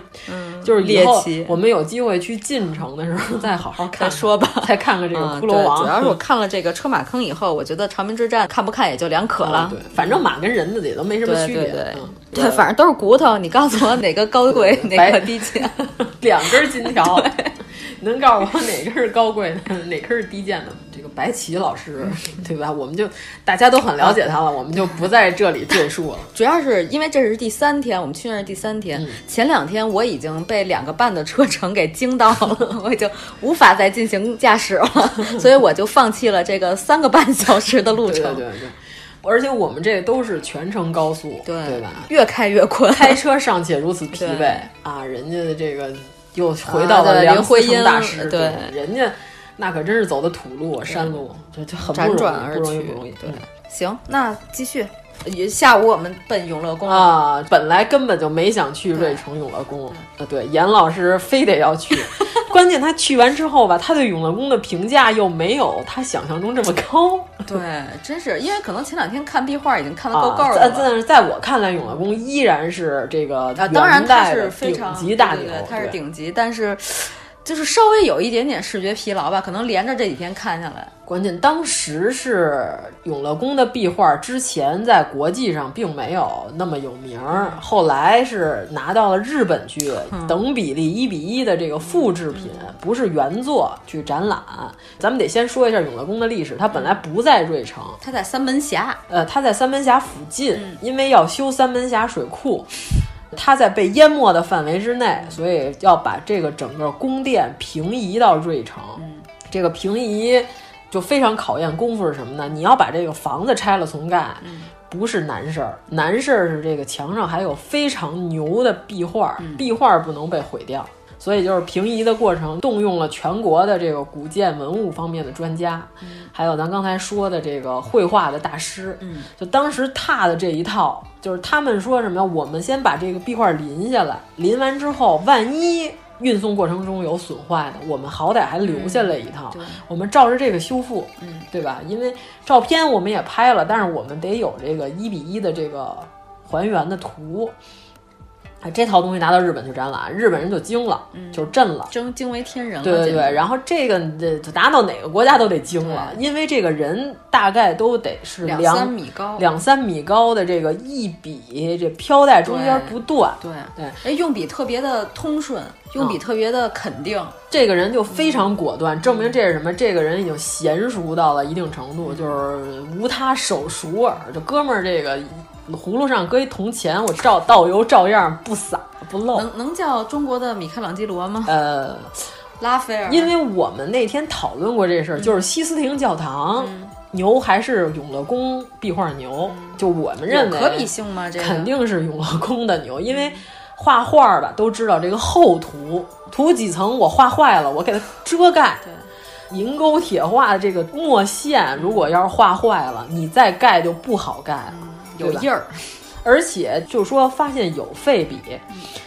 就是以后猎奇我们有机会去进城的时候再好好看看再说吧 *laughs* 再看看这个嗯骷髅王。对主要是我看了这个车马坑以后，我觉得长平之战看不看也就两可嗯了。对，反正马跟人的也都没什么对区别，对对嗯对，反正都是骨头。你告诉我哪个高贵，哪白个低 *laughs* 贱？ *laughs* 两根金条， *laughs* 能告诉我哪根是高贵的， *laughs* 哪根是低贱的吗？这个白起老师，嗯对吧？我们就大家都很了解他了，我们就不在这里赘述 *laughs* 了。主要是因为这是第三天，我们去那儿是第三天，前两天我已经被两个半的车程给惊到了，我已经无法再进行驾驶 *laughs* 了，所以我就放弃了这个三个半小时的路对程，对对对，而且我们这都是全程高速，对对吧？越开越困。开车尚且如此疲惫对啊，人家的这个又回到了啊对梁林思徽成因大师，对人家那可真是走的土路、山路，这这很不容辗易转而不容易，去不容易。嗯呃对，行，那继续。也下午我们奔永乐宫 *laughs* 了，啊，本来根本就没想去瑞城永乐宫，啊，对，严老师非得要 *laughs* 去，关键他去完之后吧，他对永乐宫的评价又没有他想象中这么高。对，真是因为可能前两天看壁画已经看得够啊，够了在了。但是在我看来，永乐宫依然是这个啊，当然元它代是的非常顶级大对牛对对，它是对顶级，但是就是稍微有一点点视觉疲劳吧，可能连着这几天看下来，关键当时是永乐宫的壁画，之前在国际上并没有那么有名儿，后来是拿到了日本去等比例一比一的这个复制品，不是原作去展览。咱们得先说一下永乐宫的历史，它本来不在瑞城，它在三门峡，呃，它在三门峡附近，因为要修三门峡水库。它在被淹没的范围之内，所以要把这个整个宫殿平移到瑞城。这个平移就非常考验功夫是什么呢？你要把这个房子拆了重盖，不是难事儿，难事儿是这个墙上还有非常牛的壁画，壁画不能被毁掉。所以就是平移的过程，动用了全国的这个古建文物方面的专家，还有咱刚才说的这个绘画的大师，嗯，就当时踏的这一套，就是他们说什么呀？我们先把这个壁画临下来，临完之后，万一运送过程中有损坏的，我们好歹还留下了一套，对我们照着这个修复，嗯对吧？因为照片我们也拍了，但是我们得有这个一比一的这个还原的图。哎，这套东西拿到日本去展览，日本人就惊了，嗯就震了。真惊为天人了，对对简对，直然后这个这拿到哪个国家都得惊了，对因为这个人大概都得是两两三米高两三米高的这个一笔，这飘带中间对不断，对对嗯哎，用笔特别的通顺，用笔特别的肯定，这个人就非常果嗯断，证明这是什么？这个人已经娴熟到了一定程嗯度，就是无他手熟耳。这哥们儿这个葫芦上搁一铜钱，我照倒油照样不洒不漏。能能叫中国的米开朗基罗吗？呃，拉斐尔，因为我们那天讨论过这事嗯儿，就是西斯廷教堂、牛还是永乐宫壁画牛，就我们认有为嗯可比性吗？这个肯定是永乐宫的牛，因为画画的都知道这个厚涂涂几层，我画坏了，我给它遮盖。对银钩铁画的这个墨线，如果要是画坏了，你再盖就不好盖了，嗯有印儿。儿，而且就说发现有废笔，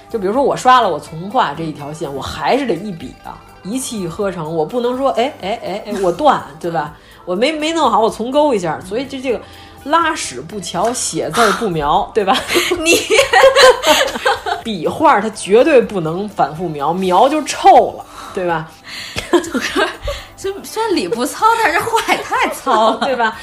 就比如说我刷了我从画这一条线，我还是得一笔啊，一气呵成，我不能说哎哎哎哎我断，对吧？我没没弄好，我重勾一下，所以这这个拉屎不瞧，写字儿不描， *laughs* 对吧？ *laughs* 你笔画它绝对不能反复描，描就臭了，对吧？虽虽然理不糙，但是话也太糙了。 *laughs* 对吧？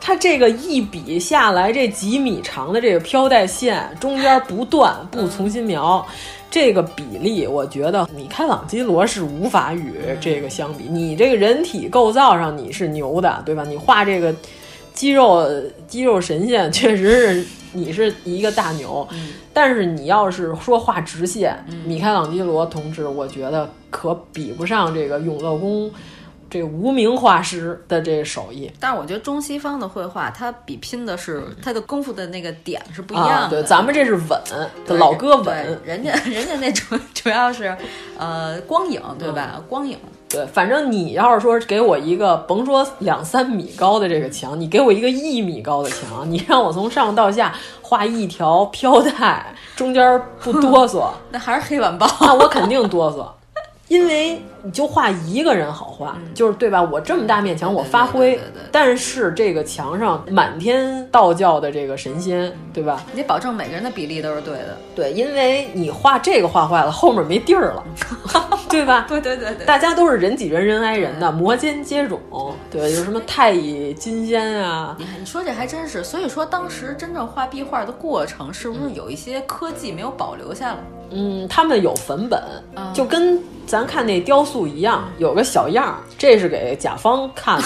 它这个一笔下来，这几米长的这个飘带线中间不断不重新描，这个比例，我觉得米开朗基罗是无法与这个相比。你这个人体构造上你是牛的，对吧？你画这个肌肉肌肉神仙，确实是你是一个大牛。但是你要是说画直线，米开朗基罗同志，我觉得可比不上这个永乐宫。这无名画师的这手艺，但是我觉得中西方的绘画，它比拼的是它的功夫的那个点是不一嗯啊，样的。对，咱们这是稳，对老哥对稳。人家人家那主主要是呃光影对嗯吧？光影对，反正你要是说给我一个，甭说两三米高的这个墙，你给我一个一米高的墙，你让我从上到下画一条飘带，中间不哆嗦， *laughs* 那还是黑板报。 *laughs* 那我肯定哆嗦。因为你就画一个人好画，就是对吧？我这么大面墙，我发挥，嗯对对对对对但是这个墙上满天道教的这个神仙，对吧？你得保证每个人的比例都是对的。对，因为你画这个画坏了，后面没地儿了， *laughs* 对吧？对对对对。大家都是人挤人，人挨人的，摩肩接踵，对，有什么太乙金仙啊，你看，你说这还真是，所以说当时真正画壁画的过程，是不是有一些科技没有保留下来？嗯，他们有粉本，嗯就跟咱看那雕塑一样，有个小样儿，这是给甲方看的。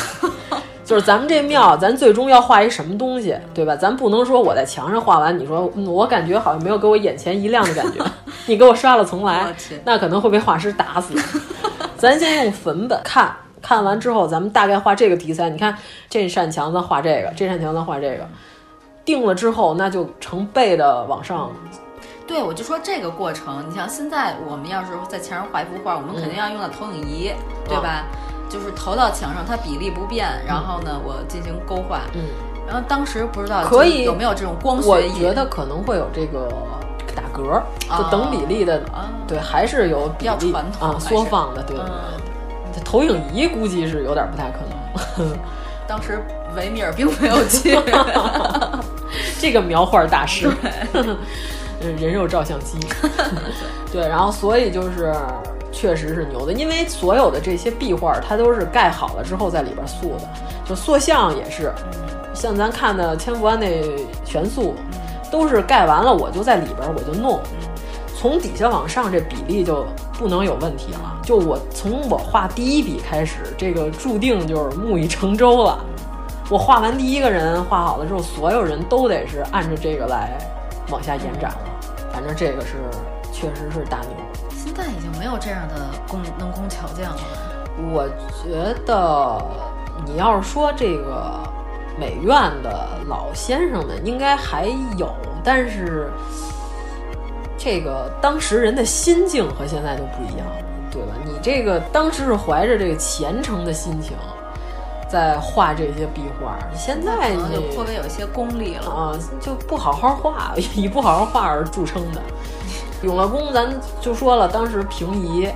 *laughs* 就是咱们这庙，咱最终要画一什么东西，对吧？咱不能说我在墙上画完，你说、嗯、我感觉好像没有给我眼前一亮的感 *laughs* 觉，你给我刷了重来我去，那可能会被画师打死。 *laughs* 咱先用粉本看，看完之后咱们大概画这个题材。你看这扇墙咱画这个，这扇墙咱画这个，定了之后那就成倍的往上对，我就说这个过程，你像现在我们要是在墙上画一幅画，我们嗯肯定要用到投影仪，对哦吧？就是投到墙上，它比例不变，然后呢，我进行勾画。嗯。然后当时不知道可以有没有这种光嗯我学艺，觉得可能会有这个打嗝，啊就等比例的，啊对，还是有比比例较传统啊还是缩放的，对对嗯，对。投影仪估计是有点不太可能。当时维米尔并没有去。 *laughs* 这个描画大师， *laughs* 嗯，人肉照相机，对，然后所以就是。确实是牛的，因为所有的这些壁画，它都是盖好了之后在里边塑的，就塑像也是，像咱看的千佛庵那全塑，都是盖完了我就在里边我就弄，从底下往上这比例就不能有问题了。就我从我画第一笔开始，这个注定就是木已成舟了。我画完第一个人画好了之后，所有人都得是按照这个来往下延展了。反正这个是确实是大牛。现在已经没有这样的工能工巧匠了。我觉得你要是说这个美院的老先生们，应该还有，但是这个当时人的心境和现在就不一样了，对吧？你这个当时是怀着这个虔诚的心情在画这些壁画，你现在可能你哦就会不会有一些功利了？ *laughs* 啊，就不好好画，以不好好画而著称的。永乐宫咱就说了，当时平移。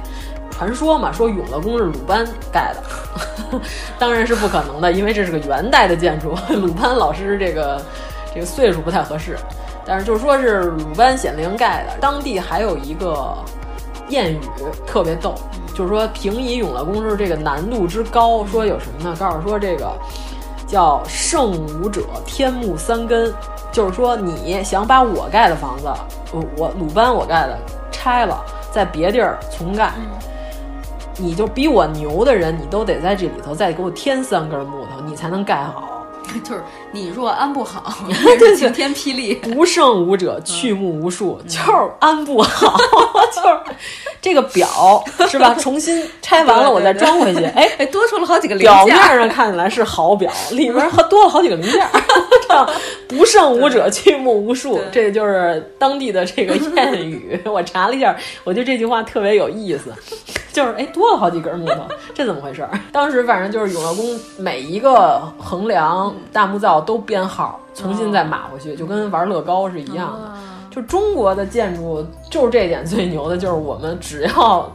传说嘛，说永乐宫是鲁班盖的， *laughs* 当然是不可能的，因为这是个元代的建筑。 *laughs* 鲁班老师这个这个岁数不太合适，但是就是说是鲁班显灵盖的。当地还有一个谚语特别逗，就是说平移永乐宫是这个难度之高，说有什么呢？告诉说这个叫圣武者天目三根，就是说你想把我盖的房子，我我鲁班我盖的拆了，在别地儿重盖。你就比我牛的人，你都得在这里头再给我添三根木头，你才能盖好。 *laughs* 就是你若安 *laughs* 不好，那是晴天霹雳。不胜武者，去目无数，就是安不好， *laughs* 就是这个表是吧？重新拆完了，我再装回去。哎，哎，多出了好几个零表面件，上看起来是好表，里面还多了好几个零件儿。这样不胜武者，去目无数，这就是当地的这个谚语。我查了一下，我觉得这句话特别有意思，就是哎，多了好几根木头，这怎么回事儿？ *laughs* 当时反正就是永乐宫每一个横梁、大木造都编号，重新再码回去，就跟玩乐高是一样的。就中国的建筑，就是这点最牛的，就是我们只要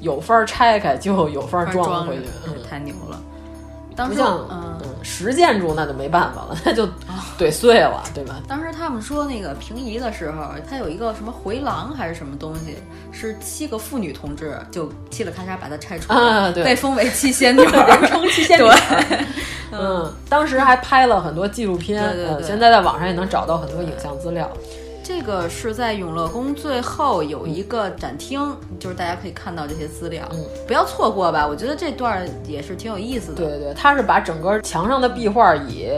有法儿拆开，就有法儿装回去。嗯太牛了。当不时，像嗯，哦石建筑那就没办法了， *laughs* 那就怼碎了，对吧？当时他们说那个平移的时候，它有一个什么回廊还是什么东西，是七个妇女同志就嘁哩咔嚓把它拆除啊了，对被封为七仙女 *laughs* 儿，称七仙女对， *laughs* 嗯，当时还拍了很多纪录片，对对嗯对现在在网上也能找到很多影像资料。这个是在永乐宫最后有一个展厅，就是大家可以看到这些资料，嗯不要错过吧。我觉得这段儿也是挺有意思的。对对对，它是把整个墙上的壁画以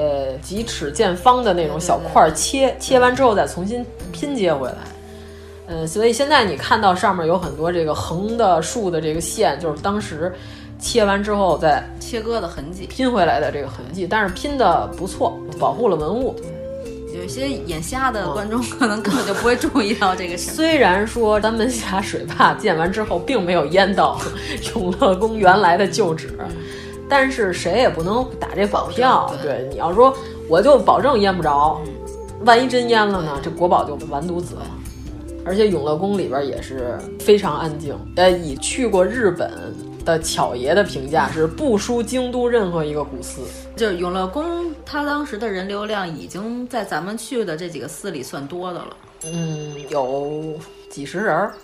几尺见方的那种小块儿切，切完之后再重新拼接回来。嗯，所以现在你看到上面有很多这个横的、竖的这个线，就是当时切完之后再切割的痕迹，拼回来的这个痕迹，但是拼的不错，保护了文物。有一些眼瞎嗯的观众可能根本就不会注意到这个事儿。虽然说咱门峡水坝建完之后并没有淹到永乐宫原来的旧址，但是谁也不能打这保票。保证对，你嗯要说我就保证淹不着，万一真淹了呢，这国宝就完犊子了。而且永乐宫里边也是非常安静。呃，以去过日本的巧爷的评价是不输京都任何一个古寺。就是永乐宫，它当时的人流量已经在咱们去的这几个寺里算多的了，嗯，有几十人儿，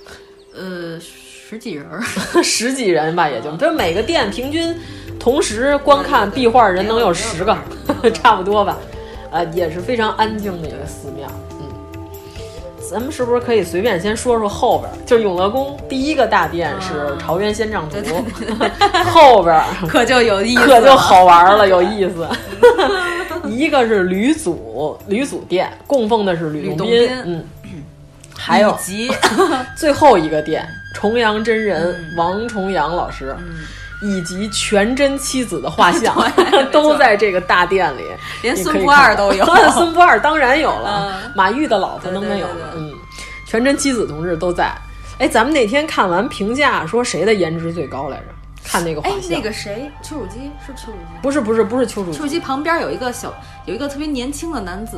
呃，十几人儿。 *laughs* 十几人吧，也就就是每个店平均同时观看壁画人能有十 *laughs* 个，差不多吧。呃，也是非常安静的一个寺庙。嗯，咱们是不是可以随便先说说后边儿？就是永乐宫第一个大殿是朝元仙杖图， *laughs* 后边儿可就有意思 *laughs* 了，可就好玩了，有意思。一个是吕祖吕祖殿，供奉的是吕洞洞宾宾，嗯嗯，还有以 *laughs* 及哎最后一个店，重阳真人、嗯王重阳老师，以及全真七子的画像 *laughs* *laughs* 对没，错都在这个大殿里。连你孙可以不看二都有 *laughs* 孙不二当然有了，嗯马玉的老婆对能对没对有吗？对嗯，全真七子同志都在。哎，咱们那天看完评价说谁的颜值最高来着？看那个画哎像，，那个谁，丘处机是丘处机，不是不是不是丘处丘处机旁边有一个小，有一个特别年轻的男子，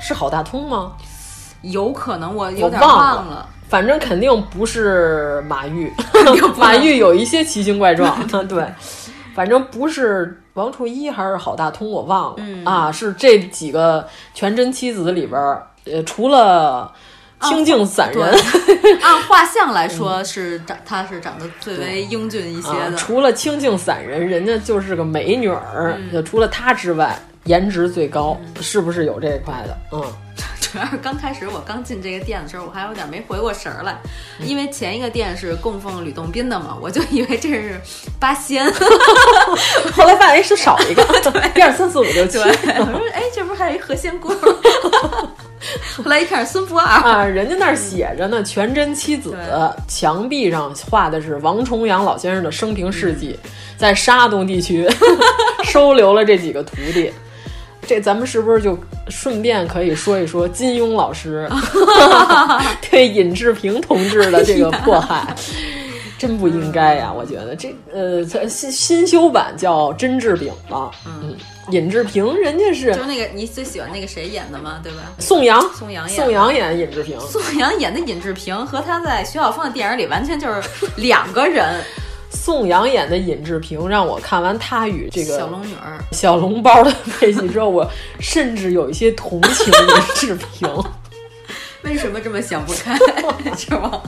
是郝大通吗？有可能我有我点忘忘了，反正肯定不是马 *laughs* 玉又，不马玉有一些奇形怪状， *laughs* 对，反正不是王处一还是郝大通，我忘了、啊，是这几个全真七子里边儿，呃，除了清净散人。 *laughs* 嗯按画像来说是长，他是长得最为英俊一些啊，的，除了清净散人，人家就是个美女儿。就除了她之外，颜值最高，是不是有这一块的？嗯，主要是刚开始我刚进这个店的时候，我还有点没回过神儿来，因为前一个店是供奉吕洞宾的嘛，我就以为这是 *laughs* 八仙，后来发现哎是少 *laughs* 一个，一二三四五六七对， *laughs* 我说哎，这不是还有一何仙姑？ *laughs* 后来一看是孙不 *laughs* 二，啊，人家那儿写着呢，“全真七子对”，墙壁上画的是王重阳老先生的生平事迹，嗯在沙东地区 *laughs* 收留了这几个徒弟。这咱们是不是就顺便可以说一说金庸 *laughs* *laughs* 哎老师对尹志平同志的这个迫害？真不应该呀、我觉得这呃，它新新修版叫甄志丙了，嗯，尹志平人家是就是那个你最喜欢那个谁演的嘛，对吧？宋阳，宋阳演的宋阳演尹志平，宋阳演的尹志平和他在徐小凤的电影里完全就是两个人，宋阳演的尹志平让我看完他与这个小龙女儿。小笼包的配戏之后，我甚至有一些同情尹志平。 *laughs* 为什么这么想不开？ *laughs* 是吗？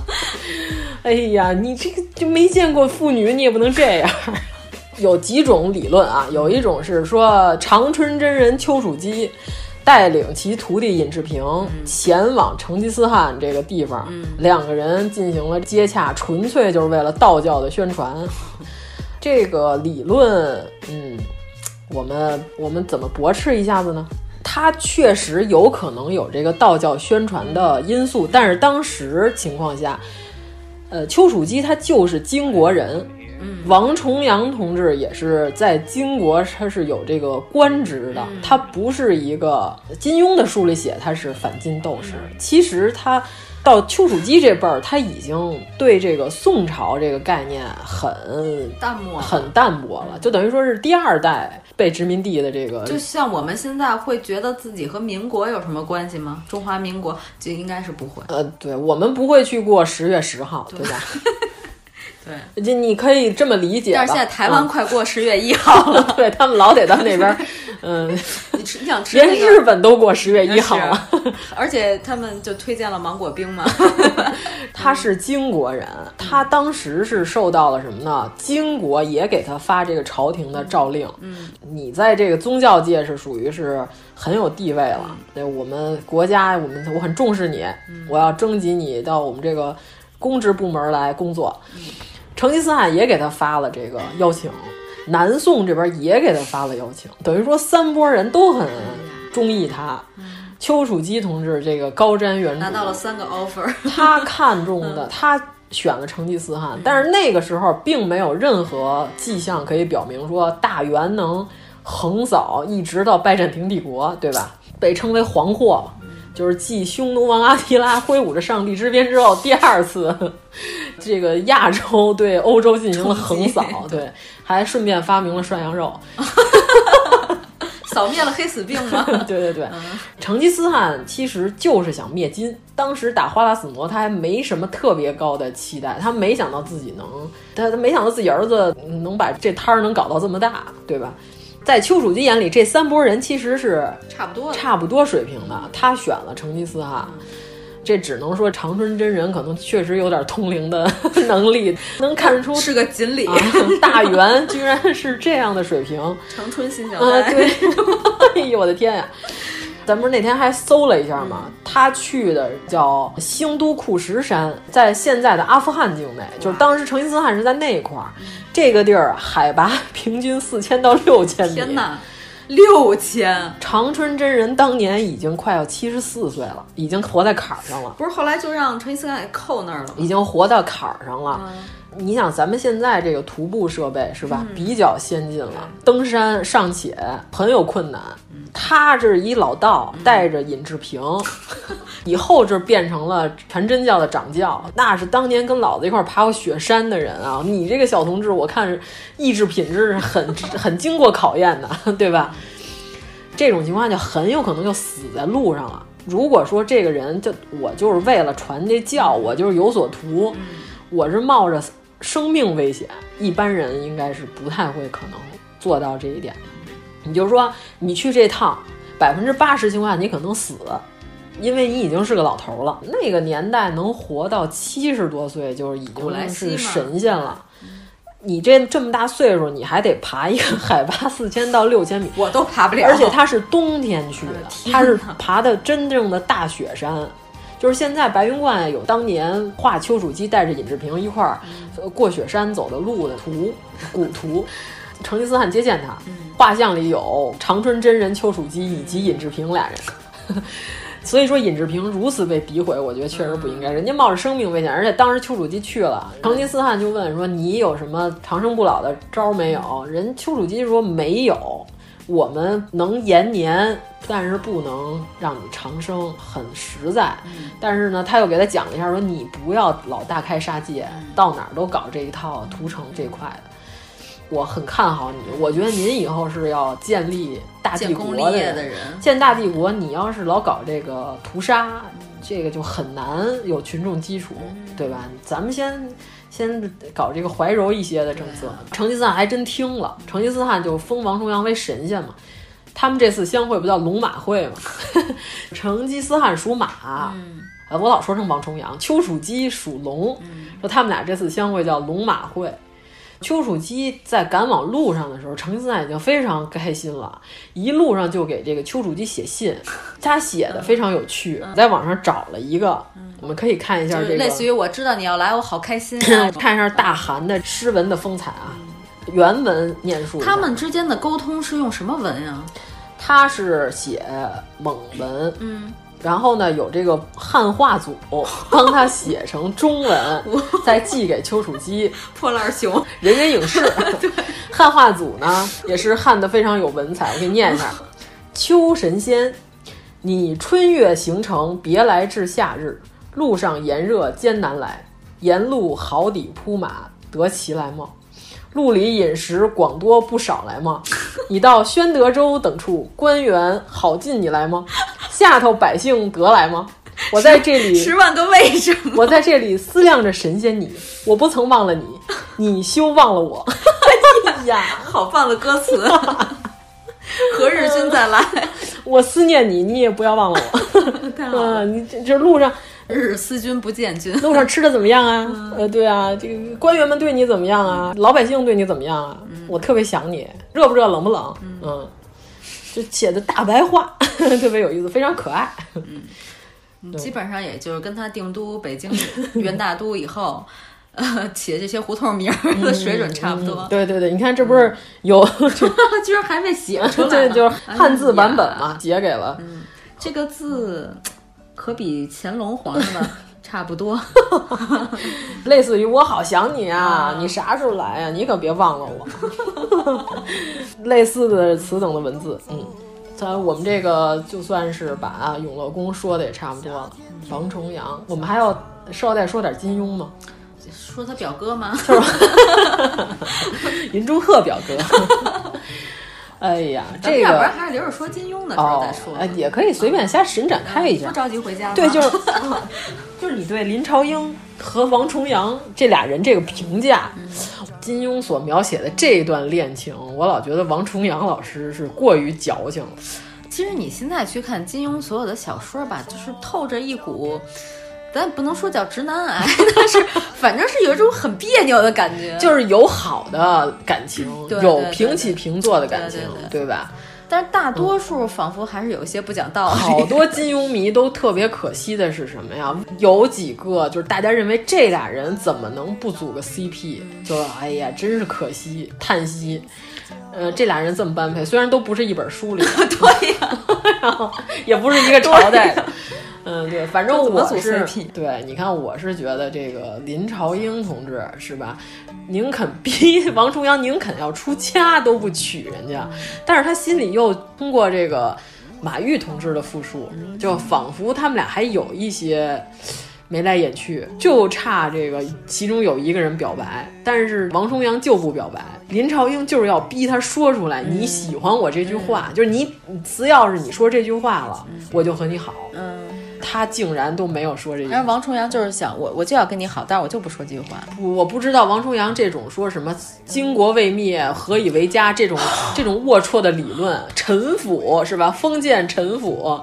哎呀，你这个就没见过妇女，你也不能这样。 *laughs* 有几种理论啊，有一种是说长春真人丘处机带领其徒弟尹志平嗯前往成吉思汗这个地方，两个人进行了接洽，纯粹就是为了道教的宣传。这个理论，嗯，我们我们怎么驳斥一下子呢？它确实有可能有这个道教宣传的因素，但是当时情况下，呃，丘处机他就是金国人，王重阳同志也是在金国，他是有这个官职的，他不是一个金庸的书里写他是反金斗士，其实他到丘处机这辈儿，他已经对这个宋朝这个概念很淡漠很淡薄了，就等于说是第二代被殖民地的这个就像我们现在会觉得自己和民国有什么关系吗？中华民国就应该是不会。呃，对我们不会去过十月十号，对吧？ *laughs* 对，就你可以这么理解吧。但是现在台 *laughs* 湾嗯快过十月一号了，对他们老得到那边儿，嗯， *laughs* 你吃你想吃、那连个、日本都过十月一号啊了。是，啊而且他们就推荐了芒果冰嘛。他是金国人，他当时是受到了什么呢？金国也给他发这个朝廷的诏令。嗯，你在这个宗教界是属于是很有地位了。对我们国家，我们我很重视你，我要征集你到我们这个公职部门来工作。成吉思汗也给他发了这个邀请，南宋这边也给他发了邀请，等于说三拨人都哎很中意他。丘处机同志这个高瞻远瞩， *laughs* 嗯拿到了三个 offer，他看中的，他选了成吉思汗，但是那个时候并没有任何迹象可以表明说大元能横扫，一直到拜占庭帝国，对吧？被称为黄祸，就是继匈奴王阿提拉挥舞着上帝之鞭之后，第二次这个亚洲对欧洲进行了横扫，对，还顺便发明了涮羊肉。扫灭了黑死病 *laughs* 吗？ *laughs* 对对对，成吉思汗其实就是想灭金。当时打花剌子模，他还没什么特别高的期待，他没想到自己能，他他没想到自己儿子能把这摊儿能搞到这么大，对吧？在丘处机眼里，这三拨人其实是差不多了。差不多水平的，他选了成吉思汗。这只能说长春真人可能确实有点通灵的 *laughs* 能力，能看出是个锦鲤，啊大元居然是这样的水平。长春新小啊，呆。对， *laughs* 哎呦我的天呀、咱不是那天还搜了一下吗？嗯他去的叫兴都库什山，在现在的阿富汗境内，就是当时成吉思汗是在那一块儿。这个地儿啊海拔 *laughs* 平均四千到六千米。天哪，六千！长春真人当年已经快要七十四岁了，已经活在坎儿上了。不是后来就让成吉思汗给扣那儿了吗？已经活到坎儿上了。嗯你想，咱们现在这个徒步设备是吧，比较先进了，登山尚且很有困难。他这是一老道，带着尹志平，以后这变成了全真教的掌教，那是当年跟老子一块儿爬过雪山的人啊！你这个小同志，我看是意志品质是很 *laughs* 很经过考验的，对吧？这种情况就很有可能就死在路上了。如果说这个人就我就是为了传这教，我就是有所图，嗯我是冒着生命危险，一般人应该是不太会可能做到这一点。你就说你去这趟，百分之八十情况下你可能死，因为你已经是个老头了。那个年代能活到七十多岁，就是已古来经稀嘛是神仙了。你这这么大岁数，你还得爬一个海拔四千到六千米，我都爬不了，而且它是冬天去我的的，天它是哪爬的真正的大雪山。就是现在白云观有当年画丘处机带着尹志平一块儿嗯呃过雪山走的路的图古 *laughs* 图，成吉思汗接见他，嗯画像里有长春真人丘处机以及尹志平俩人。 *laughs* 所以说尹志平如此被诋毁，我觉得确实不应嗯该。人家冒着生命危险，而且当时丘处机去了，成吉思汗就问说：“你有什么长生不老的招儿没有？”人丘处机说：“没有。”我们能延年，但是不能让你长生，很实在。嗯但是呢，他又给他讲了一下，说你不要老大开杀戒，到哪儿都搞这一套屠城这块的。我很看好你，我觉得您以后是要建立大帝建功立国业人的人，建大帝国，你要是老搞这个屠杀，这个就很难有群众基础，对吧？咱们先先搞这个怀柔一些的政策。成吉思汗还真听了，成吉思汗就封王重阳为神仙嘛。他们这次相会不叫龙马会嘛？ *laughs* 成吉思汗属马，呃，我老说成王重阳，丘处机属龙，嗯说他们俩这次相会叫龙马会。丘处机在赶往路上的时候，成吉思汗已经非常开心了，一路上就给这个丘处机写信，他写的非常有趣，我在网上找了一个，我们可以看一下嗯就这是个，。类似于我知道你要来，我好开心啊 *laughs* 看一下大韩的诗文的风采啊。原文念述一下，嗯他们之间的沟通是用什么文呀、他是写蒙文，嗯，然后呢有这个汉化组帮他写成中文，再寄给丘处机。破烂熊，人人影视。汉化组呢也是汉的非常有文采，我给你念一下：秋神仙，你春月行程别来至夏日，路上炎热艰难来，沿路好底铺马得其来貌。路里饮食广多不少来吗？你到宣德州等处，官员好进你来吗？下头百姓得来吗？我在这里十万个为什 *laughs* 么，我在这里思量着神仙你，我不曾忘了你，你休忘了我。哎呀，好棒的歌词。何日君再来？ *laughs* 我思念你，你也不要忘了我。太好 *laughs* 了，嗯，你这这路上日思君不见君。路上吃的怎么样啊？呃，对啊，这个官员们对你怎么样啊？老百姓对你怎么样啊？我特别想你，热不热，冷不冷？嗯，就写的大白话， *laughs* 特别有意思，非常可爱。基本上也就是跟他定都北京元大都以后，呃，起的这些胡同名儿的水准差不多。嗯对对对，你看这不是有 *laughs* 这居然还被写出来这了，就是哎呀汉字版本嘛，写给了。这个字可比乾隆皇上的差不多。类似于我好想你啊，你啥时候来啊？你可别忘了我。 *laughs* 类似的此等的文字，嗯，咱我们这个就算是把永乐宫说的也差不多了。嗯王重阳，我们还要捎带说点金庸吗？说他表哥吗？ *laughs* 银中鹤表哥。 *laughs* 哎呀，咱们这要不然个还是留着说金庸的时候哦再说，。嗯哎也可以随便瞎伸展开一下不。着急回 *laughs* 家吗。对，就是 *laughs* 就是你对林朝英和王重阳这俩人这个评价，嗯金庸所描写的这一段恋情，我老觉得王重阳老师是过于矫情了。其实你现在去看金庸所有的小说吧，就是透着一股，咱也不能说叫直男癌， *laughs* 但是反正是有一种很别扭的感觉。就是有好的感情，对对有对平起平坐的感情，对对吧？但是大多数仿佛还是有一些不讲道理。好多金庸迷都特别可惜的是什么呀？有几个就是大家认为这俩人怎么能不组个 CP？就是哎呀，真是可惜，叹息。呃，这俩人这么般配，虽然都不是一本书里的， *laughs* 对呀、 *laughs* 然后也不是一个朝代的。嗯，对，反正这怎么我组是 CP 对，你看，我是觉得这个林朝英同志是吧？宁肯逼 *laughs* 王重阳，宁肯要出家都不娶人家，但是他心里又通过这个马玉同志的复述，就仿佛他们俩还有一些眉来眼去，就差这个其中有一个人表白，但是王重阳就不表白，林朝英就是要逼他说出来，你喜欢我这句话，嗯就是你只要是你说这句话了，我就和你好。嗯。他竟然都没有说这句但话是。王重阳就是想我，我就要跟你好，但是我就不说这句话。不我不知道王重阳这种说什么“巾帼未灭，何以为家”这种这种龌龊的理论，陈腐是吧？封建陈腐，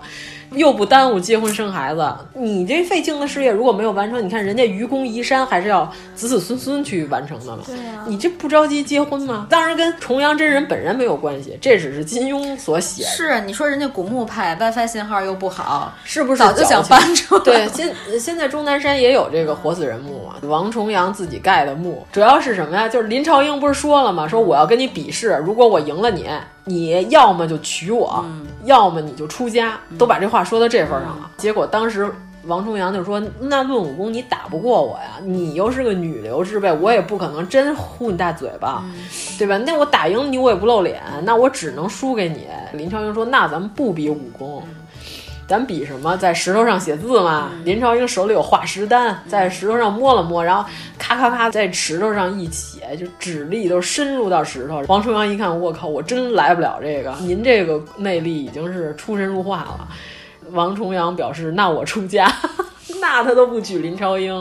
又不耽误结婚生孩子。你这废青的事业如果没有完成，你看人家愚公移山还是要子子孙孙去完成的嘛。对啊，你这不着急结婚吗？当然跟重阳真人本人没有关系，这只是金庸所写的，是你说人家古墓派 WiFi 信号又不好，是不是早就矫想情搬出来。对，现现在终南山也有这个活死人墓嘛，王重阳自己盖的墓，主要是什么呀？就是林朝英不是说了吗？说我要跟你比试，如果我赢了你，你要么就娶我，要么你就出家，都把这话说到这份儿上了。结果当时。王重阳就说：“那论武功你打不过我呀，你又是个女流之辈，我也不可能真呼你大嘴巴，对吧？那我打赢你我也不露脸，那我只能输给你。”林朝英说：“那咱们不比武功。”咱比什么？在石头上写字嘛。林朝英手里有画石丹，在石头上摸了摸，然后咔咔咔在石头上一写，就指力都深入到石头。王重阳一看，我靠，我真来不了这个，您这个内力已经是出神入化了。王重阳表示，那我出家， *laughs* 那他都不举林朝英。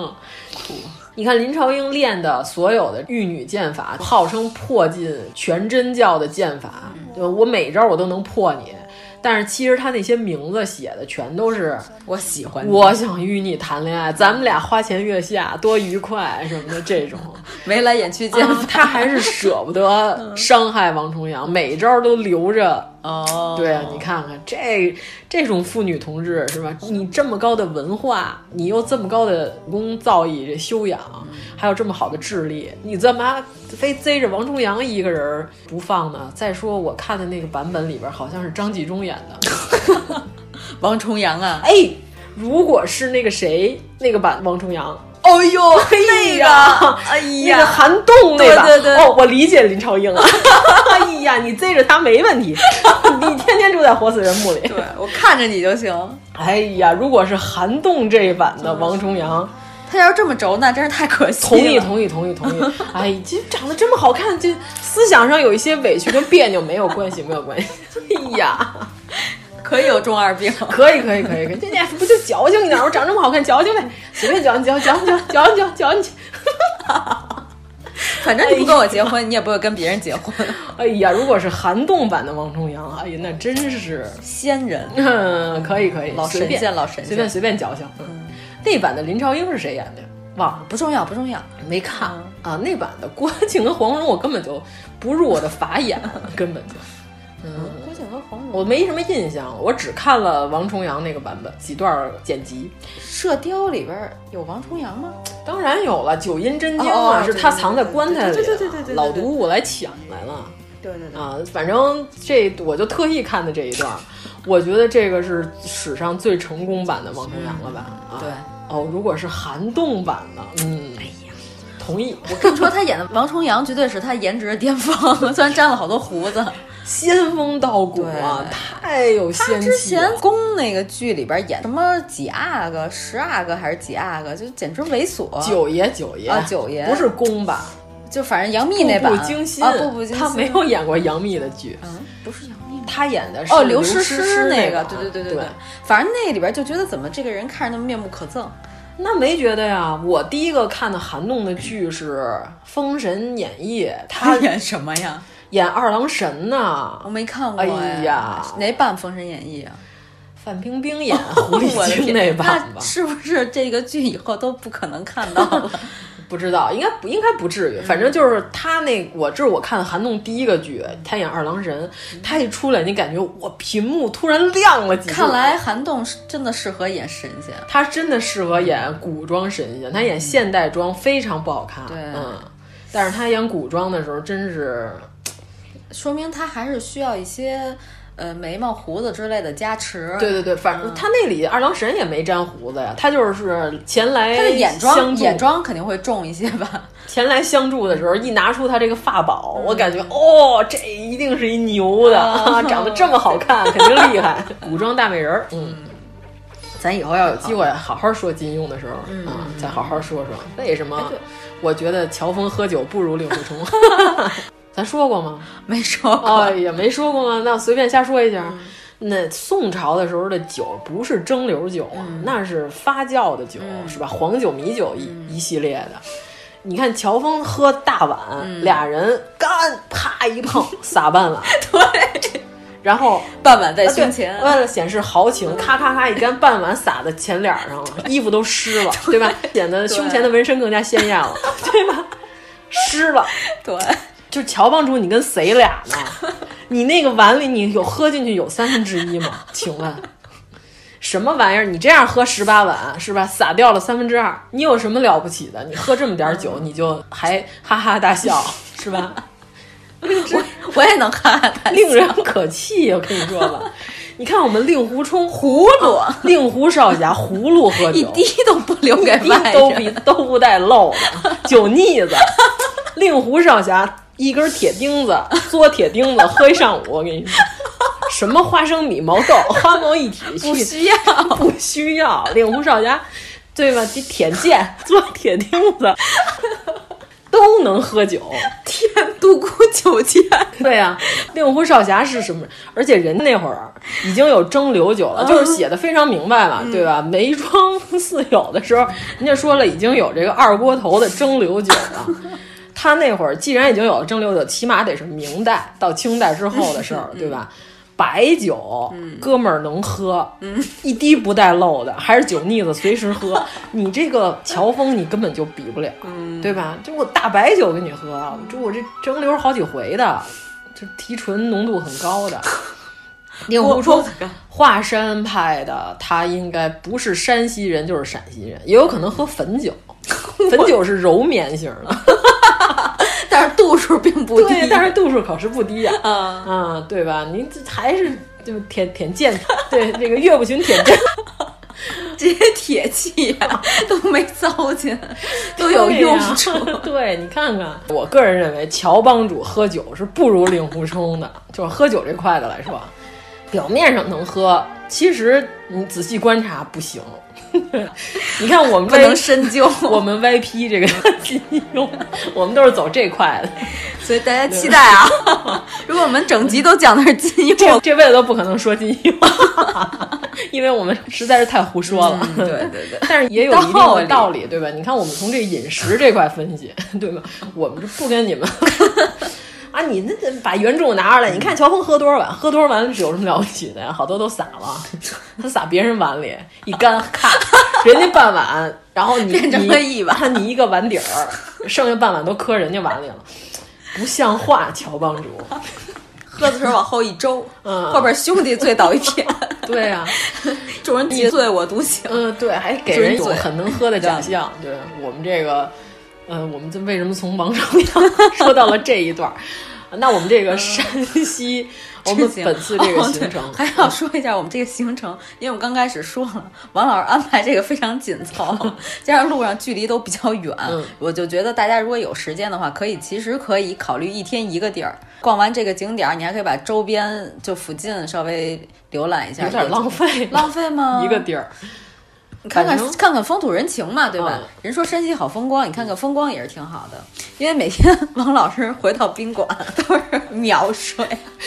你看林朝英练的所有的玉女剑法，号称破尽全真教的剑法，对吧？我每招我都能破你。但是其实他那些名字写的全都是我喜欢你，我想与你谈恋爱，咱们俩花前月下多愉快什么的这种，眉来眼去间啊他还是舍不得伤害王重阳，每一招都留着哦，对啊，你看看这这种妇女同志是吧？你这么高的文化，你又这么高的武功造诣、这修养，还有这么好的智力，你怎么非贼着王重阳一个人儿不放呢？再说我看的那个版本里边，好像是张纪中演的。 *laughs* 王重阳啊，哎，如果是那个谁那个版王重阳，哦呦，哎那个呀，哎那个呀，韩栋那版，对对对哦，我理解林超英了。 *laughs* 哎呀，你贼着他没问题，你天天住在活死人墓 *laughs* 里。对我看着你就行。哎呀，如果是韩栋这一版的王重阳，他要是这么轴，那真是太可惜了。同意同意同意同 *laughs* 意。哎，这长得这么好看，这思想上有一些委屈跟别扭没有关系，没有关系。哎呀，可以有中二病。可以可以可以可以，这这不就矫情一点吗？我长这么好看，矫情呗，随便矫情矫矫矫矫矫矫情。 *laughs* 反正你不跟我结婚，你也不会跟别人结婚。哎呀，如果是韩栋版的王重阳，哎呀，那真 *laughs* 是，仙人，嗯，可以可以，老随便神仙老神仙随便随便矫情。嗯，那版的林朝英是谁演的呀？忘了，不重要不重要。没看啊。那版的郭靖和黄蓉，我根本就不入我的法 *laughs* 眼，根本就。嗯，郭靖和黄蓉，我没什么印象，我只看了王重阳那个版本几段剪辑。 《射雕》里边有王重阳吗？当然有了，九阴真经哦啊，哦是对他对藏在棺材里了，对对对对对对对老毒物来抢来了。对对对，啊，反正这我就特意看的这一段儿，我觉得这个是史上最成功版的王重阳了吧？啊，嗯对哦，如果是韩栋版的，嗯，哎呀，同意，我跟你说，他演的王重阳绝对是他颜值的巅峰， *laughs* 虽然沾了好多胡子。仙风道骨啊，对太有他仙气了。之前宫那个剧里边演什么几阿哥、十阿哥还是几阿哥，就简直猥琐。九爷，九爷啊九爷不是公版，就反正杨幂步那版步惊心啊，步步惊心，他没有演过杨幂的剧，嗯，不是杨幂吗？他演的是哦，刘刘诗诗那个，版对对对对对对，反正那里边就觉得怎么这个人看着那么面目可憎，那没觉得呀。我第一个看的韩栋的剧是《封神演义》，他演什么呀？演二郎神 *laughs* 我呢，没看过哎呀哪版《封神演义》啊？范冰冰演狐狸 *laughs* 我的精天那版那吧？是不是这个剧以后都不可能看到 *laughs* 了？不知道，应该不应该不至于。反嗯正就是他那，我这是我看韩栋第一个剧，他演二郎神，嗯他一出来，你感觉我屏幕突然亮了几度。看来韩栋是真的适合演神仙。他真的适合演古装神仙，他演现代装非常不好看。嗯对嗯，但是他演古装的时候真是嗯说明他还是需要一些呃眉毛、胡子之类的加持。对对对，反嗯正他那里二郎神也没粘胡子呀，他就是前来他的眼相妆助眼妆肯定会重一些 *laughs* 吧？前来相助的时候，一拿出他这个法宝，我感觉哦，这一定是一牛的，嗯啊、长得这么好看， *laughs* 肯定厉害，古装大美人儿。嗯，咱以后要有有机会好好说金庸的时候，嗯、啊，再好好说说为什 *laughs* 么我觉得乔峰喝酒不如令狐冲。 *laughs* 咱说过吗？ *laughs* 没说过，哦，也没说过吗？那随便瞎说一下。嗯那宋朝的时候的酒不是蒸馏酒啊，嗯那是发酵的酒，是吧？黄酒、米酒一、嗯一系列的。你看乔峰喝大碗，嗯俩人干啪一碰，撒半碗， *laughs* 对，然后半碗在啊对胸前。为了显示豪情，咔咔咔一干半碗洒在前脸上了，衣服都湿了，对吧？显得胸前的纹身更加鲜 *laughs* 艳了，对吧？湿了。对， *laughs* 就乔帮主，你跟谁俩呢？你那个碗里你有喝进去有三分之一吗？请问，什么玩意儿？你这样喝十八碗是吧？洒掉了三分之二，你有什么了不起的？你喝这么点儿酒，你就还哈哈大笑是吧？我也能哈哈大笑令人可气，我跟你说吧。你看我们令狐冲葫芦，令狐少侠葫芦喝酒，一滴都不留给 *laughs* 一外滴人，都比都不带漏的，酒腻 *laughs* 子，令狐少侠一根铁钉子，嘬铁钉子喝一上午，我跟你说。什么花生米、毛豆、 *laughs* 花毛一体， *laughs* 不去需要。不需要令狐少侠，对吧？ *laughs* 这铁 *laughs* 剑做铁钉子都能喝酒。天独孤九剑， *laughs* 对呀、令狐少侠是什么？而且人那会儿已经有蒸馏酒嗯了，就是写的非常明白了，对吧？梅庄四友的时候，人家说了已经有这个二锅头的蒸馏酒了。他那会儿既然已经有了蒸馏酒，起码得是明代到清代之后的事儿了，对吧？白酒，哥们儿能喝，一滴不带漏的，还是酒腻子随时喝。你这个乔峰，你根本就比不了，对吧？就我大白酒跟你喝，就我这蒸馏好几回的，就提纯浓度很高的。令狐冲，华山派的，他应该不是山西人就是陕西人，也有可能喝汾酒，汾酒是柔绵型的。但是度数并不低。对，但是度数可是不低呀、啊，啊， *laughs* 对吧？您这还是就舔舔剑，对这个岳不群舔剑这些铁器呀、啊都没糟践， *laughs* *laughs* 都有用处。对呀 *laughs* 对你看看，我个人认为乔帮主喝酒是不如令狐冲的，就是喝酒这块的来说，啊表面上能喝，其实你仔细观察不行。 *laughs* 你看我们 *laughs* 不 Y- 能深究， *laughs* 我们 YP 这个 *laughs* 金庸，我们都是走这块的。所以大家期待啊！ *laughs* 如果我们整集都讲的是 *laughs* 金这庸，这辈子都不可能说金庸，因为我们实在是太胡说了。*laughs* 嗯对对对但是也有一定道的理道理，对吧？你看我们从这饮食这块分析，对吧？我们就不跟你们 *laughs* 啊，你那这把原著拿出来，你看乔峰喝多少碗，喝多少碗是有什么了不起的呀？好多都洒了，他洒别人碗里一干，咔，人家半碗，然后你 *laughs* 变成了一碗你你一个碗底儿，剩下半碗都磕人家碗里了，不像话，乔帮主。喝的时候往后一周，嗯后边兄弟醉倒一 *laughs* 片，对呀、啊。众人皆醉我独醒。嗯，对，还给人一种很能喝的奖项。对我们这个，呃，我们这为什么从王朝阳 *laughs* 说到了这一段儿？那我们这个山西，我们本次这个行程哦对还要说一下我们这个行程，因为我们刚开始说了，王老师安排这个非常紧 *laughs* 凑，加上路上距离都比较远，嗯我就觉得大家如果有时间的话，可以其实可以考虑一天一个地儿，逛完这个景点儿，你还可以把周边就附近稍微浏览一下，有点浪费，浪费吗？ *laughs* 一个地儿。你看反看正看看风土人情嘛，对吧？嗯人说山西好风光，你看看风光也是挺好的。因为每天 *laughs* 王老师回到宾馆都是秒睡，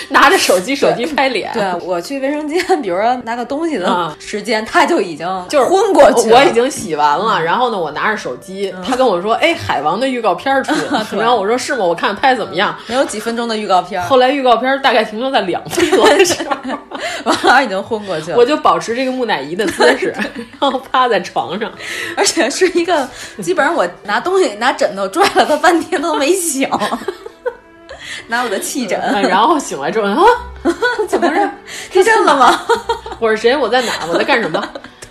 拿着手机，手机拍脸，对我去卫生间，比如说拿个东西啊的时间，他就已经就是昏过去了。我已经洗完了，然后呢，我拿着手机，他跟我说：“哎，海王的预告片儿出 *laughs* 了。”对然后我说：“是吗？我看拍怎么样没有几分钟的预告片？”，后来预告片儿大概停留在两分多的 *laughs* 时候。王老师已经昏过去了。我就保持这个木乃伊的姿势，然后趴在床上，而且是一个，基本上我拿东西拿枕头拽了他半天都没醒，拿我的气 *laughs* 枕，嗯然后醒来之后啊， *laughs* 怎么着？地震了吗？我是谁？我在哪儿？我在干什 *laughs* 么？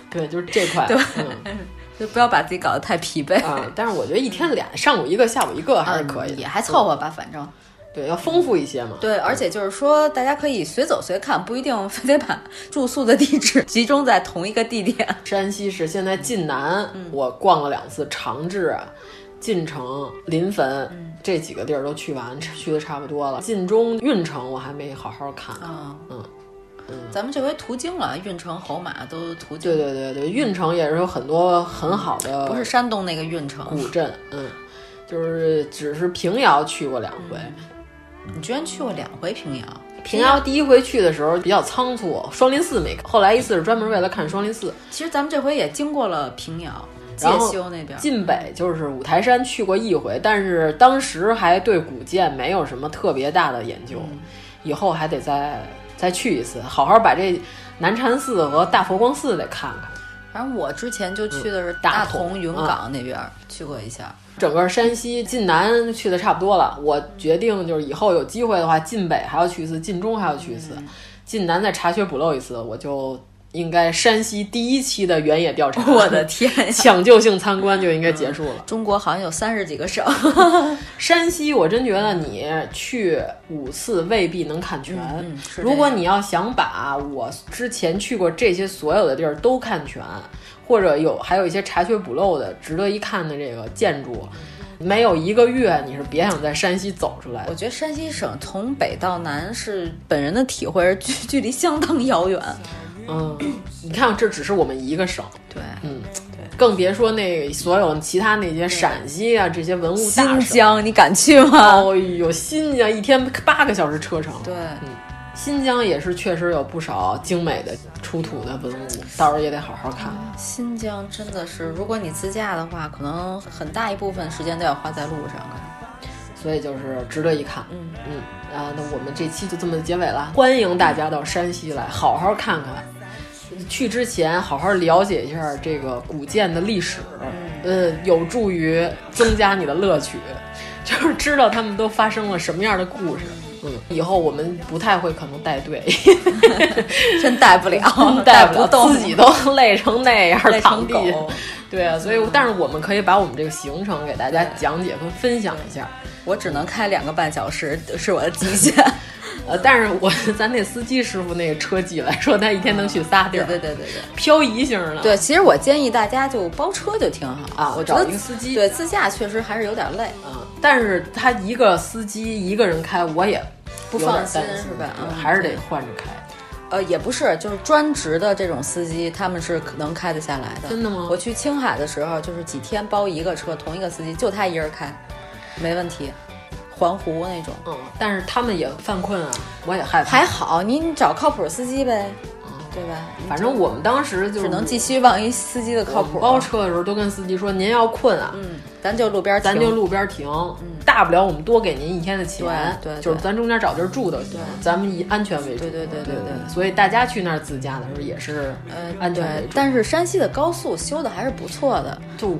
对，就是这块。对嗯就不要把自己搞得太疲惫。啊，但是我觉得一天俩，上午一个，下午一个还是可以嗯的，也还凑合吧，反正对，要丰富一些嘛。对，而且就是说，大家可以随走随看，不一定非得把 *laughs* 住宿的地址集中在同一个地点。山西是现在晋南，嗯我逛了两次，长治、啊晋城、临汾、嗯这几个地儿都去完，去的差不多了。晋中、运城我还没好好看。啊，嗯， *laughs* 咱们这回途经了运城、侯马都途经，对对对对，运城也是有很多很好的，不是山东那个运城古，镇，嗯，就是只是平遥去过两回。嗯你居然去过两回平遥，平遥第一回去的时候比较仓促，双林寺没看，后来一次是专门为了看双林寺。其实咱们这回也经过了平遥、介然后休那边。晋北就是五台山去过一回，但是当时还对古建没有什么特别大的研究，嗯以后还得再再去一次，好好把这南禅寺和大佛光寺得看看。反正我之前就去的是大大同啊同、云港那边、去过一下，整个山西晋南去的差不多了，我决定就是以后有机会的话，晋北还要去一次，晋中还要去一次，晋南再查缺补漏一次，我就应该山西第一期的原野调 *laughs* 查， *laughs* 我的天呀！抢救性参观就应该结束了。中国好像有三十几个 *laughs* 省， *laughs* 山西，我真觉得你去五次未必能看全。嗯嗯是这样如果你要想把我之前去过这些所有的地儿都看全，或者有还有一些查缺补漏的、值得一看的这个建筑，没有一个月你是别想在山西走出来我的。觉得山西省从北到南是本人的体会是距 *laughs* 距离相当遥远。嗯，你看，这只是我们一个省，对，嗯，更别说那所有其他那些陕西啊这些文物大新省。疆你敢去吗？哦呦，新疆一天八个小时车程。对，新疆也是确实有不少精美的出土的文物，到时候也得好好看。新疆真的是，如果你自驾的话，可能很大一部分时间都要花在路上。啊所以就是值得一看。嗯嗯啊，那我们这期就这么结尾了，欢迎大家到山西来好好看看。去之前好好了解一下这个古建的历史，呃，有助于增加你的乐趣， *laughs* 就是知道他们都发生了什么样的故事。嗯，以后我们不太会可能带队，，*laughs* *laughs* 真带不了 *laughs* 带不动动，自己都累成那样，累躺成地狗。对啊，所以但是我们可以把我们这个行程给大家讲解和分享一下。 *laughs* 我只能开两个半小时，是我的极 *laughs* 限。呃，但是我咱那司机师傅那个车技来说，他一天能去仨地对儿，对对对对。漂移型的。对，其实我建议大家就包车就挺好啊我觉得找一个司机对自驾确实还是有点累，嗯，但是他一个司机一个人开，我也不有点放心担心是吧对嗯还是得换着开。呃，也不是，就是专职的这种司机，他们是可能开得下来的。真的吗我去青海的时候，就是几天包一个车，同一个司机，就他一人开，没问题。环湖那种嗯，但是他们也犯困啊，我也害怕。还好，您找靠谱司机呗，对吧？嗯反正我们当时就是只能寄希望于司机的靠我们谱。包，车的时候都跟司机说，您要困啊，嗯，咱就路边儿 *laughs* 停，咱就路边停，大不了我们多给您一天的钱，嗯对对就是咱中间找地儿住就行，咱们以安全为主。对对对对对对所以大家去那儿自驾的时候也是呃，安全为对主。。但是山西的高速修的还是不错的，就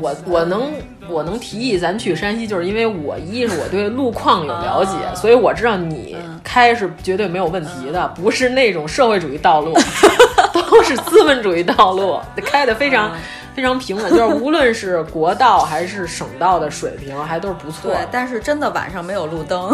我我能我能提议咱去山西，就是因为我一是我对路况有了解，哦所以我知道你嗯开是绝对没有问题的，不是那种社会主义道 *laughs* 路，都是资本主义道路，开的非常。嗯非常平稳，就是无论是国道还是省道的水平，还都是不错对的，。但是真的晚上没有路 *laughs* 灯，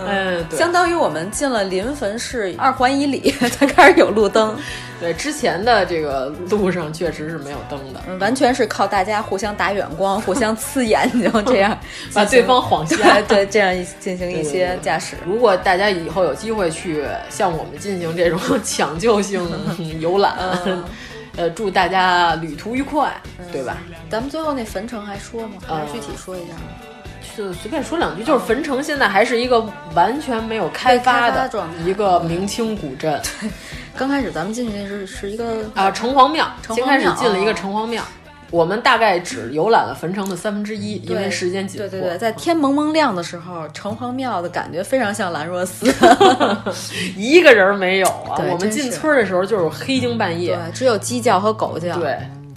嗯，对。相当于我们进了临汾市二环以里 *laughs* 才开始有 *laughs* 路灯，对，之前的这个路上确实是没有灯的，嗯完全是靠大家互相打远光、互相刺眼 *laughs* 睛，这样 *laughs* 把对方晃瞎对。 *laughs* 对，这样一进行一对对些对驾驶。如果大家以后有机会去像我们进行这种 *laughs* 抢救 *laughs* 性游览，嗯 *laughs* 呃，祝大家旅途愉快，对吧？咱们最后那坟城还说吗？呃还是具体说一下吗？就随便说两句，就是汾城现在还是一个完全没有开发被开发的的状态一个明清古镇刚开始咱们进去那是是一个啊，城隍庙，城先隍开始庙进了一个哦城隍庙。我们大概只游览了汾城的三分之一，因为嗯对时间紧迫。对对对，在天蒙蒙亮的时候，城隍庙的感觉非常像兰 *laughs* 若寺。 *laughs* 一个人儿没有啊！对我们真进是嗯村儿的时候就是黑惊半夜，对，只有鸡叫和狗叫。，对，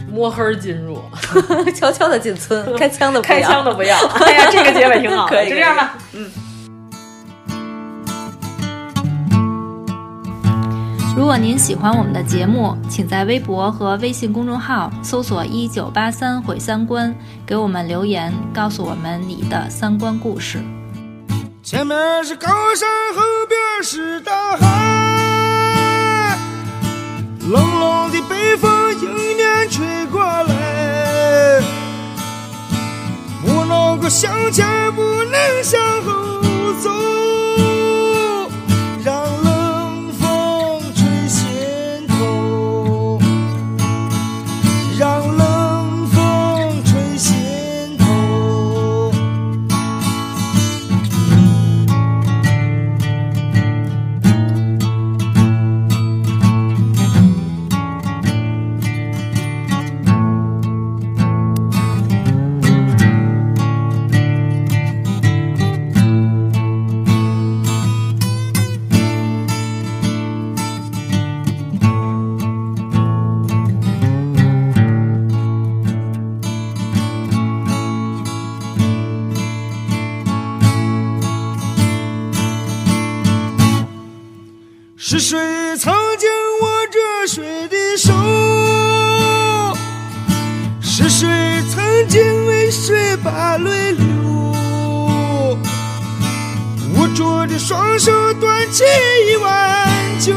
摸黑儿进入， *laughs* 悄悄的进 *laughs* 村，开枪的不要开枪的不要。哎呀，这个结尾挺好的，可以就这样吧。如果您喜欢我们的节目，请在微博和微信公众号搜索“一九八三毁三观”，给我们留言，告诉我们你的三观故事。前面是高山，后边是大海，冷冷的北风迎面吹过来，不能够向前，不能向后走，让冷风吹心头，让冷风吹心头。是谁曾经握着谁的手？是谁曾经为谁把泪流？无助的双手端起一碗酒，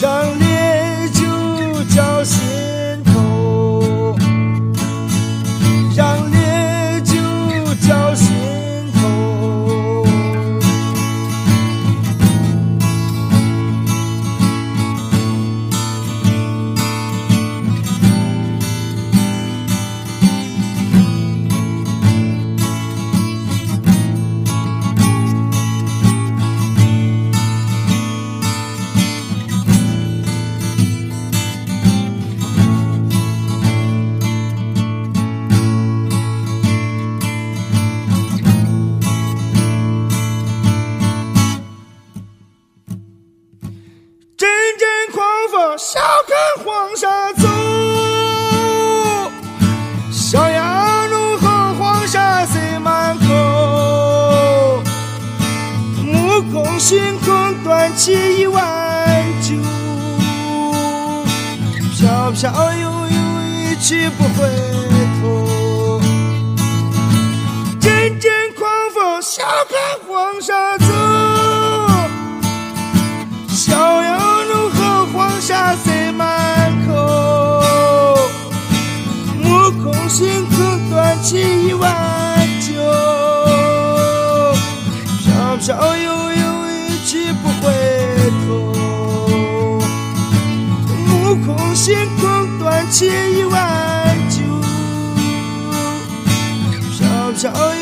让烈酒浇心头，让烈酒浇心头。阵阵狂风笑看黄沙走，小羊怒吼黄沙塞满口。目空星空端起一碗酒，飘飘悠悠一去不回头。阵阵狂风笑看黄沙走。小羊如何黄沙塞满口，目空星空端起一碗酒，飘飘悠悠一去不回头。目空星空端起一碗酒，飘飘悠